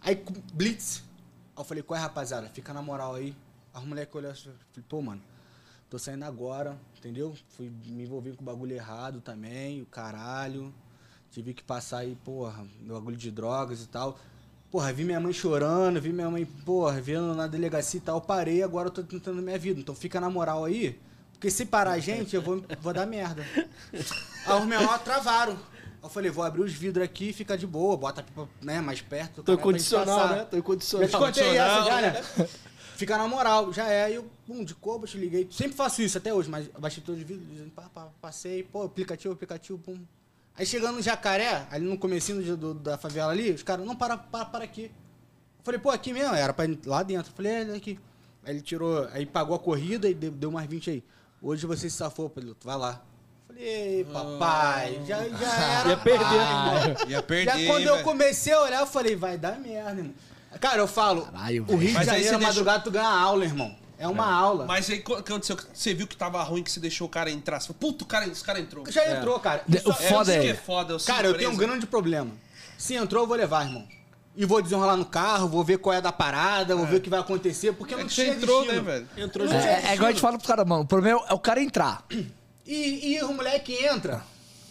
Aí, com blitz. Aí eu falei, qual é, rapaziada? Fica na moral aí. Aí os moleques olharam assim, eu falei, pô, mano, tô saindo agora, entendeu? Fui me envolver com o bagulho errado também, o caralho. Tive que passar aí, porra, meu bagulho de drogas e tal. Porra, vi minha mãe chorando, vi minha mãe, porra, vendo na delegacia e tal, parei, agora eu tô tentando minha vida. Então fica na moral aí, porque se parar a gente, eu vou, vou dar merda. Aí os menores travaram. Aí Eu falei, vou abrir os vidros aqui e fica de boa, bota né, mais
Tô
perto. caralho, pra gente
incondicional,
passar.
né? Tô
Eu te
incondicional.
contei essa já, né? Fica na moral, já é. Aí eu, pum, de coba, te liguei. Sempre faço isso até hoje, mas baixei todos os vídeos, dizendo, pá, pá, passei, pô, aplicativo, aplicativo, pum. Aí chegando no jacaré, ali no comecinho do- do- da favela ali, os caras, não, para, para, para aqui. Eu falei, pô, aqui mesmo, era pra ir lá dentro. Eu falei, é, daqui. Aí ele tirou, aí pagou a corrida e deu, deu mais 20 aí. Hoje você se safou, piloto, vai lá. Eu Falei, ei, papai, já, já era.
Ah. Ia perder.
Ah,
pai.
Ia é perder,
Já quando eu
velho.
comecei a olhar, eu falei, vai dar merda, irmão. Cara, eu falo,
Caralho,
o
velho.
Rio de
Mas aí
Janeiro,
você
madrugada, tu ganha aula, irmão. É uma aula.
Mas aí, o que aconteceu? Você viu que tava ruim, que você deixou o cara entrar. Você falou, puta, o cara, esse cara entrou.
Já entrou, cara.
De-
Isso-
o foda
isso
é-
que foda. é. sinto
Cara, eu tenho
preso.
um grande problema. Se entrou, eu vou levar, irmão. E vou desenrolar no carro, vou ver qual é da parada, vou ver o que vai acontecer, porque
É
não
que você
tinha
entrou, né,
destino.
velho?
Entrou
Não
já.
tinha
É, é igual a gente fala pros caras, mano. O problema é o cara entrar.
E, e o moleque entra.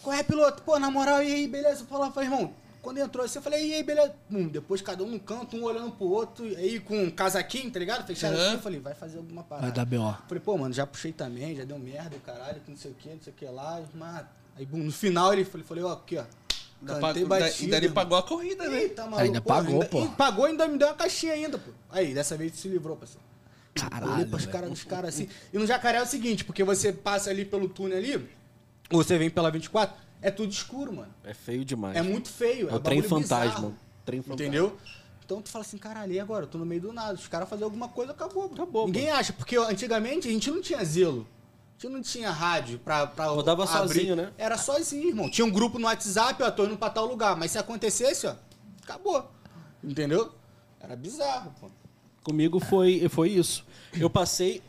Qual é, piloto? Pô, na moral, e aí, beleza? Fala, fala, irmão. Quando entrou assim, eu falei, e aí, beleza? Hum, depois cada um no canto, um olhando pro outro, e aí com um casaquinho, tá ligado? Fechado
Aham.
assim, eu falei, vai fazer alguma parada.
Vai dar B.O.
Falei, pô, mano, já puxei também, já deu merda, o caralho, que não sei o que, não sei o que lá. Mas... Aí, bum, no final, ele falei, falei, ó, aqui, ó.
um
Ainda
Cantei
pagou- ainda-
batida,
ainda ele
irmão.
pagou a corrida, né?
Eita, tá maluco.
Ainda pagou,
ainda-
pô.
e Pagou e ainda me deu uma caixinha ainda, pô. Aí, dessa vez se livrou, parceiro.
Caralho,
Olhei pros
velho.
caras dos caras assim. E no Jacaré é o seguinte, porque você passa ali pelo túnel ali, ou você vem pela 24, é tudo escuro, mano.
É feio demais.
É muito feio.
É o trem
bagulho
fantasma.
bizarro,
Trem fantasma.
Entendeu? Então tu fala assim, caralho, e agora? Eu tô no meio do nada. Os caras fazem alguma coisa, acabou. mano.
Acabou,
Ninguém acha, porque antigamente a gente não tinha zelo. A gente não tinha rádio pra, pra
Rodava
abrir.
sozinho, né?
Era sozinho, irmão. Tinha um grupo no WhatsApp, ó, tô indo pra tal lugar. Mas se acontecesse, ó, acabou. Entendeu? Era bizarro, pô.
Comigo foi, foi isso. Eu passei.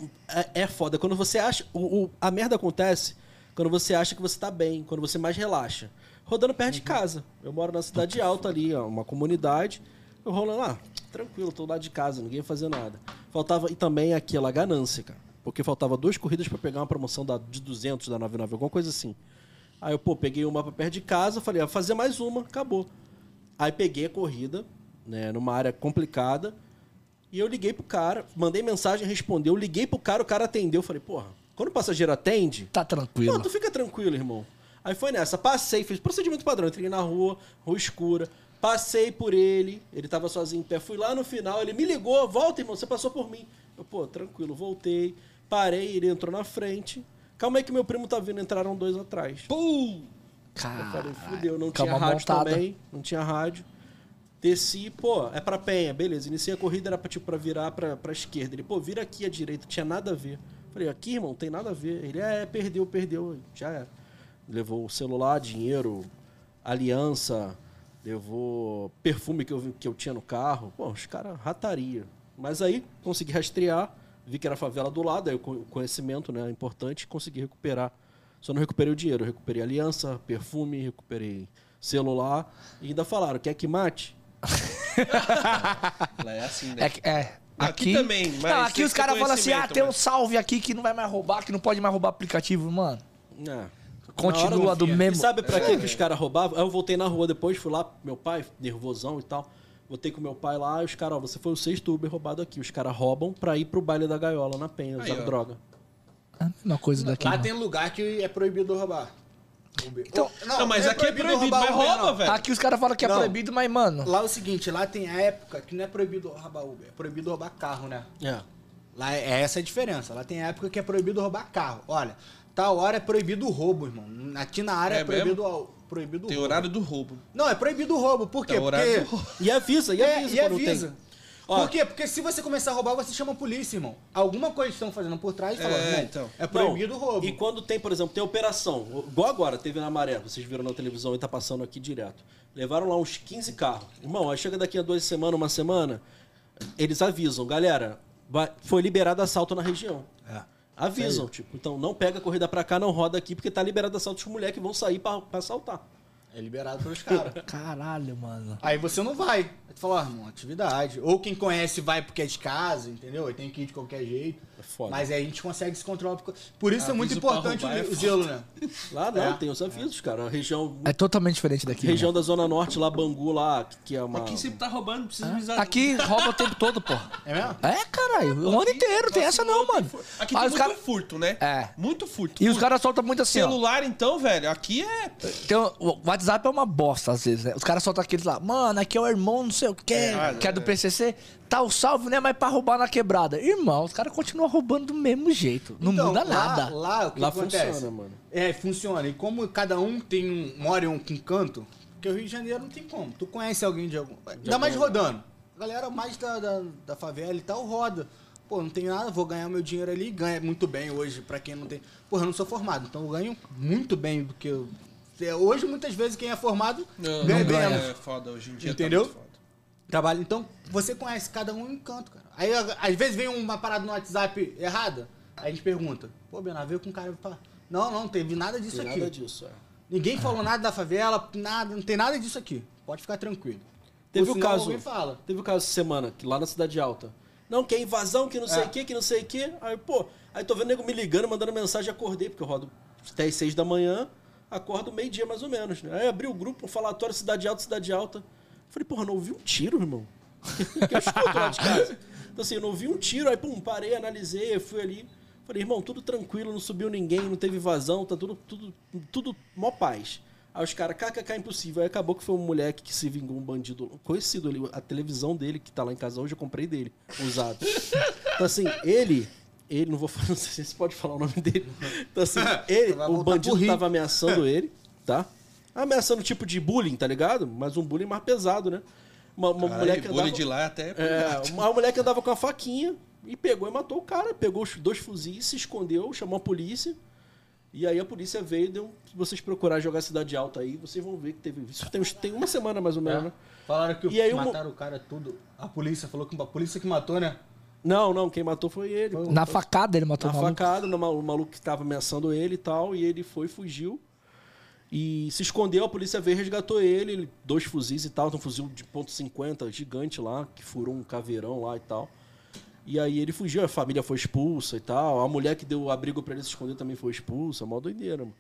É, é foda. Quando você acha. o- o- a merda acontece quando você acha que você tá bem, quando você mais relaxa. Rodando perto de casa. Eu moro na cidade alta ali, ó, uma comunidade. Eu rolando lá, tranquilo, tô lá de casa, ninguém ia fazer nada. Faltava. E também aquela ganância, cara. Porque faltava duas corridas pra pegar uma promoção da, de 200 da 99, alguma coisa assim. Aí eu, pô, peguei uma pra perto de casa, falei, ah, vou fazer mais uma, acabou. Aí peguei a corrida, né, numa área complicada. E eu liguei pro cara, mandei mensagem, respondeu, liguei pro cara, o cara atendeu. Falei, porra, quando o passageiro atende,
Tá
não,
tranquilo.
tu fica tranquilo, irmão. Aí foi nessa, passei, fiz procedimento padrão, entrei na rua, rua escura, passei por ele, ele tava sozinho em pé, fui lá no final, ele me ligou, volta, irmão, você passou por mim. Eu, pô, tranquilo, voltei, parei, ele entrou na frente. Calma aí que meu primo tá vindo, entraram dois atrás. Eu falei, fudeu, não
Calma
tinha rádio
Ah, montada.
também, não tinha rádio. Desci, pô, é pra Penha, beleza. Iniciei a corrida, era pra, tipo, pra virar pra, pra esquerda. Ele, pô, vira aqui à direita, tinha nada a ver. Falei, aqui, irmão, tem nada a ver. Ele, é, perdeu, perdeu, já era. Levou o celular, dinheiro, aliança, levou perfume que eu, que eu tinha no carro. Pô, os caras, rataria. Mas aí, consegui rastrear, vi que era a favela do lado, aí o co- o conhecimento, né, é importante, consegui recuperar. Só não recuperei o dinheiro, eu recuperei aliança, perfume, recuperei celular. E ainda falaram, quer que mate?
Ela é assim, né?
É, que- é.
Aqui
Aqui,
também, mas
Não,
tem que
aqui os
ter
caras falam assim: ah,
conhecimento,
tem um
mas-
salve aqui que não vai mais roubar, que não pode mais roubar aplicativo, mano.
É. Na
Continua
hora
do
eu-
mesmo- É.
E sabe pra que, que os caras roubavam? Aí eu voltei na rua depois, fui lá, meu pai, nervosão e tal. Voltei com meu pai lá, e os caras, ó, você foi o sexto Uber roubado aqui. Os caras roubam pra ir pro baile da gaiola na penha,
Aí,
usando
ó.
droga.
Ah, Uma coisa daqui.
Lá
mano.
tem lugar que é proibido roubar.
Então,
Não, mas aqui é proibido, mas
Uber,
rouba,
não.
velho.
Aqui os caras falam que é
Não.
proibido, mas, mano.
Lá é o seguinte, lá tem a época que não é proibido roubar Uber, é proibido roubar carro, né?
É.
Lá é essa a diferença. Lá tem época que é proibido roubar carro. Olha, tal hora é proibido o roubo, irmão. Aqui na área
É
é, proibido, o proibido o
Tem
roubo.
horário do roubo.
Não, é proibido o roubo. Por quê?
Tem horário do
Porque...
roubo.
E avisa, e
É,
avisa
[laughs] e
quando
avisa.
tem. Ó,
Por quê? Porque se você começar a roubar, você chama a polícia, irmão. Alguma coisa estão fazendo por trás e
É,
fala, é,
então.
é proibido o
Não,
roubo.
E quando tem, por exemplo, tem operação, igual agora, teve na Maré, vocês viram na televisão e tá passando aqui direto. Levaram lá uns 15 carros. Irmão, aí chega daqui a duas semanas, uma semana, eles avisam, galera, vai- foi liberado assalto na região.
É,
Avisam, tipo, então não pega a corrida pra cá, não roda aqui, porque tá liberado assalto de mulher que vão sair pra, pra assaltar.
É liberado pelos caras.
Caralho, mano.
Aí você não vai. Aí tu fala, ah, irmão, atividade. Ou quem conhece vai porque é de casa, entendeu? Aí tem que ir de qualquer jeito.
É foda.
Mas aí a gente consegue se controlar. por co- Por isso é muito
Aviso pra
importante
roubar é
o zelo, né?
Lá não,
É.
tem os avisos, cara. A região,
É totalmente diferente daqui.
região da Zona Norte, lá Bangu, lá, que- que é uma.
Aqui sempre tá roubando, não precisa
mano.
avisar.
Ah. Aqui rouba o tempo todo, porra.
É mesmo?
É, caralho. O ano inteiro, tem essa não, mano.
Aqui tem
Mas
muito
os cara...
furto, né?
É.
Muito furto.
E os
Furto.
caras soltam muito assim, ó.
Celular, então, velho, aqui é.
Tem o- o WhatsApp é uma bosta, às vezes, né? Os caras soltam aqueles lá, mano, aqui é o irmão, não sei o quê,
É,
que é do
é.
PCC, tá o salve, né? Mas pra roubar na quebrada. Irmão, os caras continuam roubando do mesmo jeito. Não
Então,
muda
lá-
nada.
Lá, o que
Lá
acontece?
funciona, mano.
É, funciona. E como cada um tem um. mora em um um canto, porque o Rio de Janeiro não tem como. Tu conhece alguém de algum. Ainda mais rodando. A galera mais da, da, da favela e tal roda. Pô, não tem nada, vou ganhar meu dinheiro ali. Ganha muito bem hoje, pra quem não tem. Porra, eu não sou formado, então eu ganho muito bem do que eu. é, Hoje, muitas vezes, quem é formado
Não,
ganha
não
bem. né? menos.
É foda hoje em dia.
Entendeu?
Tá muito foda.
Trabalho. Então, você conhece cada um em um canto, cara. Aí, a- às vezes, vem uma parada no WhatsApp errada, aí a gente pergunta, pô, Bernardo, veio com um cara... Pra... Não, não, não teve nada disso
Tem
aqui.
nada disso, é.
Ninguém falou nada da favela, nada, não tem nada disso aqui. Pode ficar tranquilo.
Teve
Ou
o
senão
caso.
Alguém fala.
Teve o caso essa semana, que lá na Cidade Alta. Não, que é invasão, que não sei o
É.
que, que não sei o que. Aí, pô, aí tô vendo nego me ligando, mandando mensagem, acordei, porque eu rodo até as seis da manhã. acordo meio-dia mais ou menos. Né? Aí abri o grupo, um falatório Cidade Alta, Cidade Alta. Falei, porra, não ouvi um tiro, irmão. [laughs] que eu escuto lá de casa. Então assim, eu não ouvi um tiro, aí pum, parei, analisei, fui ali. Falei, irmão, tudo tranquilo, não subiu ninguém, não teve vazão, tá tudo, tudo, tudo mó paz. Aí os caras, kkk, impossível. Aí acabou que foi um moleque que se vingou um bandido conhecido ali. A televisão dele, que tá lá em casa hoje, eu comprei dele, usado. Então assim, ele, ele, não vou falar, [laughs] não sei se pode falar o nome dele. Então
[laughs]
assim, ele,
Vai
o
voltar pro
bandido
Rio.
tava ameaçando ele, tá? Ameaçando tipo de bullying, tá ligado? Mas um bullying mais pesado, né? Uma, uma
Caralho,
mulher que
bullying
andava...
de lá até...
É, uma mulher que andava com a faquinha e pegou e matou o cara. Pegou os dois fuzis, se escondeu, chamou a polícia. E aí a polícia veio e deu. um, Se vocês procurarem jogar Cidade Alta aí, vocês vão ver que teve. Isso tem, uns- tem uma semana mais ou menos. né?
Falaram que
E aí uma-
mataram o cara tudo. A polícia falou que a polícia que matou, né?
Não, não, quem matou foi ele. pô.
Na facada ele matou
Na
o maluco.
facada, no malu- o maluco que tava ameaçando ele e tal. E ele foi, fugiu. E se escondeu, a polícia veio e resgatou ele. ele- Dois fuzis e tal. Um fuzil de ponto .50 gigante lá, que furou um caveirão lá e tal. E aí ele fugiu, a família foi expulsa e tal. A mulher que deu abrigo pra ele se esconder também foi expulsa. Mó doideira, mano.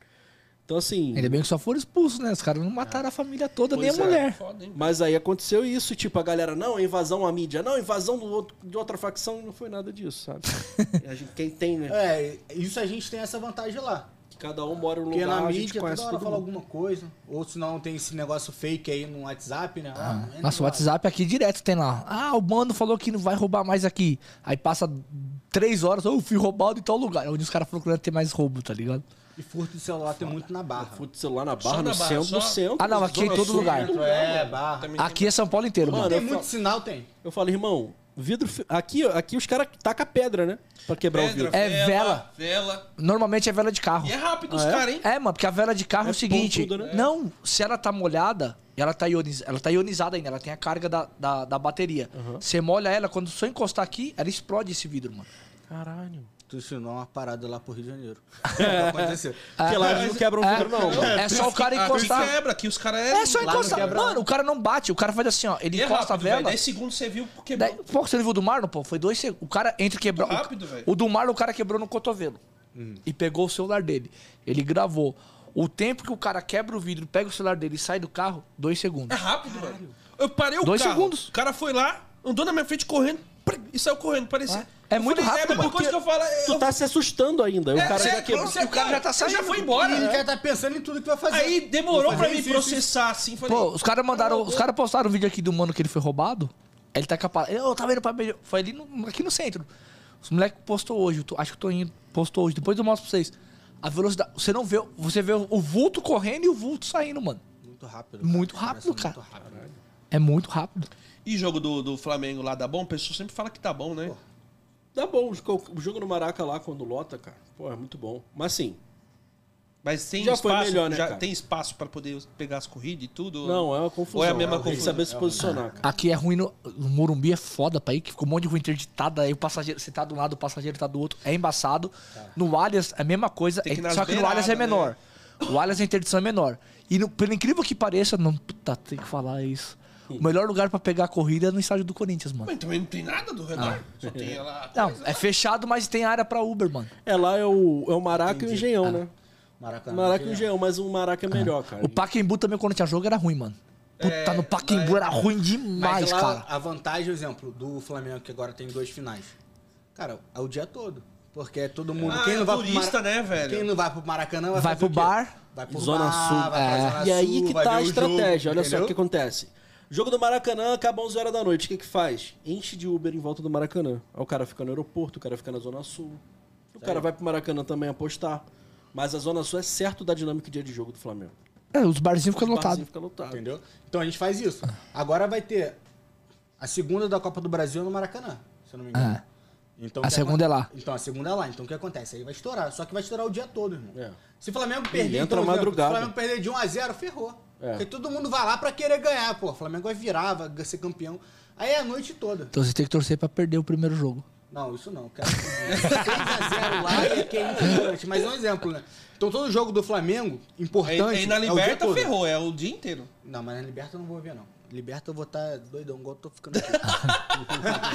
Então, assim...
Ainda bem que só foram expulsos, né? Os caras não mataram a família toda, nem a
Pois é,
mulher.
Foda, hein?
Mas aí aconteceu isso, tipo, a galera, não, é invasão à mídia, não, é invasão do outro, de outra facção, e não foi nada disso,
[laughs]
sabe? A gente- Quem tem, né?
É, isso a gente tem essa vantagem lá.
Que Cada um mora num
Porque é
lugar,
na
a gente
mídia
conhece
toda hora
todo
fala
mundo.
alguma coisa. Ou se não tem esse negócio fake aí no WhatsApp, né? Ah, entra
Nossa, o
lá.
WhatsApp aqui direto tem lá. Ah, o mano falou que não vai roubar mais aqui. Aí passa três horas, eu fui roubado em tal lugar. É onde os caras procurando ter mais roubo, tá ligado?
E furto de celular tem muito na barra.
É
Fute celular na barra,
Só
no
na Barra,
centro,
só-
no centro.
Ah, não, aqui em
Zona
todo
Sul.
lugar.
Centro, é, barra.
Também
Aqui é São Paulo inteiro, mano.
Mano,
Tem
eu
muito
falo-
sinal, tem.
Eu falei, irmão, vidro. fe- Aqui, aqui os caras tacam pedra, né? Pra quebrar o vidro.
Pedra,
É vela.
Vela.
Normalmente é vela de carro.
E é rápido os caras, hein?
É, mano, porque a vela de carro é,
É
o seguinte.
pontuda, né?
Não, se ela tá molhada, ela tá, ioniz... ela tá ionizada ainda, ela tem a carga da, da, da bateria. Você molha ela, quando só encostar aqui, ela explode esse vidro, mano.
Caralho.
Tu ensinou uma parada lá pro Rio de [laughs] Janeiro. Aconteceu.
Porque lá eles não quebram o
É,
vidro, não. mano.
É só o cara
Aqui
encostar.
quebra, aqui os caras...
É só
não
encostar.
quebra.
Mano, o cara não bate, o cara faz assim, ó. Ele
E é rápido,
encosta a
velho.
vela.
10 segundos você viu porque...
Daí, pô, você não viu o do Marlon, pô? Foi dois segundos. O cara entre quebrar.
Muito É rápido, velho. Hum.
o, o do Marlon, o cara quebrou no cotovelo. E pegou o celular dele. Ele gravou. O tempo que o cara quebra o vidro, pega o celular dele e sai do carro, dois
É
segundos.
rápido, mano. Eu parei o
Dois
carro.
segundos.
O cara foi lá, andou na minha frente correndo prim, e saiu correndo. Parecia.
É
Eu
muito
falei,
rápido,
É a mesma
mano.
coisa que eu falo. é,
Tu
eu-
tá se assustando ainda.
é,
o cara
é,
já quebrou.
você- o
cara já tá
eu Já
saindo.
foi
E
embora.
ele já tá pensando em tudo que vai fazer.
Aí demorou
Vou
pra
fazer
mim
isso,
processar assim. Falei,
Pô, os caras mandaram. Os caras postaram um vídeo aqui do mano que ele foi roubado. Ele tá capaz. Eu tava indo pra melhor. Foi ali no- aqui no centro. Os moleques postou hoje. eu tô- acho que eu tô indo. Postou hoje. Depois eu mostro pra vocês. A velocidade. Você não vê. o- Você vê o o vulto correndo e o vulto saindo, mano.
Muito rápido.
Muito
Começa
rápido, cara.
Muito rápido.
É muito rápido.
E jogo do, do Flamengo lá dá bom? O pessoal sempre fala que tá bom, né?
Dá Tá bom. O jogo no Maraca lá, quando lota, cara. Pô, é muito bom. Mas assim,
Mas tem
Já foi
espaço,
melhor, né,
já
cara?
tem espaço para poder pegar as corridas e tudo?
não, é uma confusão.
Ou é a mesma
Tem que
confusão?
saber se posicionar, cara.
Aqui é ruim no. No Morumbi é foda pra ir, que ficou um monte de rua interditada. Aí o passageiro, você tá de um lado, o passageiro tá do outro. É embaçado. No Allianz é a mesma coisa,
Tem que ir
é-
nas
só que no
beiradas,
Allianz é
né?
menor. O Allianz a interdição é menor. E no- pelo incrível que pareça, não. Puta, tem que falar isso. O melhor lugar pra pegar a corrida é no estádio do Corinthians, mano.
Mas também não tem nada do redor.
Ah.
Só tem ela.
Não, é fechado, mas tem área pra Uber, mano.
É lá é o, é o Maraca e o Engenhão,
Ah,
né?
Maracanã.
Maraca e o
que-
Engenhão, mas o Maraca é melhor, cara.
tá, O Pacaembu também, quando tinha jogo, era ruim, mano. Puta, no Pacaembu era ruim demais,
Mas lá,
cara.
a vantagem, exemplo, do Flamengo, que agora tem dois finais. Cara, é o dia todo. Porque é todo mundo.
Ah,
quem não
é
vai
turista,
pro Mara-
né, velho?
Quem não vai pro Maracanã vai
Vai
fazer
pro
o quê?
bar,
vai pro
Zona
bar,
Sul.
vai pra
É.
Zona
E aí
Sul,
que
vai
tá
ver
a
o jogo,
estratégia. Olha só o
entendeu?
que acontece. Jogo do Maracanã acaba 11 horas da noite. O que que faz? Enche de Uber em volta do Maracanã. Aí o cara fica no aeroporto, o cara fica na Zona Sul. O cara vai pro Maracanã também apostar. Mas a Zona Sul é certo da dinâmica de dia de jogo do Flamengo.
É, os barzinhos ficam
O barzinho
lotados.
Fica lotado.
Entendeu? Então a gente faz isso. Agora vai ter a segunda da Copa do Brasil no Maracanã, se eu não me engano.
É.
Então,
A
o que
segunda
aconte-
é lá.
Então a segunda é lá. Então o que acontece? Aí vai estourar. Só que vai estourar o dia todo, irmão.
É.
Se o Flamengo perder,
entra
então, exemplo,
madrugada.
se o Flamengo perder de 1 a 0 ferrou.
É.
Porque todo mundo vai lá pra querer ganhar, pô. O Flamengo vai virar, vai ser campeão. Aí é a noite toda.
Então você tem que torcer pra perder o primeiro jogo.
Não, isso não, cara. [laughs] 6x0 lá e quem é Mas é um exemplo, né? Então todo jogo do Flamengo,
Aí,
importante.
aí na
é o dia
liberta
todo.
ferrou, é o dia inteiro.
Não, mas na Liberta eu não vou ver, não. Liberta eu vou estar doidão, igual eu tô ficando
[laughs]
aqui. Tá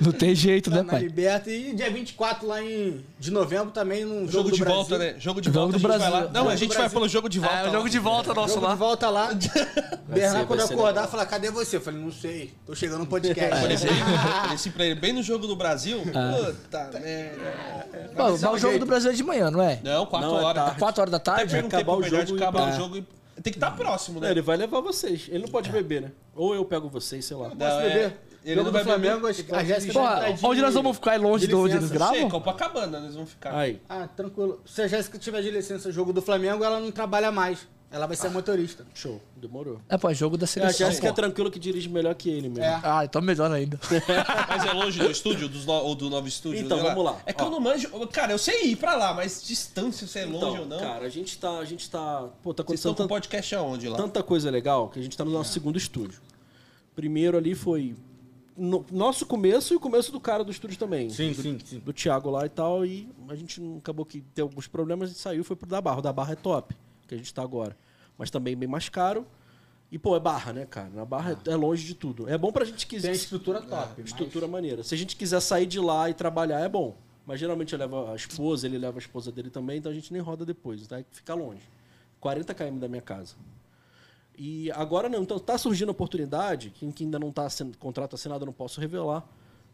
Não tem jeito, né,
na
pai?
Liberta. E dia 24 lá em, de novembro também, num jogo,
Jogo,
do
de
Brasil.
volta, né? Jogo de
Jogo
volta
do
a gente vai
Brasil.
lá. Não,
Jogo
a
do
gente vai
Brasil.
pelo jogo de volta.
É, o
lá.
jogo de volta nosso
Jogo
lá.
de
[laughs]
volta lá.
ser-
Bernardo, quando
vai ser
acordar,
legal.
falar, cadê você? Eu falei, não sei. Tô chegando no podcast.
[laughs]
Falei pra ele- [laughs] falei assim pra ele, bem no jogo do Brasil.
É.
Puta merda.
Mano, mas o jogo do Brasil é de manhã, não é?
Não, quatro
Não, é
horas. Tá.
tarde.
4 horas da
Até
tarde?
perguntei
acabar
pro
o
melhor de
jogo e-
acabar
É.
o jogo e. Tem que estar próximo,
Não,
É,
né?
É, ele vai levar vocês. Ele não pode beber, né? Ou eu pego vocês, sei lá.
Não, é- Ele
Jogo
não
do
vai
Flamengo,
beber.
acho que a Jéssica já
Porra,
tá de-
onde nós vamos ficar? É longe
de
de onde eles
licença.
Não sei,
gravam?
Copacabana, eles vão ficar.
Aí.
Ah, tranquilo. Se a Jéssica tiver de licença jogo do Flamengo, ela não trabalha mais. Ela vai ser motorista.
Show. Demorou.
É, pô, é jogo da
É, a
seleção.
Jéssica é
pô.
tranquilo que dirige melhor que ele mesmo.
É.
Ah, então melhor ainda.
[laughs] Mas é longe do estúdio dos no- ou do novo estúdio?
Então,
sei
vamos lá.
É que eu
Ó.
não manjo. Cara, eu sei ir pra lá, mas distância, se é longe
Então,
ou não.
cara, a gente tá. A gente tá. Pô, tá
Vocês estão
acontecendo
com
tanta,
podcast aonde lá?
tanta coisa legal que a gente tá no
É.
nosso segundo estúdio. Primeiro ali foi. no- nosso começo e o começo do cara do estúdio também.
Sim, sim, sim.
do Thiago lá e tal, e a gente não- acabou que tem alguns problemas, a gente saiu e foi pro da Barra. O da Barra é top, que a gente tá agora. Mas também bem mais caro. E, pô, é barra, né, cara? Na barra é- é longe de tudo. É bom pra gente
Tem
quiser.
a estrutura top. mas-
Estrutura maneira. Se a gente quiser sair de lá e trabalhar, é bom. Mas geralmente eu levo a esposa, ele leva a esposa dele também, então a gente nem roda depois, tá? Fica longe. 40 km da minha casa. E agora não, então tá surgindo a oportunidade, quem que ainda não tá sendo contrato assinado, eu não posso revelar,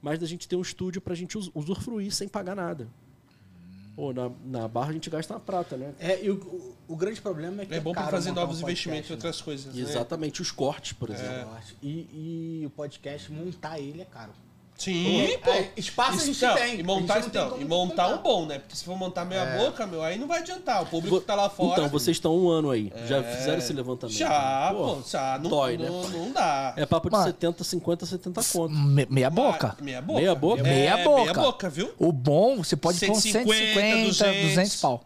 mas da gente ter um estúdio pra gente us- usufruir sem pagar nada.
Hum.
Pô, na, na barra a gente gasta uma prata, né?
É, e o, o- o grande problema é que.
É bom pra
caro
fazer
montar um
novos investimentos e
podcast,
outras coisas. né?
Exatamente, os cortes, por
é.
exemplo.
né? E, e o podcast, montar ele é caro.
Sim, pô.
É, espaço a gente
Então,
tem.
E montar,
a gente não tem
então,
como É.
e montar um
comprar.
bom, né? Porque se for montar meia boca, meu, aí não vai adiantar. O público
Vo-
que tá lá fora. É.
Então, vocês estão um ano aí. Já fizeram esse levantamento?
Já,
né?
pô, já. Não,
dói, né?
não, não dá.
É papo de
Mano.
70, 50, 70 conto.
Me- meia boca.
Ah, Meia boca.
Meia boca?
É,
Meia boca.
Meia boca, viu?
O bom, você pode pôr
150,
150, 200,
200
pau.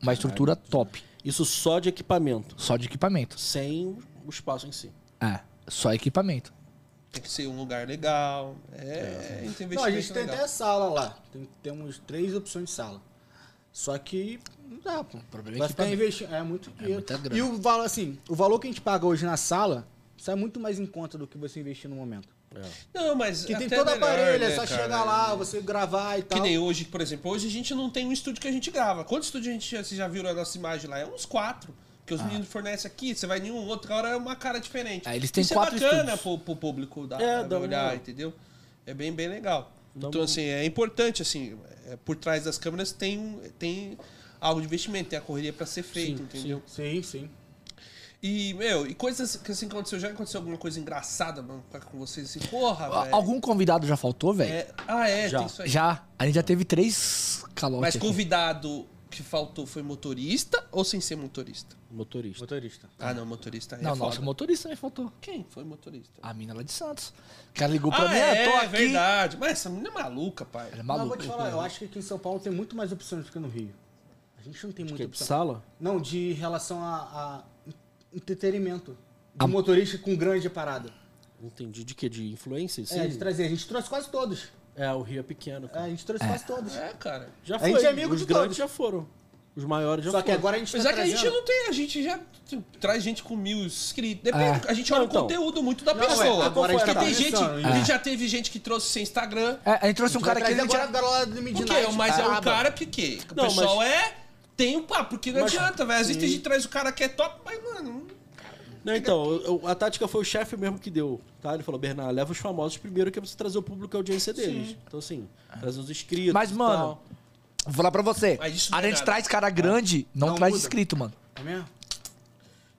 Uma estrutura top,
Isso só de equipamento,
só de equipamento.
sem o espaço em si.
É, só equipamento.
Tem que ser um lugar legal. É, é. investimento
Não, a gente tem
legal.
até sala lá. Tem, temos três opções de sala. Só que não dá, pô.
problema é
Vai ficar
equipamento.
investindo. É muito dinheiro.
muita grana.
e o valor, assim, o valor que a gente paga hoje na sala sai muito mais em conta do que você investir no momento.
Não, mas.
Que tem
até
todo
melhor,
aparelho, é
né,
só
cara?
chegar lá, você gravar e
Que
tal.
nem hoje, por exemplo, hoje a gente não tem um estúdio que a gente grava. Quantos estúdios a gente já- vocês já viram a nossa imagem lá? É uns quatro. Que os
Ah.
meninos fornecem aqui, você vai em um, outra hora é uma cara diferente.
Ah, eles têm
Isso
quatro
é bacana
estúdios.
pro, pro público da,
É,
da
dá
olhar,
uma-
entendeu? É bem, bem legal.
Dá
então,
uma-
assim, é importante, assim, é, por trás das câmeras tem, um- tem algo de investimento, tem a correria pra ser feita, entendeu?
Sim, sim.
E, meu, e coisas que assim aconteceu, já aconteceu alguma coisa engraçada, mano, pra- com vocês, assim, porra,
A-
velho.
Algum convidado já faltou, velho?
É, ah, é,
Já.
tem isso aí.
Já. A gente já teve três calotes.
Mas
aqui.
convidado que faltou foi motorista ou sem ser motorista?
Motorista.
Motorista.
Ah, não, motorista é
Não,
foda.
nosso motorista também faltou.
Quem foi motorista?
A mina lá de Santos. O cara ligou pra
Ah,
mim,
é,
eu tô aqui.
verdade. Mas essa menina é maluca, pai.
Ela é
Mas eu
maluca.
vou te falar, eu acho que aqui em São Paulo tem muito mais opções do que no Rio. A gente não tem muita
Que de
opção.
sala?
Não, de relação a, a entretenimento. Do motorista com grande parada.
Entendi. De quê? De influência? Sim.
É, de trazer. A gente trouxe quase todos.
É, o Rio é pequeno.
É,
Cara.
a gente trouxe quase todos.
É, cara.
Já
A
foi.
gente é amigo
Os
de
grandes
todos.
já foram. Os maiores já
Só que
foram.
agora a gente
Mas
tá
é que a gente
trazendo-
não tem, a gente já t- traz gente com mil inscritos. Depende, a gente olha
Não, então.
o conteúdo muito da
Não,
pessoa.
é, agora a gente
Porque
tá
tem gente,
pensando,
a gente já teve gente que trouxe sem Instagram.
É, a gente trouxe um
Vai
cara que
trazer
ele
agora
tinha...
da hora do
Por
Midnight.
quê? Mas é um
Braba.
cara que quê? O
Não,
pessoal
mas-
é. Tem um papo, porque não
Mas-
adianta, velho. Às vezes a gente traz o cara que é top, mas, mano.
Não, então, eu- eu- a tática foi o chefe mesmo que deu. Tá? Ele falou, Bernardo, leva os famosos primeiro que é você trazer o público e a audiência deles. Então, assim, trazer os inscritos.
Mas,
e
mano,
tal.
vou falar pra você.
Mas isso não
A
é
gente
nada.
traz cara grande, não,
Não
traz
muda.
inscrito, mano.
É mesmo?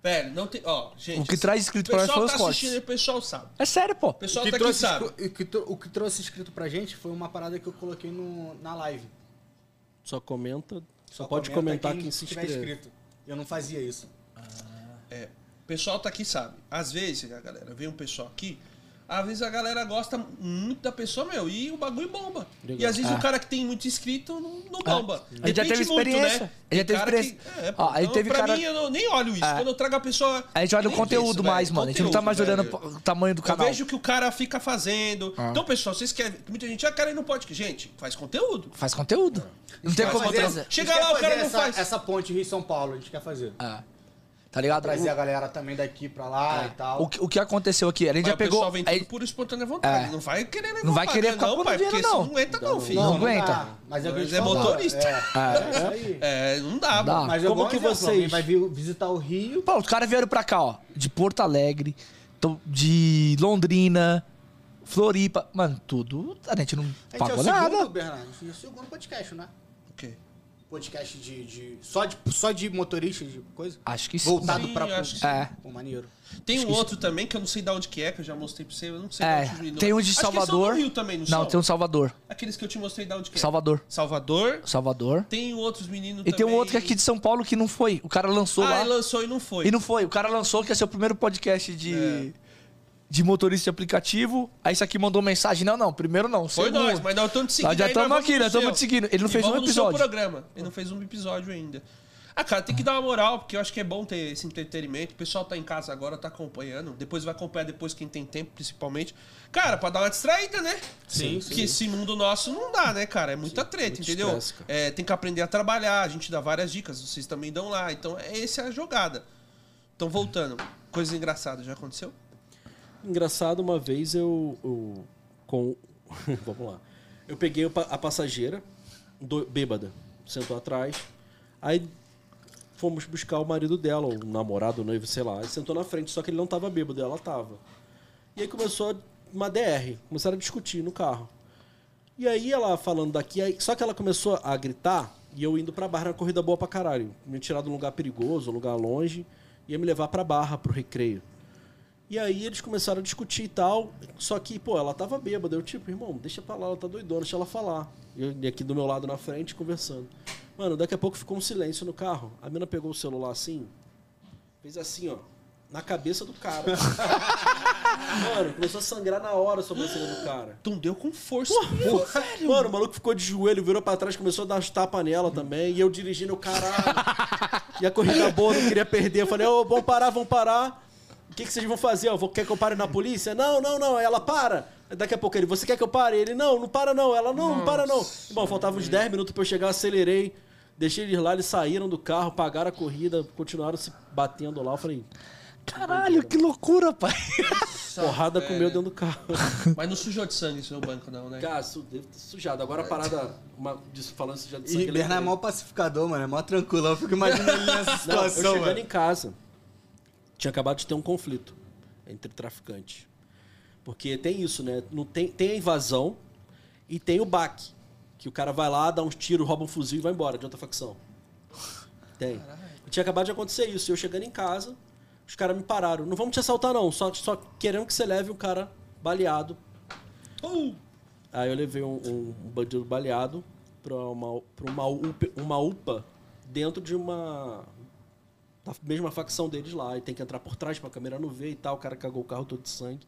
Velho, não tem. Ó, gente.
O que traz inscrito
o
pra nós foi
pessoal
os
tá
cortes.
assistindo e o pessoal sabe.
É sério, pô.
O pessoal
que
tá aqui
trouxe
sabe.
escri- o que tro- o que trouxe escrito pra gente foi uma parada que eu coloquei no, na live.
Só comenta, só,
Só
pode
comenta
comentar quem, se
tiver
inscreve.
inscrito. Eu não fazia isso.
É, o pessoal tá aqui sabe. Às vezes, a galera, vem um pessoal aqui, às vezes a galera gosta muito da pessoa, meu, e o bagulho bomba. E às vezes
Ah.
o cara que tem muito inscrito não, não bomba. né?
Ele Ah. já teve experiência. Ele já teve
cara que-
experiência.
é, pô,
Ó, aí
então,
teve
pra
cara- Ah.
mim, eu não- nem olho isso. Quando eu trago a pessoa...
A gente olha o
nem
conteúdo
vejo,
mais,
velho.
mano. a gente não tá mais
Conteúdo,
olhando
velho.
o tamanho do
Eu
canal. Ah.
vejo o que o cara fica fazendo. Então, pessoal, vocês querem... Muita gente, ah, cara, ele não pode... Gente, faz conteúdo.
Faz conteúdo. Não tem
Faz
como
conteúdo.
trazer.
A gente
Chega
quer
lá, o
fazer
cara não
essa,
faz.
Essa ponte Rio-São Paulo, a gente quer fazer.
Ah. Tá ligado?
Trazer a galera também daqui pra lá
É.
e tal.
O, que- o que aconteceu aqui? A gente
Mas
já
o pessoal
pegou.
vem
aí-
tudo por espontânea vontade.
É.
Não vai querer levar
Não vai
o
querer ficar
não,
com
pai,
dinheiro,
porque
não.
isso não entra não, filho.
Não
dá,
aguenta.
Mas é, o que eu
Mas
te
é
falar,
motorista.
É, é isso aí.
É, não dá,
Dá.
mano.
Mas eu
Como
gosto
que
de exemplo, alguém
vocês-
vai vi- visitar o Rio.
Pô, os caras vieram pra cá, ó. De Porto Alegre, to- de Londrina, Floripa. Mano, tudo. A gente não
A gente é
pagou
o
nada.
segundo, Bernardo. A gente é o segundo podcast, né?
Ok.
Podcast de. de- só, de só de motorista, de coisa.
Acho que sim.
Voltado
Sim,
pra
eu acho que
público.
sim.
É.
Pô, maneiro.
Tem um outro também que eu não sei de onde que é, que eu já mostrei pra você, eu não sei
É,
de onde
tem um de
Acho que eles são
Salvador.
do Rio também, não,
Não,
são?
tem um de Salvador.
Aqueles que eu te mostrei de onde que é.
Salvador.
Salvador.
Salvador.
Tem outros meninos
E tem um
também.
outro que é aqui de São Paulo que não foi. O cara lançou
Ah,
lá.
ele lançou É. e não foi.
E não foi. O cara lançou que ia ser o primeiro podcast de. De motorista de aplicativo. Aí isso aqui mandou mensagem. Não, não, primeiro não.
Foi
segundo.
nós, mas nós estamos te seguindo.
Nós já
aí,
estamos
vamos
aqui,
no
nós estamos
seu.
te seguindo. Ele não
E
fez
vamos
um
no seu
episódio.
programa. Ele não fez um episódio ainda. Ah, cara, tem que dar uma moral, porque eu acho que é bom ter esse entretenimento. O pessoal tá em casa agora, tá acompanhando. Depois vai acompanhar depois quem tem tempo, principalmente. Cara, pra dar uma distraída, né?
Sim,
Porque esse mundo nosso não dá, né, cara? É muita treta,
muito
entendeu?
estresse, cara.
É, tem que aprender a trabalhar, a gente dá várias dicas, vocês também dão lá. Então, é- essa é a jogada. Então, voltando. Coisas engraçadas, já aconteceu?
Engraçado, uma vez eu. eu- com. [laughs] Vamos lá. Eu peguei o pa- a passageira, do- bêbada, sentou atrás. Aí fomos buscar o marido dela, o namorado, o noivo, sei lá. Ele sentou na frente, só que ele não tava bêbado, ela tava. E aí começou uma DR, começaram a discutir no carro. E aí ela falando daqui, aí- só que ela começou a gritar e eu indo pra barra na corrida boa pra caralho. Me tirar de um lugar perigoso, um lugar longe, ia me levar pra barra, pro recreio. E aí eles começaram a discutir e tal. Só que, pô, ela tava bêbada. Eu, tipo, irmão, deixa pra lá, ela tá doidona, deixa ela falar. Eu e aqui do meu lado na frente conversando. Mano, daqui a pouco ficou um silêncio no carro. A mina pegou o celular assim, fez assim, ó, na cabeça do cara. [laughs] Mano, começou a sangrar na hora a sobrancelha do cara.
Então, deu com força.
Pô, Mano, o maluco ficou de joelho, virou pra trás, começou a dar uns tapas nela também. E eu dirigindo o caralho. e a corrida boa, não queria perder. Eu falei, ô, vamos parar, vamos parar. O que, que vocês vão fazer? Eu vou, quer que eu pare na polícia? Não, não, não. Aí Ela para. Daqui a pouco ele, você quer que eu pare? Ele, não, não para não. Ela, não, não para não. Bom, faltava uns 10 minutos pra eu chegar, acelerei. Deixei eles lá, eles saíram do carro, pagaram a corrida, continuaram se batendo lá. Eu falei,
Caralho, que loucura, pai.
porrada comeu dentro do carro.
Mas não sujou de sangue seu banco, não, né?
Cara, su- deve ter sujado. Agora a parada, uma, disso- falando isso já de
E
sangue, né?
o Bernardo é
lembrei.
mó pacificador, mano. É mó tranquilo. Eu fico imaginando ele nessa [laughs]
Não, eu
situação, é.
chegando
mano.
em casa, tinha acabado de ter um conflito entre traficantes. Porque tem isso, né? Não tem, tem a invasão e tem o baque. Que o cara vai lá, dá uns tiros, rouba um fuzil e vai embora de outra facção. Tem. E Tinha acabado de acontecer isso. Eu chegando em casa, os caras me pararam. Não vamos te assaltar, não. Só, só queremos que você leve um cara baleado.
Uh!
Aí eu levei um, um bandido baleado pra uma, pra uma, UPA, uma UPA dentro de uma da mesma facção deles lá, e tem que entrar por trás pra câmera não ver e tal. O cara cagou o carro todo de sangue.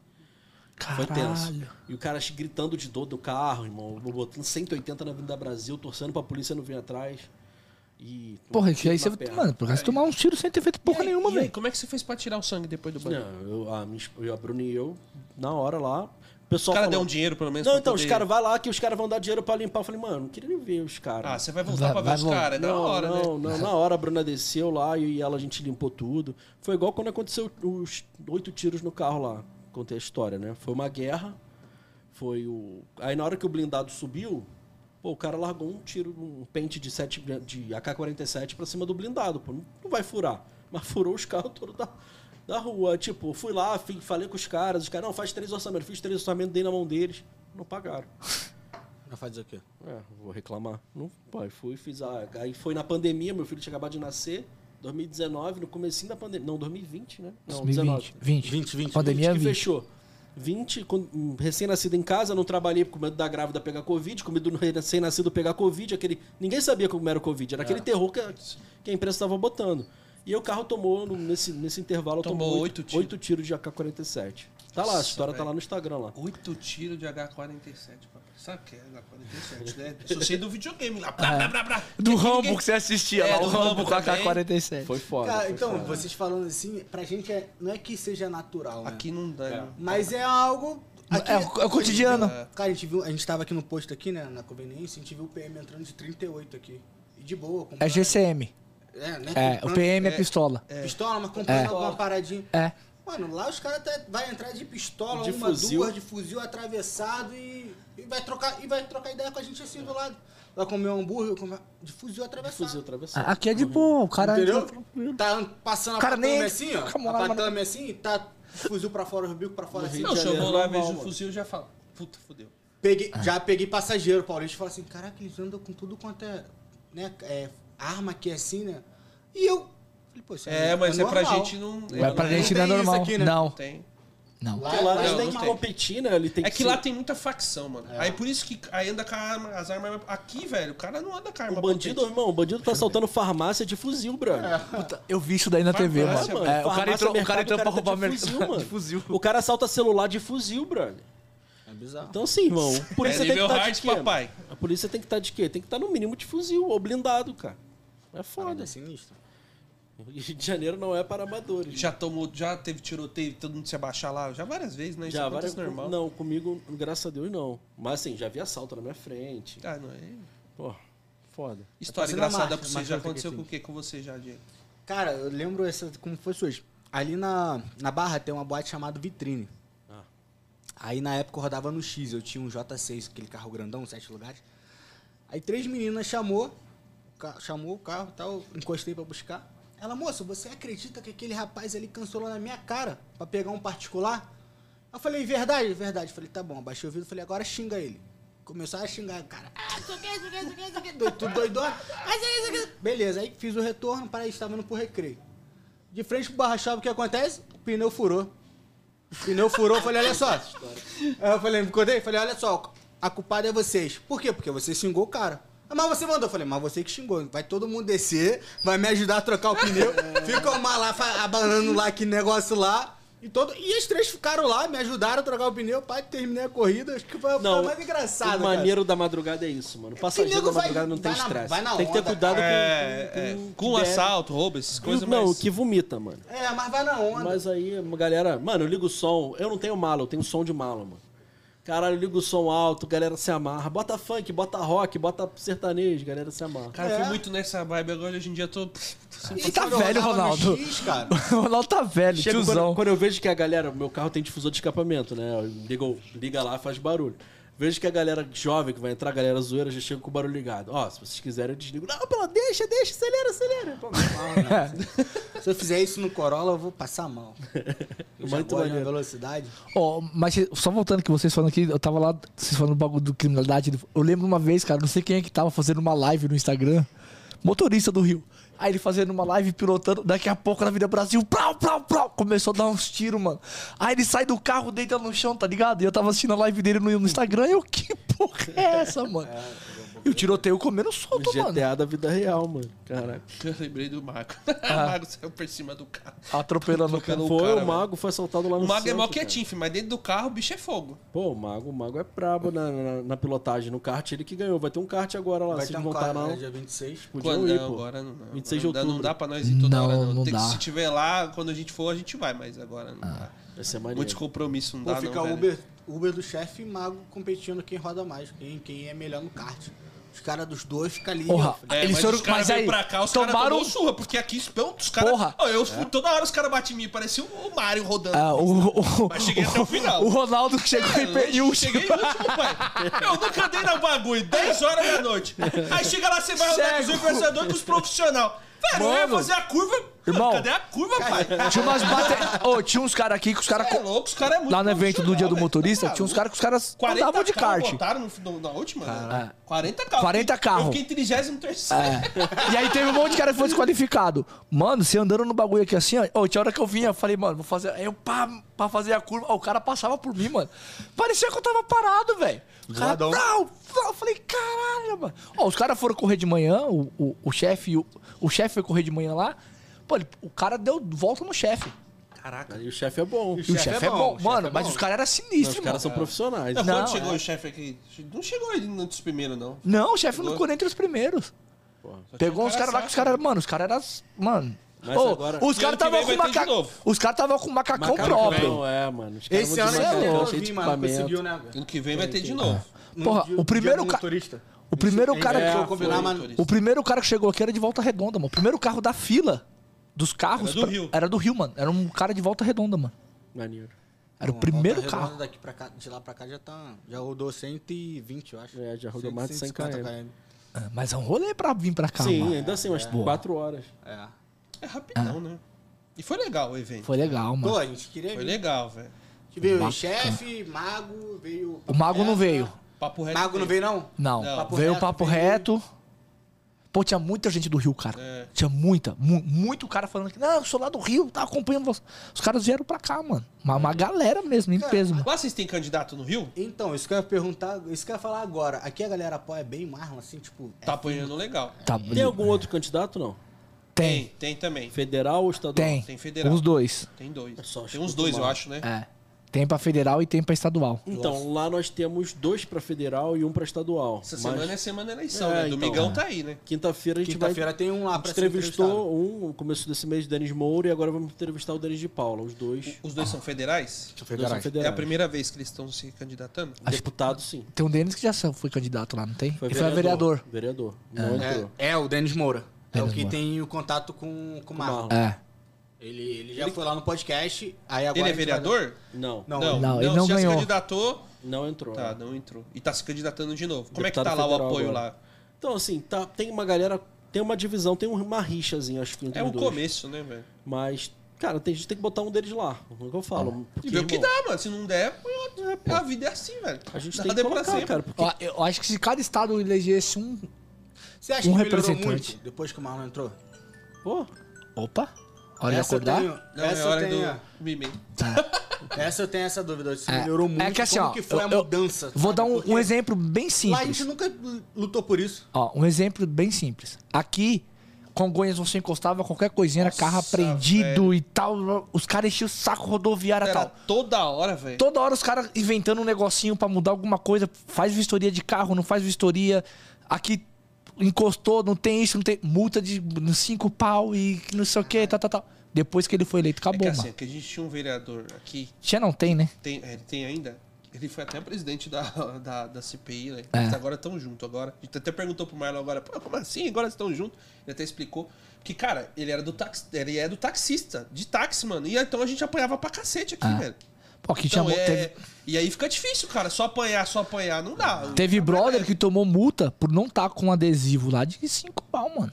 Foi tenso.
Caralho.
E o cara gritando de dor do carro, irmão, botando 180 na Avenida Brasil, torcendo pra polícia não vir atrás. E.
Porra,
um
que aí você.
tiro na perna.
Mano, por causa de tomar um tiro sem ter feito porra
E aí,
nenhuma,
e aí,
velho.
Como é que você fez pra tirar o sangue depois do banco?
Não, eu, a, minha esp- eu, a Bruna e eu, na hora lá. O
Os
pessoal.
caras deu
falou,
um dinheiro, pelo menos.
Não,
pra
então,
poder-
os caras vai lá que os caras vão dar dinheiro pra limpar. Eu falei, mano, não queria nem ver os caras.
Ah, você vai voltar pra
Vai-
ver os
vai
caras, é da
não,
hora, né?
não, não. Na hora a Bruna desceu lá eu e ela a gente limpou tudo. Foi igual quando aconteceu os oito tiros no carro lá. Contei a história, né? Foi uma guerra. Foi o. Aí na hora que o blindado subiu, pô, o cara largou um tiro, um pente de, sete, de AK-47 pra cima do blindado, pô. Não, não vai furar. Mas furou os carros todos da, da rua. Tipo, fui lá, fi- falei com os caras, os caras, não, faz três orçamentos, fiz três orçamentos, dei na mão deles. Não pagaram.
Vai fazer o quê?
É, vou reclamar. Não, pô, aí fui, fiz a. Aí foi na pandemia, meu filho tinha acabado de nascer, 2019, no comecinho da pandemia. Não, 2020, né? Não,
2020. 20.
20, 20.
Pandemia
20 que
20.
fechou. 20, quando- hum, recém-nascido em casa, não trabalhei com medo da grávida pegar Covid, com medo do recém-nascido pegar Covid, aquele. Ninguém sabia como era o Covid, era aquele terror que a, que a imprensa estava botando. E aí o carro tomou, no- nesse, nesse intervalo,
Tomou oito
tomou oito
tiros.
oito tiros de AK-47. Tá lá, a
Nossa,
história tá
velho.
lá no Instagram lá.
Oito tiros de H47, papai. Sabe o que é H47, né? Só sei do videogame lá. Blá, blá, blá, blá.
É. Do
Ninguém-
Rambo que você assistia
É,
lá,
do
o Rambo com a
também.
K-47.
Foi foda.
Cara,
foi
então,
foda.
vocês falando assim, pra gente é, não é que seja natural, né?
Aqui não dá. né?
Mas é algo. aqui-
É, o- é o cotidiano.
Cara, a gente viu. A gente tava aqui no posto aqui, né? Na conveniência, a gente viu o PM entrando de 38 aqui. E de boa, com
É GCM.
É, né?
É, o
Comprando
PM é pistola.
Pistola, mas comprando alguma paradinha.
É.
Mano, lá os caras até vai entrar de pistola,
De
uma,
fuzil.
duas de fuzil atravessado e, e vai trocar e vai trocar ideia com a gente assim do lado. Vai comer um hambúrguer comer- de fuzil atravessado.
Fuzil atravessado.
Ah, Aqui é de boa, o cara.
Entendeu? Tá passando a
Cara,
patame
nem-
assim, ó.
Calma
A
lá, mano.
patame assim, tá fuzil pra fora, o bico pra fora assim.
Não, se eu
Já-
vou
é
lá,
normal,
vejo o
mano.
fuzil e já falo. Puta, fudeu.
Peguei, já peguei passageiro paulista e falei assim, caraca, eles andam com tudo quanto é, né, é, arma aqui assim, né? E eu falei, pô, isso
É, mas é, pra
normal.
gente não.
É, pra
não
gente não é
tem isso
normal.
aqui, né?
Não,
Tem.
não.
Lá,
Porque lá
lá é
eles
não,
têm
não
que
tem.
competir, né? Ele tem
É que
ser-
lá tem muita facção, mano.
É.
Aí por isso que aí anda com a arma- as armas. Aqui, velho, o cara não anda com a arma.
O bandido,
potente.
irmão, o bandido tá assaltando farmácia de fuzil, brother.
Puta, eu vi isso daí na TV,
Farmácia,
mano.
mano.
É, o cara
Farmácia,
entrou, o
mercado,
cara entrou
o
pra
cara
roubar
tá de fuzil,
mercado de [laughs]
mano.
fuzil.
O cara assalta celular de fuzil, brother.
É bizarro.
Então assim, irmão, a
é
polícia tem que
nível
estar
hard,
de quê?
papai.
A polícia tem que estar de quê? Tem que estar no mínimo de fuzil ou blindado, cara. É foda.
Foda, sinistro.
O Rio de Janeiro não é para amadores.
Já tomou, já teve tiroteio, todo mundo se abaixar lá, já várias vezes, né? Isso
já
acontece
várias
normal.
Não, comigo, graças a Deus, não. Mas assim, já vi assalto na minha frente.
Ah, não, é-
Pô, foda.
História
Tá sendo
engraçada
a marcha,
pra você,
marcha
já
do
aconteceu com
Tequila.
o que com você já, Diego?
Cara, eu lembro essa, como fosse hoje. Ali na, na Barra tem uma boate chamada Vitrine.
Ah.
Aí na época eu rodava no X, eu tinha um J6, aquele carro grandão, sete lugares. Aí três meninas chamou, o ca- chamou o carro e tal, encostei pra buscar. Ela, moço, você acredita que aquele rapaz ali cancelou na minha cara pra pegar um particular? Eu falei, verdade, verdade. Falei, tá bom, abaixei o vidro, falei, agora xinga ele. Começaram a xingar o cara. Ah, isso aqui, isso aqui, isso aqui, isso aqui. Doi- Tudo doidona. Mas é isso aqui. Beleza, aí fiz o retorno, para aí, estava indo pro recreio. De frente pro barra-chave, o que acontece? O pneu furou. O pneu furou, eu falei, olha só. Aí eu falei, me contei? Falei, olha só, a culpada é vocês. Por quê? Porque você xingou o cara. "Ah, Mas você mandou. Eu falei, mas você que xingou. Vai todo mundo descer, vai me ajudar a trocar o pneu. Fica uma lá, fa- abanando lá aquele negócio lá. E, todo... e as três ficaram lá, me ajudaram a trocar o pneu, pai, terminei a corrida. Acho que foi a
Não,
foi a mais engraçada,
O
é cara.
maneiro da madrugada é isso, mano. O passageiro
nego
da
vai-
madrugada não tem
vai na-
estresse.
vai na
Tem que ter
onda,
cuidado com,
É,
com,
é, com
que der.
assalto, roubo, essas coisas,
Não,
mas...
o que vomita, mano.
É, mas vai na onda.
Mas aí, galera, mano, eu ligo o som. Eu não tenho mala, eu tenho som de mala, mano. Caralho, eu ligo o som alto, galera se amarra. Bota funk, bota rock, bota sertanejo, galera se amarra.
Cara, eu fui
É.
muito nessa vibe agora, hoje em dia eu tô...
Você tá
quando eu
velho,
rodava no
Ronaldo. [laughs]
X, cara,
O Ronaldo tá velho,
Chego
tiozão.
Quando, quando eu vejo que a galera, meu carro tem difusor de escapamento, né? Eu ligo- liga lá, faz barulho. Vejo que a galera jovem que vai entrar, a galera zoeira, já chega com o barulho ligado. Ó, se vocês quiserem, eu desligo. Não, pelo deixa, deixa, acelera, acelera. Pô,
É. Se eu fizer isso no Corolla, eu vou passar mal. Eu
Muito
já gosto de uma
maneiro.
velocidade.
Ó, mas cê- só voltando que vocês falando aqui, eu tava lá, vocês falando do bagulho do criminalidade. Eu lembro uma vez, cara, não sei quem é que tava fazendo uma live no Instagram, motorista do Rio. Aí ele fazendo uma live pilotando, daqui a pouco na Vida Brasil, prau, prau, prau, começou a dar uns tiros, mano. Aí ele sai do carro, deita no chão, tá ligado? E eu tava assistindo a live dele no, no Instagram e eu, que porra é essa, mano? E o tiroteio comendo solto, mano.
GTA da vida real, mano. Caraca.
[laughs] Eu lembrei do [laughs] Mago.
Ah.
o Mago saiu por cima do carro.
Atropelando o cara.
Atropelou
Foi,
cara,
o Mago foi assaltado lá Tá no
O Mago é
centro,
mó
cara.
quietinho, filho, mas dentro do carro o bicho é fogo.
Pô, o Mago, o Mago é brabo na, na- na pilotagem, no kart ele que ganhou. Vai ter um kart agora lá,
Vai
se
ter
eles
um
voltar
cara,
lá.
né, dia 26.
Podiam
Quando?
ir,
não,
pô.
agora não. não.
26 de
Agora Não dá, não
outubro.
dá pra nós ir toda
Não,
hora, não.
não
Tem
dá.
que, se tiver lá, quando a gente for, a gente vai, mas agora
Ah,
não dá.
Vai ser
Muito
maneiro.
compromisso, não
Pô,
dá,
fica
não,
o
velho.
Uber, Uber do chefe e Mago competindo quem roda mais, quem, quem é melhor no kart. Os caras dos dois ficam ali.
Porra.
ó, falei,
É,
Eles
mas
foram-
os caras
mas
veio
aí,
pra cá, os caras
tomaram- um-
tomaram surra, porque aqui pô, os caras...
Porra. É.
Ó, eu, fui- Toda hora os caras batem em mim, parecia o Mario rodando.
Ah, o, o,
Mas cheguei até o final.
o Ronaldo que chegou em
É,
pé
eu Cheguei em último, pai. Eu nunca dei no bagulho, 10 horas da noite. Aí chega lá, você vai rodar com os
Cego.
influenciadores, com os profissionais. Velho, eu ia
Mano.
fazer a curva.
Irmão.
Cadê a curva, pai?
Tinha umas bate... Ô, tinha uns caras aqui que os caras.
É louco, os caras é muito
Lá no evento do
profissional,
dia do
velho.
motorista,
Tá
tinha uns
maluco.
caras que os caras
40
andavam de
carro
kart.
botaram no, no- na última?
Caraca.
né? 40 carros.
40 carro.
Eu fiquei em 33
E aí teve um monte de cara que foi desqualificado. Mano, você andando no bagulho aqui assim, ó. Ô, tinha hora que eu vinha, eu falei, mano, vou fazer. Aí eu pá, pra fazer a curva. Ó, o cara passava por mim, mano. Parecia que eu tava parado, velho. O cara.
Zoadão.
Prau, prau. eu falei, caralho, mano. Ó, os caras foram correr de manhã, o, o, o chefe. O, o chefe foi correr de manhã lá. Pô, ele- o cara deu volta no chefe.
Aí o chefe é bom.
E o chefe é bom.
o chefe
Mano,
é
mas
bom.
os caras eram
Os
sinistros, mano.
caras são
[laughs]
profissionais.
Não,
Não,
quando chegou
é.
o chefe aqui, não chegou ele nos primeiros, não.
Não, o chefe não ficou nem entre os primeiros.
Só tinha um
Pegou uns
cara
caras lá que os caras, mano, os caras eram. Mano.
Mas
Ô,
agora-
os
E
caras
ano que
estavam com
vem vai ter de
maca...
novo.
Os caras estavam com macacão
Macacão,
próprio.
é, mano. Os caras
Esse
vão
ano
desmacacão, cheio
eu
de
vi, mano.
equipamento.
Conseguiu, né? velho?
Ah.
Ano que vem vai ter de novo.
No
Porra,
dia-
o
no dia
primeiro
do
ca-
motorista.
O primeiro cara
é,
que
foi combinar, mas-
motorista.
O primeiro cara que chegou aqui era de Volta Redonda, mano. O primeiro carro da fila dos carros
Era do
pra-
Rio.
era do Rio, mano. Era um cara de Volta Redonda, mano.
Maneiro.
Era o
Não, a
primeiro
Volta Redonda
carro.
Daqui pra cá, de lá pra cá já tá. Já rodou 120, eu acho.
É, já rodou mais de 100
150
É, Mas é um rolê pra vir pra cá,
Sim,
mano.
ainda assim, umas
Boa.
4 horas.
É.
É rapidão,
Ah.
né? E foi legal o evento. Foi,
Foi legal, mano.
Pô, a gente queria vir.
legal, velho.
Que Veio
Bacana.
o chefe, mago, veio.
O Mago não veio.
Papo reto.
Mago não veio, não?
Não.
é, Não. Papo
veio o
reto,
papo
veio-
reto. Pô, tinha muita gente do Rio, cara.
É.
Tinha muita. mu- muito cara falando que, não, eu sou lá do Rio, tá acompanhando você. Os caras vieram pra cá, mano. Uma, uma galera mesmo, em peso, mano.
Lá vocês têm candidato no Rio?
Então, isso que eu ia perguntar, isso que eu ia falar agora. Aqui a galera apoia bem Marlon, assim, tipo.
É.
Tá apanhando legal.
Tá,
Tem algum outro candidato, não?
Tem,
Tem também.
Federal ou estadual?
tem.
Tem federal.
Os dois.
Tem dois.
É só
tem uns
escuto
dois, eu
mal.
acho, né?
É. Tem pra federal e tem pra estadual.
Então, lá nós temos dois pra federal e um pra estadual.
Essa
Mas
semana é semana da eleição,
É,
né?
então.
Domingão tá aí, né?
Quinta-feira a gente vai...
Quinta-feira tem um
A
lá
gente
pra ser entrevistado.
entrevistou um no começo desse mês, Denis Moura, e agora vamos entrevistar o Denis de Paula. Os dois,
Os dois são federais?
dois são federais.
É a primeira vez que eles estão se candidatando?
Deputado, sim.
Tem um deles que já foi candidato lá, não tem? Ele foi vereador.
Vereador. Não entrou.
É, é, o Denis Moura. É
Denis
o que
Moura.
tem o contato com, com o Marlon.
Marlon.
É.
Ele, ele já foi lá no podcast,
Ele
aí agora...
é
a gente vai-
vereador?
Não, não,
Não,
não,
Não, ele não
já
ganhou.
se candidatou.
entrou.
Tá, não entrou. E tá se candidatando de novo. Como é que tá
Deputado
lá o
federal
apoio
agora.
lá?
Então, assim, tá, tem uma galera... Tem uma divisão, tem uma rixazinha, acho que entre
É
os
o
dois.
começo, né, velho?
Mas, cara, tem gente que tem que botar um deles lá. É o que eu falo.
E
Porque,
vê o que
irmão,
dá, mano. Se não der, põe outro. a vida é assim, velho.
A gente
Nada
tem que
é pra
colocar,
sempre.
cara. Porque
Ó, Eu acho que se cada estado elegesse um.
Você acha
Um
que melhorou
representante.
muito depois que o Marlon entrou?
Pô,
Opa! Hora de
essa
acordar?
eu tenho,
Não,
essa,
é hora
eu tenho,
do mimim.
essa eu tenho essa dúvida, se
É,
melhorou
é
muito,
que assim,
como
ó,
que foi
eu-
a
eu
mudança?
Vou
sabe?
dar um,
Porque
um exemplo bem
Lá a gente
simples.
nunca lutou por isso.
Ó, um exemplo bem simples. Aqui, Congonhas você encostava, qualquer coisinha era carro apreendido e tal. Os caras enchiam o saco rodoviário e
Era
tal.
toda hora, velho.
tá. Toda hora os caras inventando um negocinho pra mudar alguma coisa. Faz vistoria de carro, não faz vistoria. Aqui encostou, não tem isso, não tem. Multa de cinco pau e não sei o que, tal, tal, tal. Depois que ele foi eleito,
É
acabou,
que
mano.
assim, que a gente tinha um vereador aqui,
Já não tem, né?
tem, ele tem ainda. Ele foi até presidente da, [laughs] da, da CPI, né?
É.
Eles agora estão junto agora. A gente até perguntou pro Marlon agora, Pô, como assim? Agora eles estão junto. Ele até explicou. Que, cara, ele era do taxi, ele é do taxista, de táxi, mano. E então a gente apanhava pra cacete aqui, velho.
Pô, aqui
Então,
tinha.
é...
Teve,
E aí fica difícil, cara. Só apanhar, só apanhar, não dá.
Teve brother que tomou multa por não tá com adesivo lá de 5 pau, mano.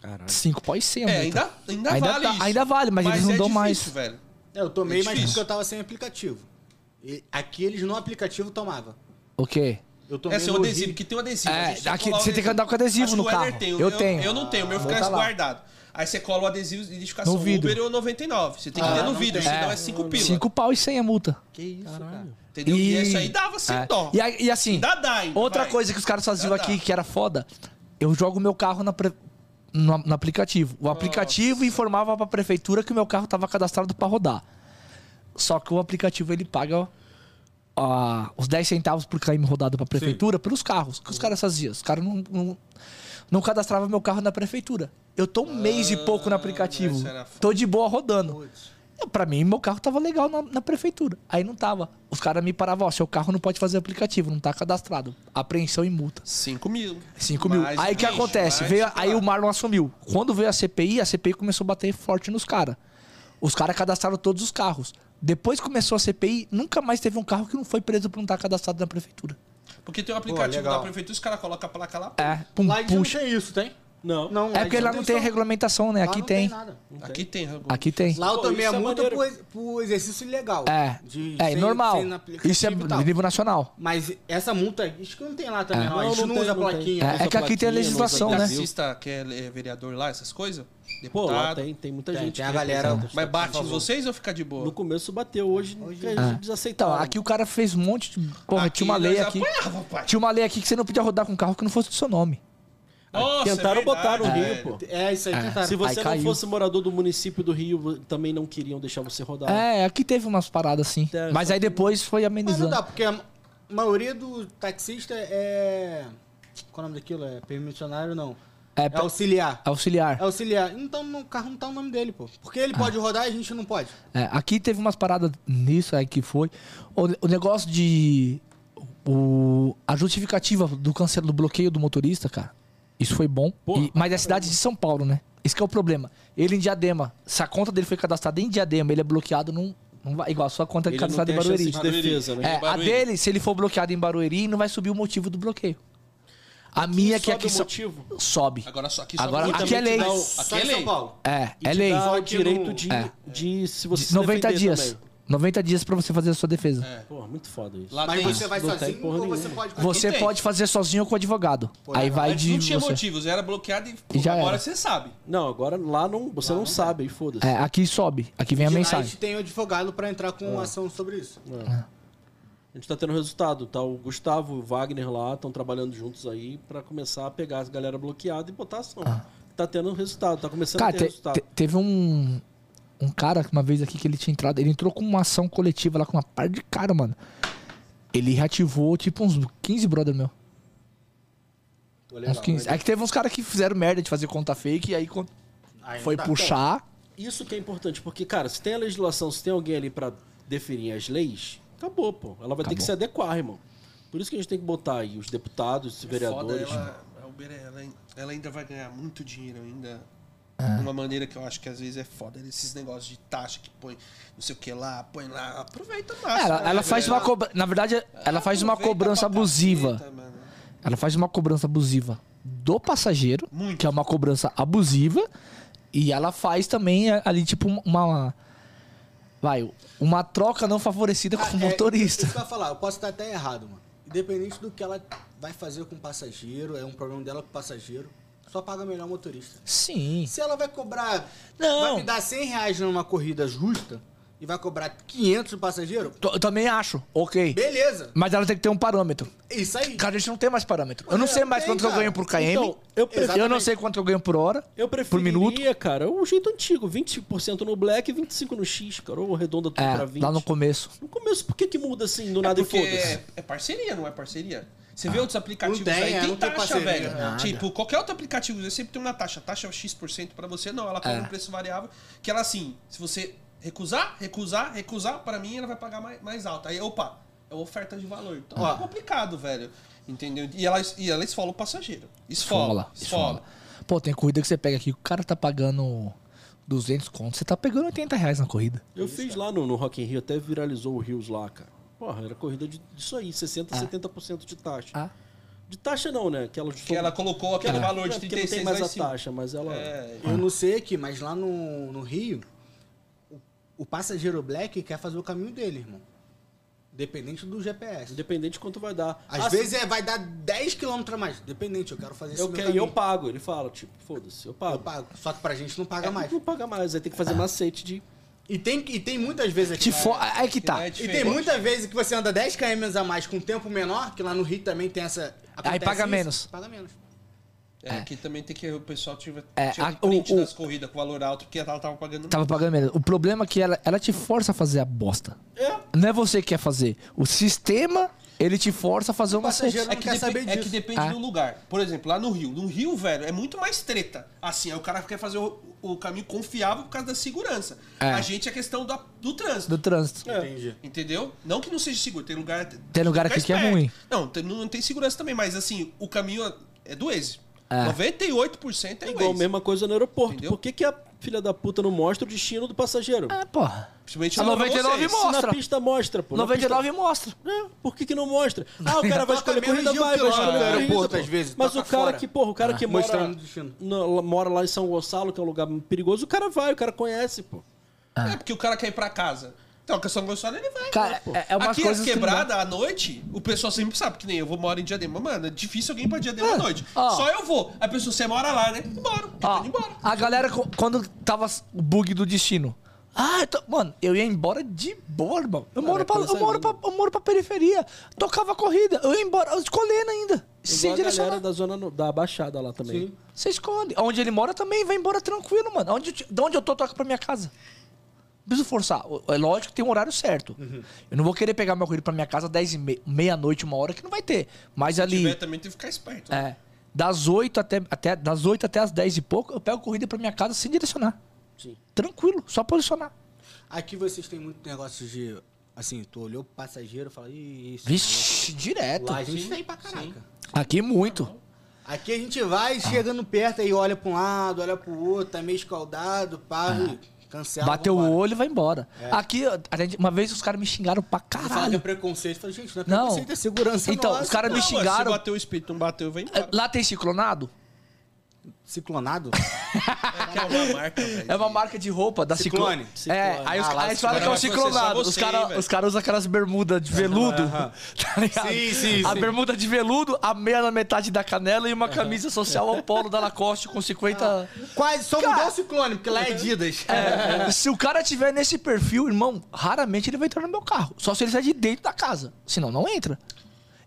Caralho.
5 pau e 100 a
É,
multa.
ainda, ainda,
Ainda
vale
tá-
isso.
ainda vale, mas eles não
é
dão
difícil,
mais.
velho.
É, Eu tomei,
É
mas
difícil.
porque eu tava sem aplicativo. E aqui eles no aplicativo tomava.
O quê?
Eu tomei
É, seu
no
adesivo,
Rio.
que tem um adesivo.
É,
A gente
aqui
colar o
você tem que andar com adesivo
Acho
no
que o Éder
carro.
tem,
eu,
eu-
tenho.
Eu não tenho, o meu fica
tá lá.
guardado. Aí você cola o adesivo de identificação
No vidro.
Uber ou 99. Você tem que
Ah,
ter no
não
vidro,
tem.
senão
É.
é 5 pila.
5 pau e 100 a multa.
Que isso, cara?
Entendeu? E...
E-
isso aí dava sem
É.
dó.
E, a- e assim,
Ainda dá ainda,
outra
vai.
coisa que os caras faziam
Ainda
aqui
dá.
que era foda, eu jogo meu carro na pre- no, no aplicativo. O aplicativo informava pra prefeitura que o meu carro tava cadastrado pra rodar. Só que o aplicativo ele paga ó, os 10 centavos por km rodado pra prefeitura pelos carros. O que os caras faziam? Os caras não, não, não cadastravam meu carro na prefeitura. Eu tô um mês e pouco no aplicativo.
isso Ah, era foda.
Tô de boa rodando. Eu, Pra mim, meu carro tava legal na, na prefeitura. Aí não tava. Os caras me paravam, ó, seu carro não pode fazer aplicativo, não tá cadastrado. Apreensão e multa.
5 mil.
5 mil.
Mais
Aí o que
bicho,
acontece?
mais
Veio,
bicho,
aí
cara.
o Marlon assumiu. Quando veio a CPI, a CPI começou a bater forte nos caras. Os caras cadastraram todos os carros. Depois começou a CPI, nunca mais teve um carro que não foi preso por não estar cadastrado na prefeitura.
Porque tem um aplicativo da
legal.
prefeitura, os caras colocam a placa lá.
É, pum,
Lá a gente não
puxa.
tem isso, tem?
não.
É porque lá não tem
isso.
regulamentação, né?
Lá
Aqui
não tem.
tem.
nada.
Aqui tem, Rango.
Aqui né? tem.
Lá eu
Pô,
tomei
isso
a
é
multa
maneiro.
por, ex- por exercício ilegal.
É,
De-
é
sem-
normal.
sem aplicativo
Isso é
e tal.
nível nacional.
Mas essa multa, acho que não tem lá também.
É.
Não, a
Não,
gente
não
não,
tem,
usa
não tem.
plaquinha.
É, é que aqui tem a legislação, né?
Taxista que é le- vereador lá, essas coisas?
Pô, lá
Deputado.
tem, tem muita
Tem,
gente.
tem a
que
galera-
representa.
Tá,
Mas bate em vocês ou fica de boa?
No começo bateu, hoje, hoje é
Então,
desaceitável.
aqui o cara fez um monte de. Porra, tinha uma lei
nós
aqui.
apanhava, pai.
Tinha uma lei aqui que você não podia rodar com um carro que não fosse do seu nome.
Nossa, é
Tentaram botar no
verdade,
Rio,
velho.
pô.
É, isso aí tentaram.
Se
Aí
você não
caiu.
fosse morador do município do Rio, vo- também não queriam deixar você rodar.
É, aqui teve umas paradas assim.
É,
Mas aí depois foi
Mas não
amenizando.
dá, porque a ma- maioria do taxista é. Qual é o nome daquilo? É permissionário, não.
É,
É,
pe-
auxiliar.
Auxiliar.
É auxiliar. Então no carro não tá o nome dele, pô. Porque ele
Ah.
pode rodar e a gente não pode.
É, aqui teve umas paradas nisso aí que foi. O, o negócio de. O, a justificativa do cancelo do bloqueio do motorista, cara, isso foi bom. E- mas é a cidade de São Paulo, né? Esse que é o problema. Ele em Diadema, se a conta dele foi cadastrada em Diadema, ele é bloqueado, não, não vai. Igual a sua conta é
Ele não
cadastrada
tem
em
a chance
Barueri.
de defesa, né?
É, a
Barueri.
dele, se ele for bloqueado em Barueri, não vai subir o motivo do bloqueio. A minha, que
Sobe
aqui
o
so-
motivo.
sobe.
Agora só aqui
Agora,
só
E
aqui
também
é
te
lei.
dá o-
Aqui é lei.
É,
e
é
te
lei.
dá o
Só que
direito
não-
de,
é.
de se você se
90
defender
dias.
também. É.
90 dias pra você fazer a sua defesa.
Pô, muito foda isso.
Lá
Mas
Ah, tem-
você vai
Não tem
sozinho
porra
ou você
nenhuma.
pode...
Você
tem.
pode fazer sozinho ou com o advogado.
é,
Aí vai
Antes
de
não tinha
você.
motivos, era bloqueado e,
E já
agora
era.
você sabe.
Não, agora lá não, você não sabe, aí foda-se.
É, aqui sobe. Aqui vem a
A
mensagem. Ah.
gente tem o advogado pra entrar com ação sobre isso.
A gente tá tendo resultado, tá? O Gustavo e o Wagner lá estão trabalhando juntos aí pra começar a pegar as galera bloqueada e botar ação. Tá tendo resultado, tá começando
Ah. Cara,
a ter
te-
resultado.
te- teve um. Um cara, uma vez aqui que ele tinha entrado, ele entrou com uma ação coletiva lá com uma par de cara, mano. Ele reativou, tipo, uns 15 brother meu. uns 15. É que teve uns caras que fizeram merda de fazer conta fake, e aí quando foi
tá
puxar.
Isso que é importante, porque, cara, se tem a legislação, se tem alguém ali pra definir as leis, acabou, pô. Ela vai ter que se adequar, irmão. Por isso que a gente tem que botar aí os deputados, os vereadores.
É Foda, né, ela, a Uber, ela, ela ainda vai ganhar muito dinheiro ainda.
É.
De uma maneira que eu acho que às vezes é foda. Esses negócios de taxa que põe não sei o que lá, põe lá. Aproveita o máximo.
Ela,
né,
ela faz
velho?
uma cobra... Na é verdade, ela faz uma
Aproveita
cobrança
pra caceta,
abusiva.
mano.
Ela faz uma cobrança abusiva do passageiro,
Muito.
que é uma cobrança abusiva, e ela faz também a- ali, tipo, uma. Vai, uma troca não favorecida com o
É,
motorista.
[laughs] Isso que eu ia falar, eu posso estar até errado, mano. Independente do que ela vai fazer com o passageiro, é um problema dela com o passageiro, só paga melhor o motorista.
Sim.
Se ela vai cobrar,
Não.
vai me dar 100 reais numa corrida justa e vai cobrar 500 do passageiro,
T- Eu também acho, ok.
beleza.
Mas ela tem que ter um parâmetro.
É Isso aí.
Cara, a gente não tem mais parâmetro. Eu não
É,
sei
não
mais
tem,
quanto que eu
cara.
ganho por KM.
Então, eu
eu,
prefiro-
não sei quanto eu ganho por hora.
Eu preferiria, cara, o jeito antigo, 25% no black e 25% no X, cara. Ou arredonda tudo
É,
pra 20.
lá no começo.
No começo, por que que muda assim, do
É
nada e
porque
foda-se?
é, é parceria, não é parceria? Você vê outros aplicativos
Não tem,
aí,
é,
tem
não tem
taxa,
parceria,
velho.
nada.
Tipo, qualquer outro aplicativo, você sempre tem uma taxa. Taxa é o X% pra você, não. Ela cobra um preço variável, que ela assim, se você recusar, recusar, recusar, pra mim ela vai pagar mais, mais alto. Aí, opa, é oferta de valor. Então
Ó.
é complicado, velho. Entendeu? E ela, e ela esfola o passageiro. Esfola,
Esfola,
esfola.
esfola. Pô, tem corrida que você pega aqui, o cara tá pagando 200 conto, você tá pegando 80 reais na corrida.
Eu fiz lá no, no Rock in Rio, até viralizou o Rios lá, cara. Porra, era corrida de, disso aí, 60%, 70% de taxa.
Ah.
De taxa não, né? Que ela,
Que ela colocou aquele valor de
É, porque não
36 lá
tem mais
em
a
cima.
taxa, mas ela...
É,
Eu não sei aqui, mas lá no, no Rio, o, o passageiro black quer fazer o caminho dele, irmão. Dependente do GPS.
Independente de quanto vai dar.
Às
Ah,
vezes é, vai dar 10 km a mais. Dependente, eu quero fazer esse
Eu,
meu
quero, e
caminho.
eu pago, ele fala, tipo, foda-se, eu pago.
Eu pago. Só que pra gente não paga
É,
mais. É
Não paga mais, aí tem que fazer macete de.
E tem, e tem muitas vezes aqui.
Te fo... Aí que tá.
é
E
diferente.
tem muitas vezes que você anda 10 km a mais com tempo menor, que lá no Rio também tem essa. acontece
paga menos.
Paga menos.
É, que também tem que o pessoal tira,
É,
tira
a-
print
o- Tá. o-
das corridas com valor alto, porque ela tava pagando
Tava pagando menos. O problema é que ela, ela te força a fazer a bosta. Não é você que quer fazer. O sistema, ele te força a fazer uma
passageiro
macete.
não quer
depe-
saber
é que
disso.
depende
Ah.
do lugar. Por exemplo, lá no Rio. No Rio, velho, é muito mais treta. Assim, aí o cara quer fazer o, o caminho confiável por causa da segurança. A gente é questão da- do trânsito.
Do trânsito.
Entendi.
Entendeu? Não que não seja seguro. Tem lugar.
Tem lugar aqui que é
esperto.
ruim.
Não, tem- não tem segurança também, mas assim, o caminho é- é do Waze. 98% é
É igual a
Waze.
mesma coisa no aeroporto.
Entendeu?
Por que, que a filha da puta não mostra o destino do passageiro?
É, porra.
Principalmente
A
na
99
vocês.
mo-
Se
mostra.
na pista mostra, pô. na
99 mostra.
pista- É, por que, que não mostra? Ah, o
[laughs]
cara vai
Toca
escolher
menos
corrida,
de um
vai, vai
quilômetro
escolher
no
corrida,
aeroporto,
pô.
às vezes,
Mas o
toca
cara
fora. É.
que, porra, o cara que mora,
mostrando o destino.
no- mora lá em São Gonçalo, que é um lugar perigoso, o cara vai, o cara conhece, pô.
É porque o cara quer ir pra casa. Então, que São Gonçalo ele vai.
Ah. Cara,
né, pô?
é- é umas
Aqui
coisas
as
que não dá.
quebradas à noite, o pessoal sempre sabe que nem eu vou morar em Diadema. Mano, é difícil alguém ir pra Diadema à noite.
Ah, ó.
Só eu vou. A pessoa, você mora lá, né? Bora. Tá
Ó,
indo embora.
a galera, co- quando tava s- o bug do destino. Ah, eu tô- mano, eu ia embora de boa, irmão. Eu moro,
é
pra,
coisa
eu, moro pra,
linda.
eu moro pra periferia. Tocava corrida. Eu ia embora, eu escolhendo ainda.
Igual
Sem
a galera
direcionar.
da zona no- da Baixada lá também.
Você escolhe. Onde ele mora também vai embora tranquilo, mano. Onde, eu ti- de onde eu tô, toca pra minha casa. Não preciso forçar. O- É lógico que tem um horário certo.
Uhum.
Eu não vou querer pegar meu corrido pra minha casa 10 e meia, meia-noite, uma hora, que não vai ter. Mas
Se
ali,
tiver
tá
também tem que ficar esperto. né?
é, das 8 até, até, das 8 até as 10 e pouco, eu pego corrida pra minha casa sem direcionar.
Sim.
Tranquilo, só posicionar.
Aqui vocês têm muito negócio de Assim, tu olhou pro passageiro e fala, "Ih, isso. é
Vixe,
maluco."
direto.
Lá a gente Tá tem pra caraca.
Aqui muito.
Aqui a gente vai chegando perto aí, olha pra um lado, olha pro outro, tá meio escaldado, pá, cancela.
É. Bateu o
vambora.
olho e vai embora.
É.
Aqui, a gente- uma vez os caras me xingaram pra
Fala que é
caralho.
preconceito. Fala, gente, não é
Não.
preconceito, é segurança.
Então,
nossa.
os caras me
Não, mas Se
xingaram. É,
bateu o espírito, não bateu, vem embora.
Lá tem ciclonado?
Ciclonado?
É que é uma marca, velho.
[laughs] É uma marca de roupa da Ciclone.
Ciclone.
É, aí os,
Ah, lá,
aí eles
Ciclone
falam que é um
vai processar
ciclonado. Os
você,
caras
hein, velho.
os cara usam aquelas bermudas de veludo. [laughs] Tá ligado?
Sim, sim,
A
sim.
bermuda de veludo, a meia na metade da canela e uma camisa social ao polo da Lacoste com 50.
Quase, só
Cara-
mudou o ciclone, porque lá é Adidas.
É, se o cara tiver nesse perfil, irmão, raramente ele vai entrar no meu carro. Só se ele sair de dentro da casa. Senão não entra.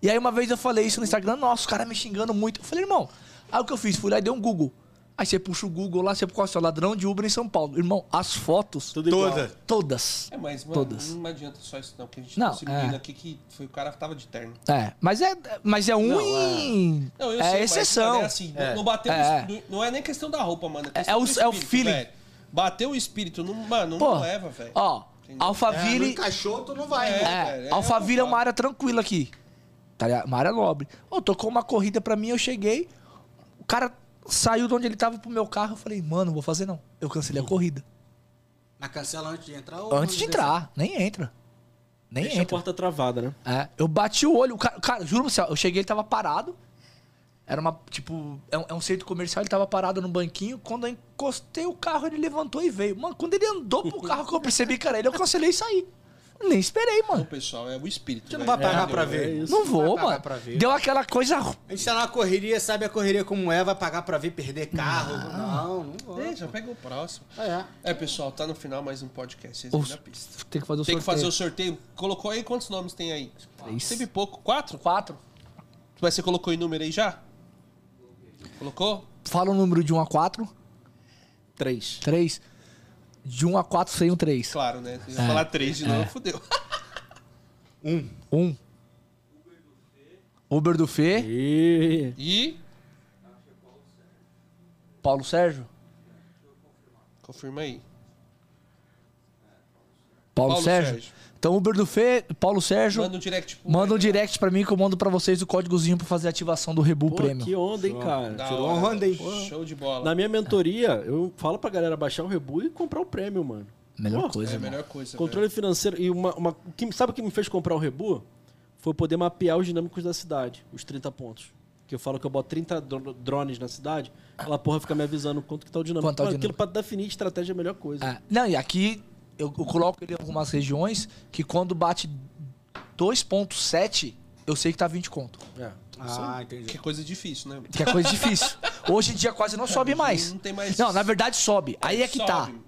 E aí uma vez eu falei isso no Instagram, nossa, os caras me xingando muito. Eu falei, irmão, aí o que eu fiz? Fui lá e dei um Google. Aí você puxa o Google lá, você coloca, ó, ladrão de Uber em São Paulo. Irmão, as fotos,
Tudo igual. Toda.
todas.
É, mas, mano,
Todas.
não adianta só isso não, porque a gente
Não,
conseguiu seguindo
é.
aqui que foi o cara que tava de terno.
É, mas é, mas é um em...
Não, eu
é
sei, mas,
exceção.
mano, é assim, não- não bateu o
É.
espí- Não é nem questão da roupa, mano.
É-
questão
é o-
do
é o
espírito,
feeling.
velho. Bateu o espírito, não, mano,
Pô,
não leva, velho.
ó,
Entendeu?
É, não
Alphaville...
encaixou, tu não vai.
É.
né?
É,
velho, é
Alphaville é uma
complicado.
área tranquila aqui. Tá ligado? Uma área nobre. Ô, tocou uma corrida pra mim, eu cheguei. O cara saiu de onde ele tava pro meu carro. Eu falei, mano, não vou fazer não. Eu cancelei a corrida.
Mas cancela antes de entrar ou
Antes de entrar, nem entra. Nem
Deixa a
entra.
porta travada, né?
É, eu bati o olho. O cara, cara, juro pra você, ó, eu cheguei, ele tava parado. Era uma, tipo, é um, é um centro comercial, ele tava parado no banquinho. Quando eu encostei o carro, ele levantou e veio. Mano, quando ele andou pro carro que eu percebi, cara, ele, eu cancelei e saí. Nem esperei,
O
mano.
pessoal é o espírito.
gente não
velho.
vai pagar
Entendeu?
pra
É
ver.
isso.
Não vou,
vai pagar
mano.
pra ver.
Deu aquela coisa
A gente tá na correria, sabe a correria como é, vai pagar pra ver perder carro. Não, não vou.
É
Deixa, pega o próximo.
É.
É, pessoal, tá no final mais um podcast. Vocês
Os-
viram a pista.
Tem que fazer o
Tem
sorteio.
que fazer o sorteio. Colocou aí quantos nomes tem aí?
Três.
Teve pouco. Quatro?
Quatro.
Mas você colocou em número aí já? Colocou?
Fala o número de 1 a 4.
Três.
3. De 1 a 4 sem um 3.
Claro, né? Se eu falar três de novo,
É.
fudeu.
1. Uber do Fê.
E...
E.
Paulo Sérgio.
Confirma aí.
Paulo,
Paulo
Sérgio.
Sérgio.
Então, Uber do Fê, Paulo Sérgio.
Manda
Manda,
um direct pro.
um direct pra mim que eu mando pra vocês o códigozinho pra fazer a ativação do Rebu
Pô,
um Prêmio.
que onda, hein, cara? um
Da
Tirou
hora.
uma onda, hein?
Show de bola.
Na minha mentoria, eu falo pra galera baixar o Rebu e comprar o prêmio, mano.
Melhor
Pô,
coisa,
É a
mano.
melhor coisa.
Controle financeiro e uma. uma- o que- sabe o que me fez comprar o Rebu? Foi poder mapear os dinâmicos da cidade, os 30 pontos. Que eu falo que eu boto 30 dro- drones na cidade, ela porra fica me avisando quanto que tá o dinâmico.
Quanto tá o
Mano, Aquilo
dinâmico.
pra definir estratégia é a melhor coisa.
Ah, não, e aqui eu, eu coloco ele em algumas regiões que quando bate 2.7, eu sei que tá 20 conto.
É.
Ah, entendi.
Que coisa difícil, né?
Que é
[laughs]
coisa difícil. Hoje em dia quase não sobe mais.
não tem mais
Não,
isso.
na verdade sobe. Aí é que tá.
Sobe.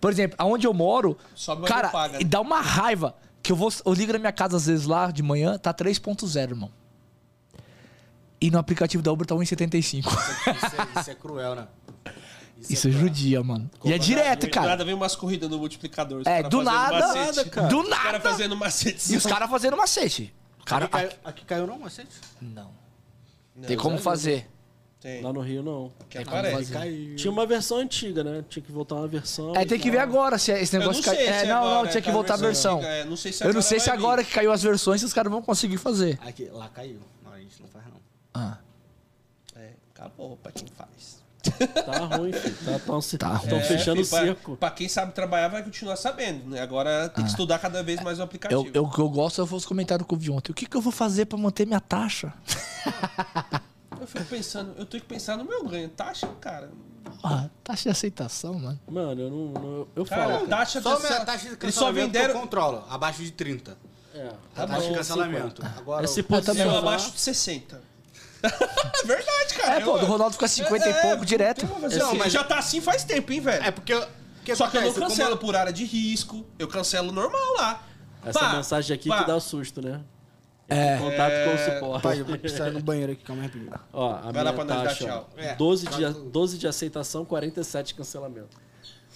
Por exemplo, aonde eu moro,
Sobe, mas
cara,
não paga, né?
e dá uma raiva que eu vou eu ligo na minha casa às vezes lá de manhã, tá 3.0, irmão. E no aplicativo da Uber tá 1,75.
Isso é, isso é cruel, né?
é
[laughs] Isso é
cruel.
judia, mano. E é direto,
Do
cara.
nada vem umas corridas no multiplicador. os
É,
cara
do
fazendo
nada,
macete.
do
Os cara
nada.
fazendo macete.
E os caras fazendo macete. Cara,
Aqui caiu, aqui caiu não, macete?
não.
é- Não,
Tem como fazer.
Tem.
É, Lá no Rio, não.
é
Que aparece.
Caiu.
Tinha uma versão antiga, né? Tinha que voltar uma versão.
É, tem que ver agora se esse
Eu não
negócio
sei
cai- É,
se
não,
agora
não, tinha que
tá
voltar a versão.
antiga, é, não sei se
Eu não sei se
vai vir.
agora que caiu as versões, se os caras vão conseguir fazer.
Aqui, lá caiu. Não, a gente não faz não.
Ah.
É, acabou pra quem faz.
Tá ruim, filho. Tá, tão,
Tá
tão
ruim.
É,
fechando o
filho, pra-
cerco.
Pra quem sabe trabalhar, vai continuar sabendo, né? Agora tem que estudar cada vez mais o aplicativo.
Ah. Eu, eu, o que eu gosto foi os comentários que eu vi ontem. O que, que eu vou fazer pra manter minha taxa? [laughs]
Eu fico pensando, eu tenho que pensar no meu ganho. Taxa, cara.
Porra, Ah, taxa de aceitação, mano.
Mano, eu não. não- eu
Cara,
falo. cara.
taxa
Só a
dessa-
minha taxa de
Eles só
cancelamento que eu
venderam. Tá
controlo, abaixo de 30.
É.
a taxa de cancelamento. tá Agora,
É se
o- Tá
Só
posicionar.
abaixo de 60. É [laughs] verdade, cara.
É, pô,
Eu- É,
do Ronaldo fica 50 e pouco
não
direto.
tem como fazer
Não,
assim.
mas-
já tá assim faz tempo, hein, velho?
é porque... eu- que
Só que eu não
acontece? Como-
cancelo por área de risco, eu cancelo normal lá.
Essa
Pá,
mensagem aqui
pá.
que dá o susto, né?
É.
Contato com o
Pai, eu
suporte.
vou precisar ir no banheiro aqui, calma rapidinho. um
Ó, a
Vai
minha
lá pra nós dar
taxa,
tchau.
ó,
É,
12,
tá
de,
tudo.
12 de aceitação, 47 de cancelamento.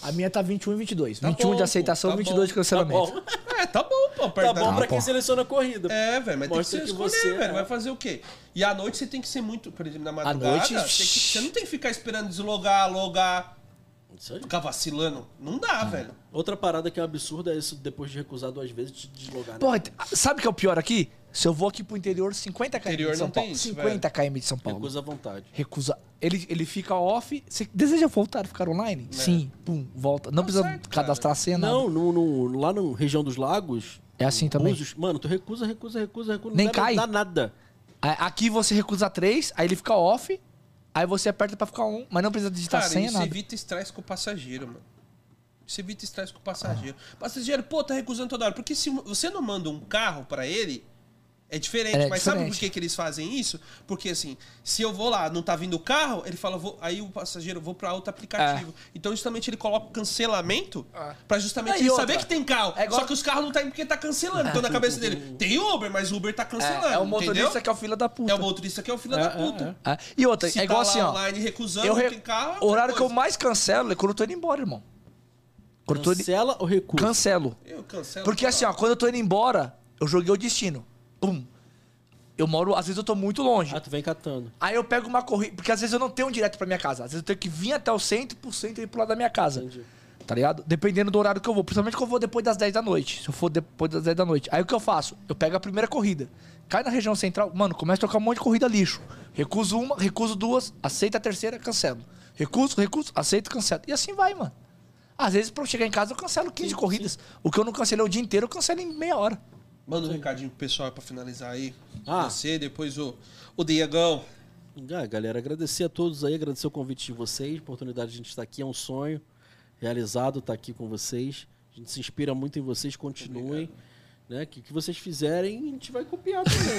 A minha tá 21 e 22.
Tá
21
bom,
de aceitação,
pô, tá
22 de
Tá
cancelamento.
bom.
É, tá bom, pô.
Tá
perto da-
bom pra quem
pô.
seleciona a corrida.
É, velho, mas tem
Mostra
que
que
ser escolher,
você-
velho.
é.
Vai fazer o quê? E à noite você tem que ser muito, por exemplo, na madrugada,
noite-
tem que- você não tem que ficar esperando deslogar, logar.
um- Isso aí.
Ficar vacilando. Não dá,
Hum.
velho.
Outra parada que é um absurdo é isso depois de recusar duas vezes de deslogar. né?
Porra, sabe o que é o pior aqui? Se eu vou aqui pro interior, 50 km
Interior
de São
não tem
Paulo.
isso,
50 km de São Paulo.
Recusa à vontade.
Recusa. Ele, ele fica off. Você deseja voltar e ficar online? Sim. Pum, volta. Não
É.
precisa
Tá certo, cara.
cadastrar a senha, nada.
Não, no, no- lá na região dos lagos.
É assim também?
Búzios, mano, tu recusa, recusa, recusa, recusa.
Nem
não
cai?
Não dá nada.
A- Aqui você recusa três, aí ele fica off. Aí você aperta pra ficar um, mas não precisa digitar
Cara,
senha,
isso
nada.
Tá evita estresse com o passageiro, mano. Isso evita estresse com o passageiro.
Ah.
Passageiro, pô, tá recusando toda hora. Porque se você não manda um carro pra ele, é diferente.
É
Mas sabe por
diferente.
que, que eles fazem isso? Porque assim, se eu vou lá, não tá vindo o carro, ele fala, vou- aí o passageiro, vou pra outro aplicativo. Então justamente ele coloca o cancelamento pra justamente
Ah, e
ele
outra?
saber que tem carro.
É igual- Ah.
Só que os carros não tá indo porque tá cancelando. Então na cabeça
[laughs]
dele, tem Uber, mas Uber tá cancelando.
É, é o motorista
entendeu?
que é o filho da puta.
É o motorista que é o filho da puta.
É. E outra,
Se
é igual
tá lá
assim, ó.
online recusando,
eu
não
re-
tem carro, é outra
O horário que eu
coisa.
mais cancelo é quando eu tô indo embora, irmão. Quando eu tô indo-
Cancela ou recusa?
Cancelo.
Eu cancelo.
Porque assim, ó, quando eu tô indo embora, eu joguei o destino. Pum. Eu moro, às vezes eu tô muito longe.
Ah, tu vem catando.
Aí eu pego uma corrida, porque às vezes eu não tenho um direto pra minha casa. Às vezes eu tenho que vir até o centro e pro centro e ir pro lado da minha casa. Tá ligado? Dependendo do horário que eu vou. Principalmente que eu vou depois das 10 da noite. Se eu for depois das 10 da noite. Aí o que eu faço? Eu pego a primeira corrida. Cai na região central, mano, começa a trocar um monte de corrida lixo. Recuso uma, recuso duas, aceito a terceira, cancelo. Recuso, recuso, aceito, cancelo. E assim vai, mano. Às vezes, pra eu chegar em casa, eu cancelo 15 corridas. O que eu não cancelei o dia inteiro, eu cancelo em meia hora.
Manda um recadinho pro pessoal pra finalizar aí.
Ah.
Você, depois o, o Diegão.
Ah, galera, agradecer a todos aí, agradecer o convite de vocês, a oportunidade de a gente estar aqui, é um sonho realizado estar aqui com vocês. A gente se inspira muito em vocês, continuem. Né? Que que vocês fizerem, a gente vai copiar também.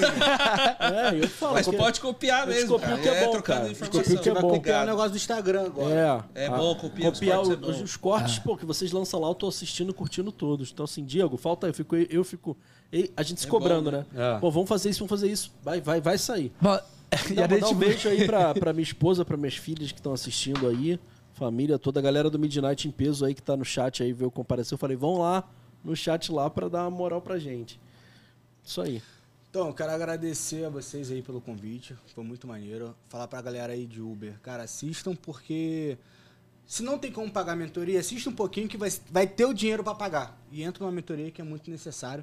[laughs]
né? é, eu falo.
Mas
que-
pode copiar
Eles
mesmo.
copiam o
cara.
que é bom,
trocando
cara. Eles
informação.
copiam o que é
Vai
bom.
copiar o
Obrigado.
negócio do Instagram agora.
É,
É
a-
bom, copia,
copiar
os cortes
os,
é bom.
os cortes, pô, que vocês lançam lá, eu tô assistindo, curtindo todos. Então, assim, Diego, falta, eu fico, eu fico. e A gente se
É
cobrando,
bom,
né? Pô, vamos fazer isso, vamos fazer isso. Vai, vai, vai sair.
[laughs] Mano,
Não, mandar um beijo aí pra, pra minha esposa, pra minhas filhas que estão assistindo aí, família, toda a galera do Midnight em peso aí que tá no chat aí, veio comparecer. Eu falei, vão lá no chat lá pra dar uma moral pra gente. Isso aí.
Então, eu quero agradecer a vocês aí pelo convite. Foi muito maneiro. Falar pra galera aí de Uber. Cara, assistam porque se não tem como pagar a mentoria, assista um pouquinho que vai, vai ter o dinheiro pra pagar. E entra numa mentoria que é muito necessário.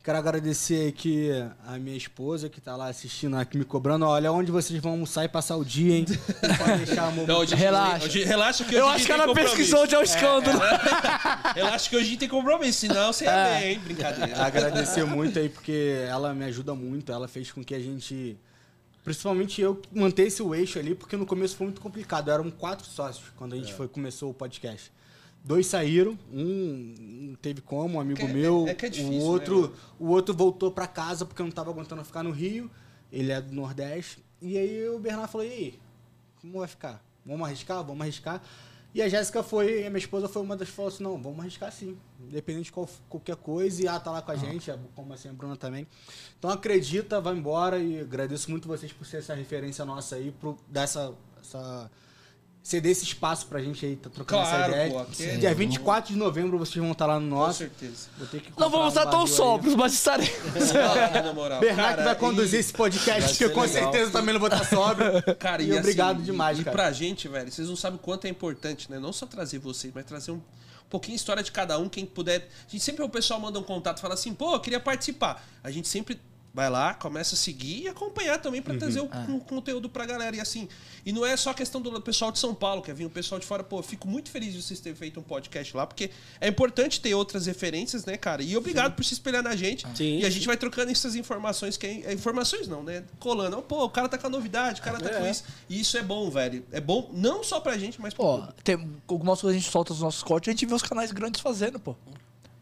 Quero agradecer aqui a minha esposa que tá lá assistindo, aqui me cobrando. Olha onde vocês vão almoçar e passar o dia, hein? Não Pode deixar a
Não,
mão...
hoje,
Relaxa.
hoje- relaxa que hoje
Eu
a gente
acho que
tem
ela
compromisso.
pesquisou onde é o escândalo.
[laughs] Relaxa que hoje a gente tem compromisso, senão você é bem, hein? Brincadeira.
agradecer muito aí, porque ela me ajuda muito. Ela fez com que a gente. Principalmente eu manter esse eixo ali, porque no começo foi muito complicado. Eram quatro sócios quando a
É.
gente foi, começou o podcast. Dois saíram, um não teve como, um amigo
É que-
meu,
é que é difícil,
o
né,
outro,
mano?
o outro voltou pra casa porque não tava aguentando ficar no Rio. Ele é do Nordeste. E aí o Bernardo falou: "E aí, como vai ficar? Vamos arriscar? Vamos arriscar?" E a Jéssica foi, a minha esposa foi uma das que falou assim: "Não, vamos arriscar sim, independente de qual- qualquer coisa". E ela tá lá
Ah.
com a gente, a- como assim a Bruna também. Então acredita, vai embora e agradeço muito vocês por ser essa referência nossa aí, por dar essa- essa ceder esse espaço pra gente aí, tá trocando
Claro,
essa ideia.
pô, aqui é-
Dia 24 de novembro vocês vão estar lá no
Com
nosso.
certeza.
Vou ter que comprar
Não vamos estar
um
tão
barril aí.
sóbrios, mas estaremos.
Não, na moral.
Bernardo
Então, Cara,
vai
e-
conduzir esse podcast, que eu com
legal.
certeza também não vou estar sóbrio.
[laughs] Cara,
e,
assim,
obrigado
e-
demais,
e
cara.
pra gente, velho, vocês não sabem o quanto é importante, né? Não só trazer vocês, mas trazer um pouquinho a história de cada um, quem puder. A gente sempre o pessoal manda um contato, fala assim, pô, eu queria participar. A gente sempre vai lá, começa a seguir e acompanhar também pra trazer o, o conteúdo pra galera. E assim, e não é só questão do pessoal de São Paulo, quer vir o pessoal de fora. Pô, eu fico muito feliz de vocês terem feito um podcast lá, porque é importante ter outras referências, né, cara? E obrigado por se espelhar na gente.
Sim,
e a
sim.
gente vai trocando essas informações, que é, é informações não, né? Colando. Pô, o cara tá com a novidade, o cara tá com isso. E isso é bom, velho. É bom não só pra gente, mas
Pô, tem algumas coisas a gente solta os nossos cortes, a gente vê os canais grandes fazendo, pô.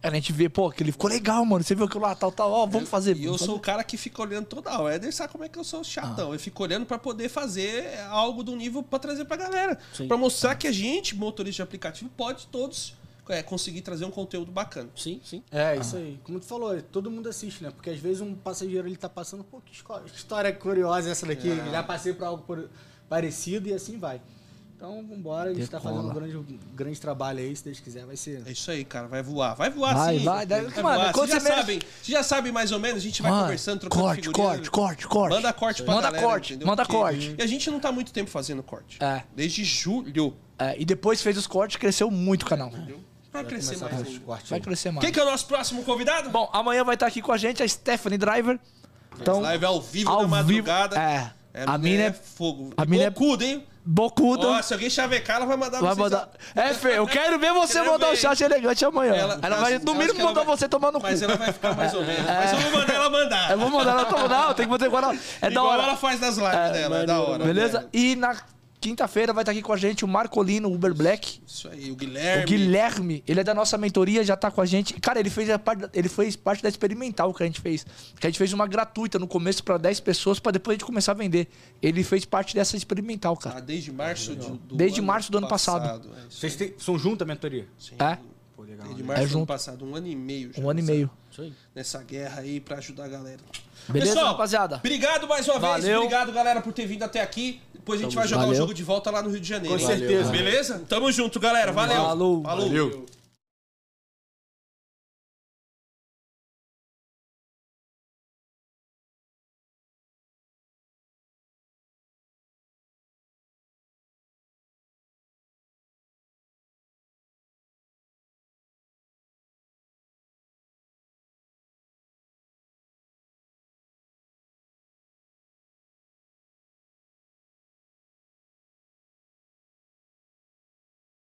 A gente vê, pô, aquele ficou legal, mano. Você viu aquilo lá, tal, tal, ó, vamos fazer.
E eu
vamos
sou o cara que fica olhando toda hora. O Éder sabe como é que eu sou
Ah.
chatão. Eu fico olhando pra poder fazer algo do nível pra trazer pra galera.
Sim.
Pra mostrar que a gente, motorista de aplicativo, pode todos é, conseguir trazer um conteúdo bacana.
Sim, sim.
É, isso aí. Como tu falou, todo mundo assiste, né? Porque às vezes um passageiro ele tá passando, pô, que esco- que história curiosa é essa daqui.
É.
Já passei por algo por- parecido e assim vai. Então, vambora, a gente tá
Decola.
fazendo um grande, um grande trabalho aí, se Deus quiser, vai ser.
É isso aí, cara. Vai voar. Vai voar
Vai,
sim.
vai, daí- mano,
voar. Vocês
quando
já,
você mexe-
sabem, vocês já sabem mais ou menos. A gente vai
Mano,
conversando, trocando
corte,
figurinha.
corte, corte, corte.
Manda corte pra
Manda
galera,
corte,
entendeu?
manda
Porque-
corte.
E a gente não tá muito tempo fazendo corte.
É.
Desde julho.
É, e depois fez os cortes, cresceu muito o canal.
Vai crescer mais. ainda.
Vai crescer mais.
Quem que é o nosso próximo convidado?
Bom, amanhã vai estar aqui com a gente a Stephanie Driver. Então,
Live ao vivo
ao
na
vivo,
madrugada.
é.
É,
A mina é
fogo.
a mina é-
Bocuda, hein?
bocuda.
Ó, se alguém chavecar, ela vai mandar
Vai
vocês
mandar.
a-
É, Fê, eu quero ver você
Quero
mandar o
ver.
chat elegante amanhã. Ela, vai,
mas
no
acho que
mínimo,
ela
mandar
vai-
você tomar no cu.
Mas ela vai ficar mais ou
É.
menos. Mas eu vou mandar ela mandar.
Eu vou mandar ela tomar. Não, tem que fazer agora. É da
Igual
hora.
ela faz nas lives dela, é da hora.
Beleza? E na quinta-feira vai estar aqui com a gente o Marcolino Uber Black.
Isso aí, o Guilherme.
O Guilherme, ele é da nossa mentoria, já tá com a gente. Cara, ele fez, a parte, ele fez parte da experimental que a gente fez. Que a gente fez uma gratuita no começo pra 10 pessoas, pra depois a gente começar a vender. Ele fez parte dessa experimental,
Ah,
cara.
desde março do, do
Desde
ano
março do ano passado.
É isso aí.
Vocês têm- são juntos a mentoria?
Ah,
É?
Pô, legal.
Desde
né?
março
É
do
junto.
ano passado, um ano e meio. já
Um ano e
nessa-
meio.
Nessa guerra aí pra ajudar a galera.
Beleza,
Pessoal,
rapaziada?
Obrigado mais uma vez.
Valeu.
Obrigado, galera, por ter vindo até aqui. Depois a gente vai jogar o
Valeu.
jogo de volta lá no Rio de Janeiro.
Com certeza.
Beleza? Tamo junto, galera. Valeu.
Falou.
Falou.
Valeu.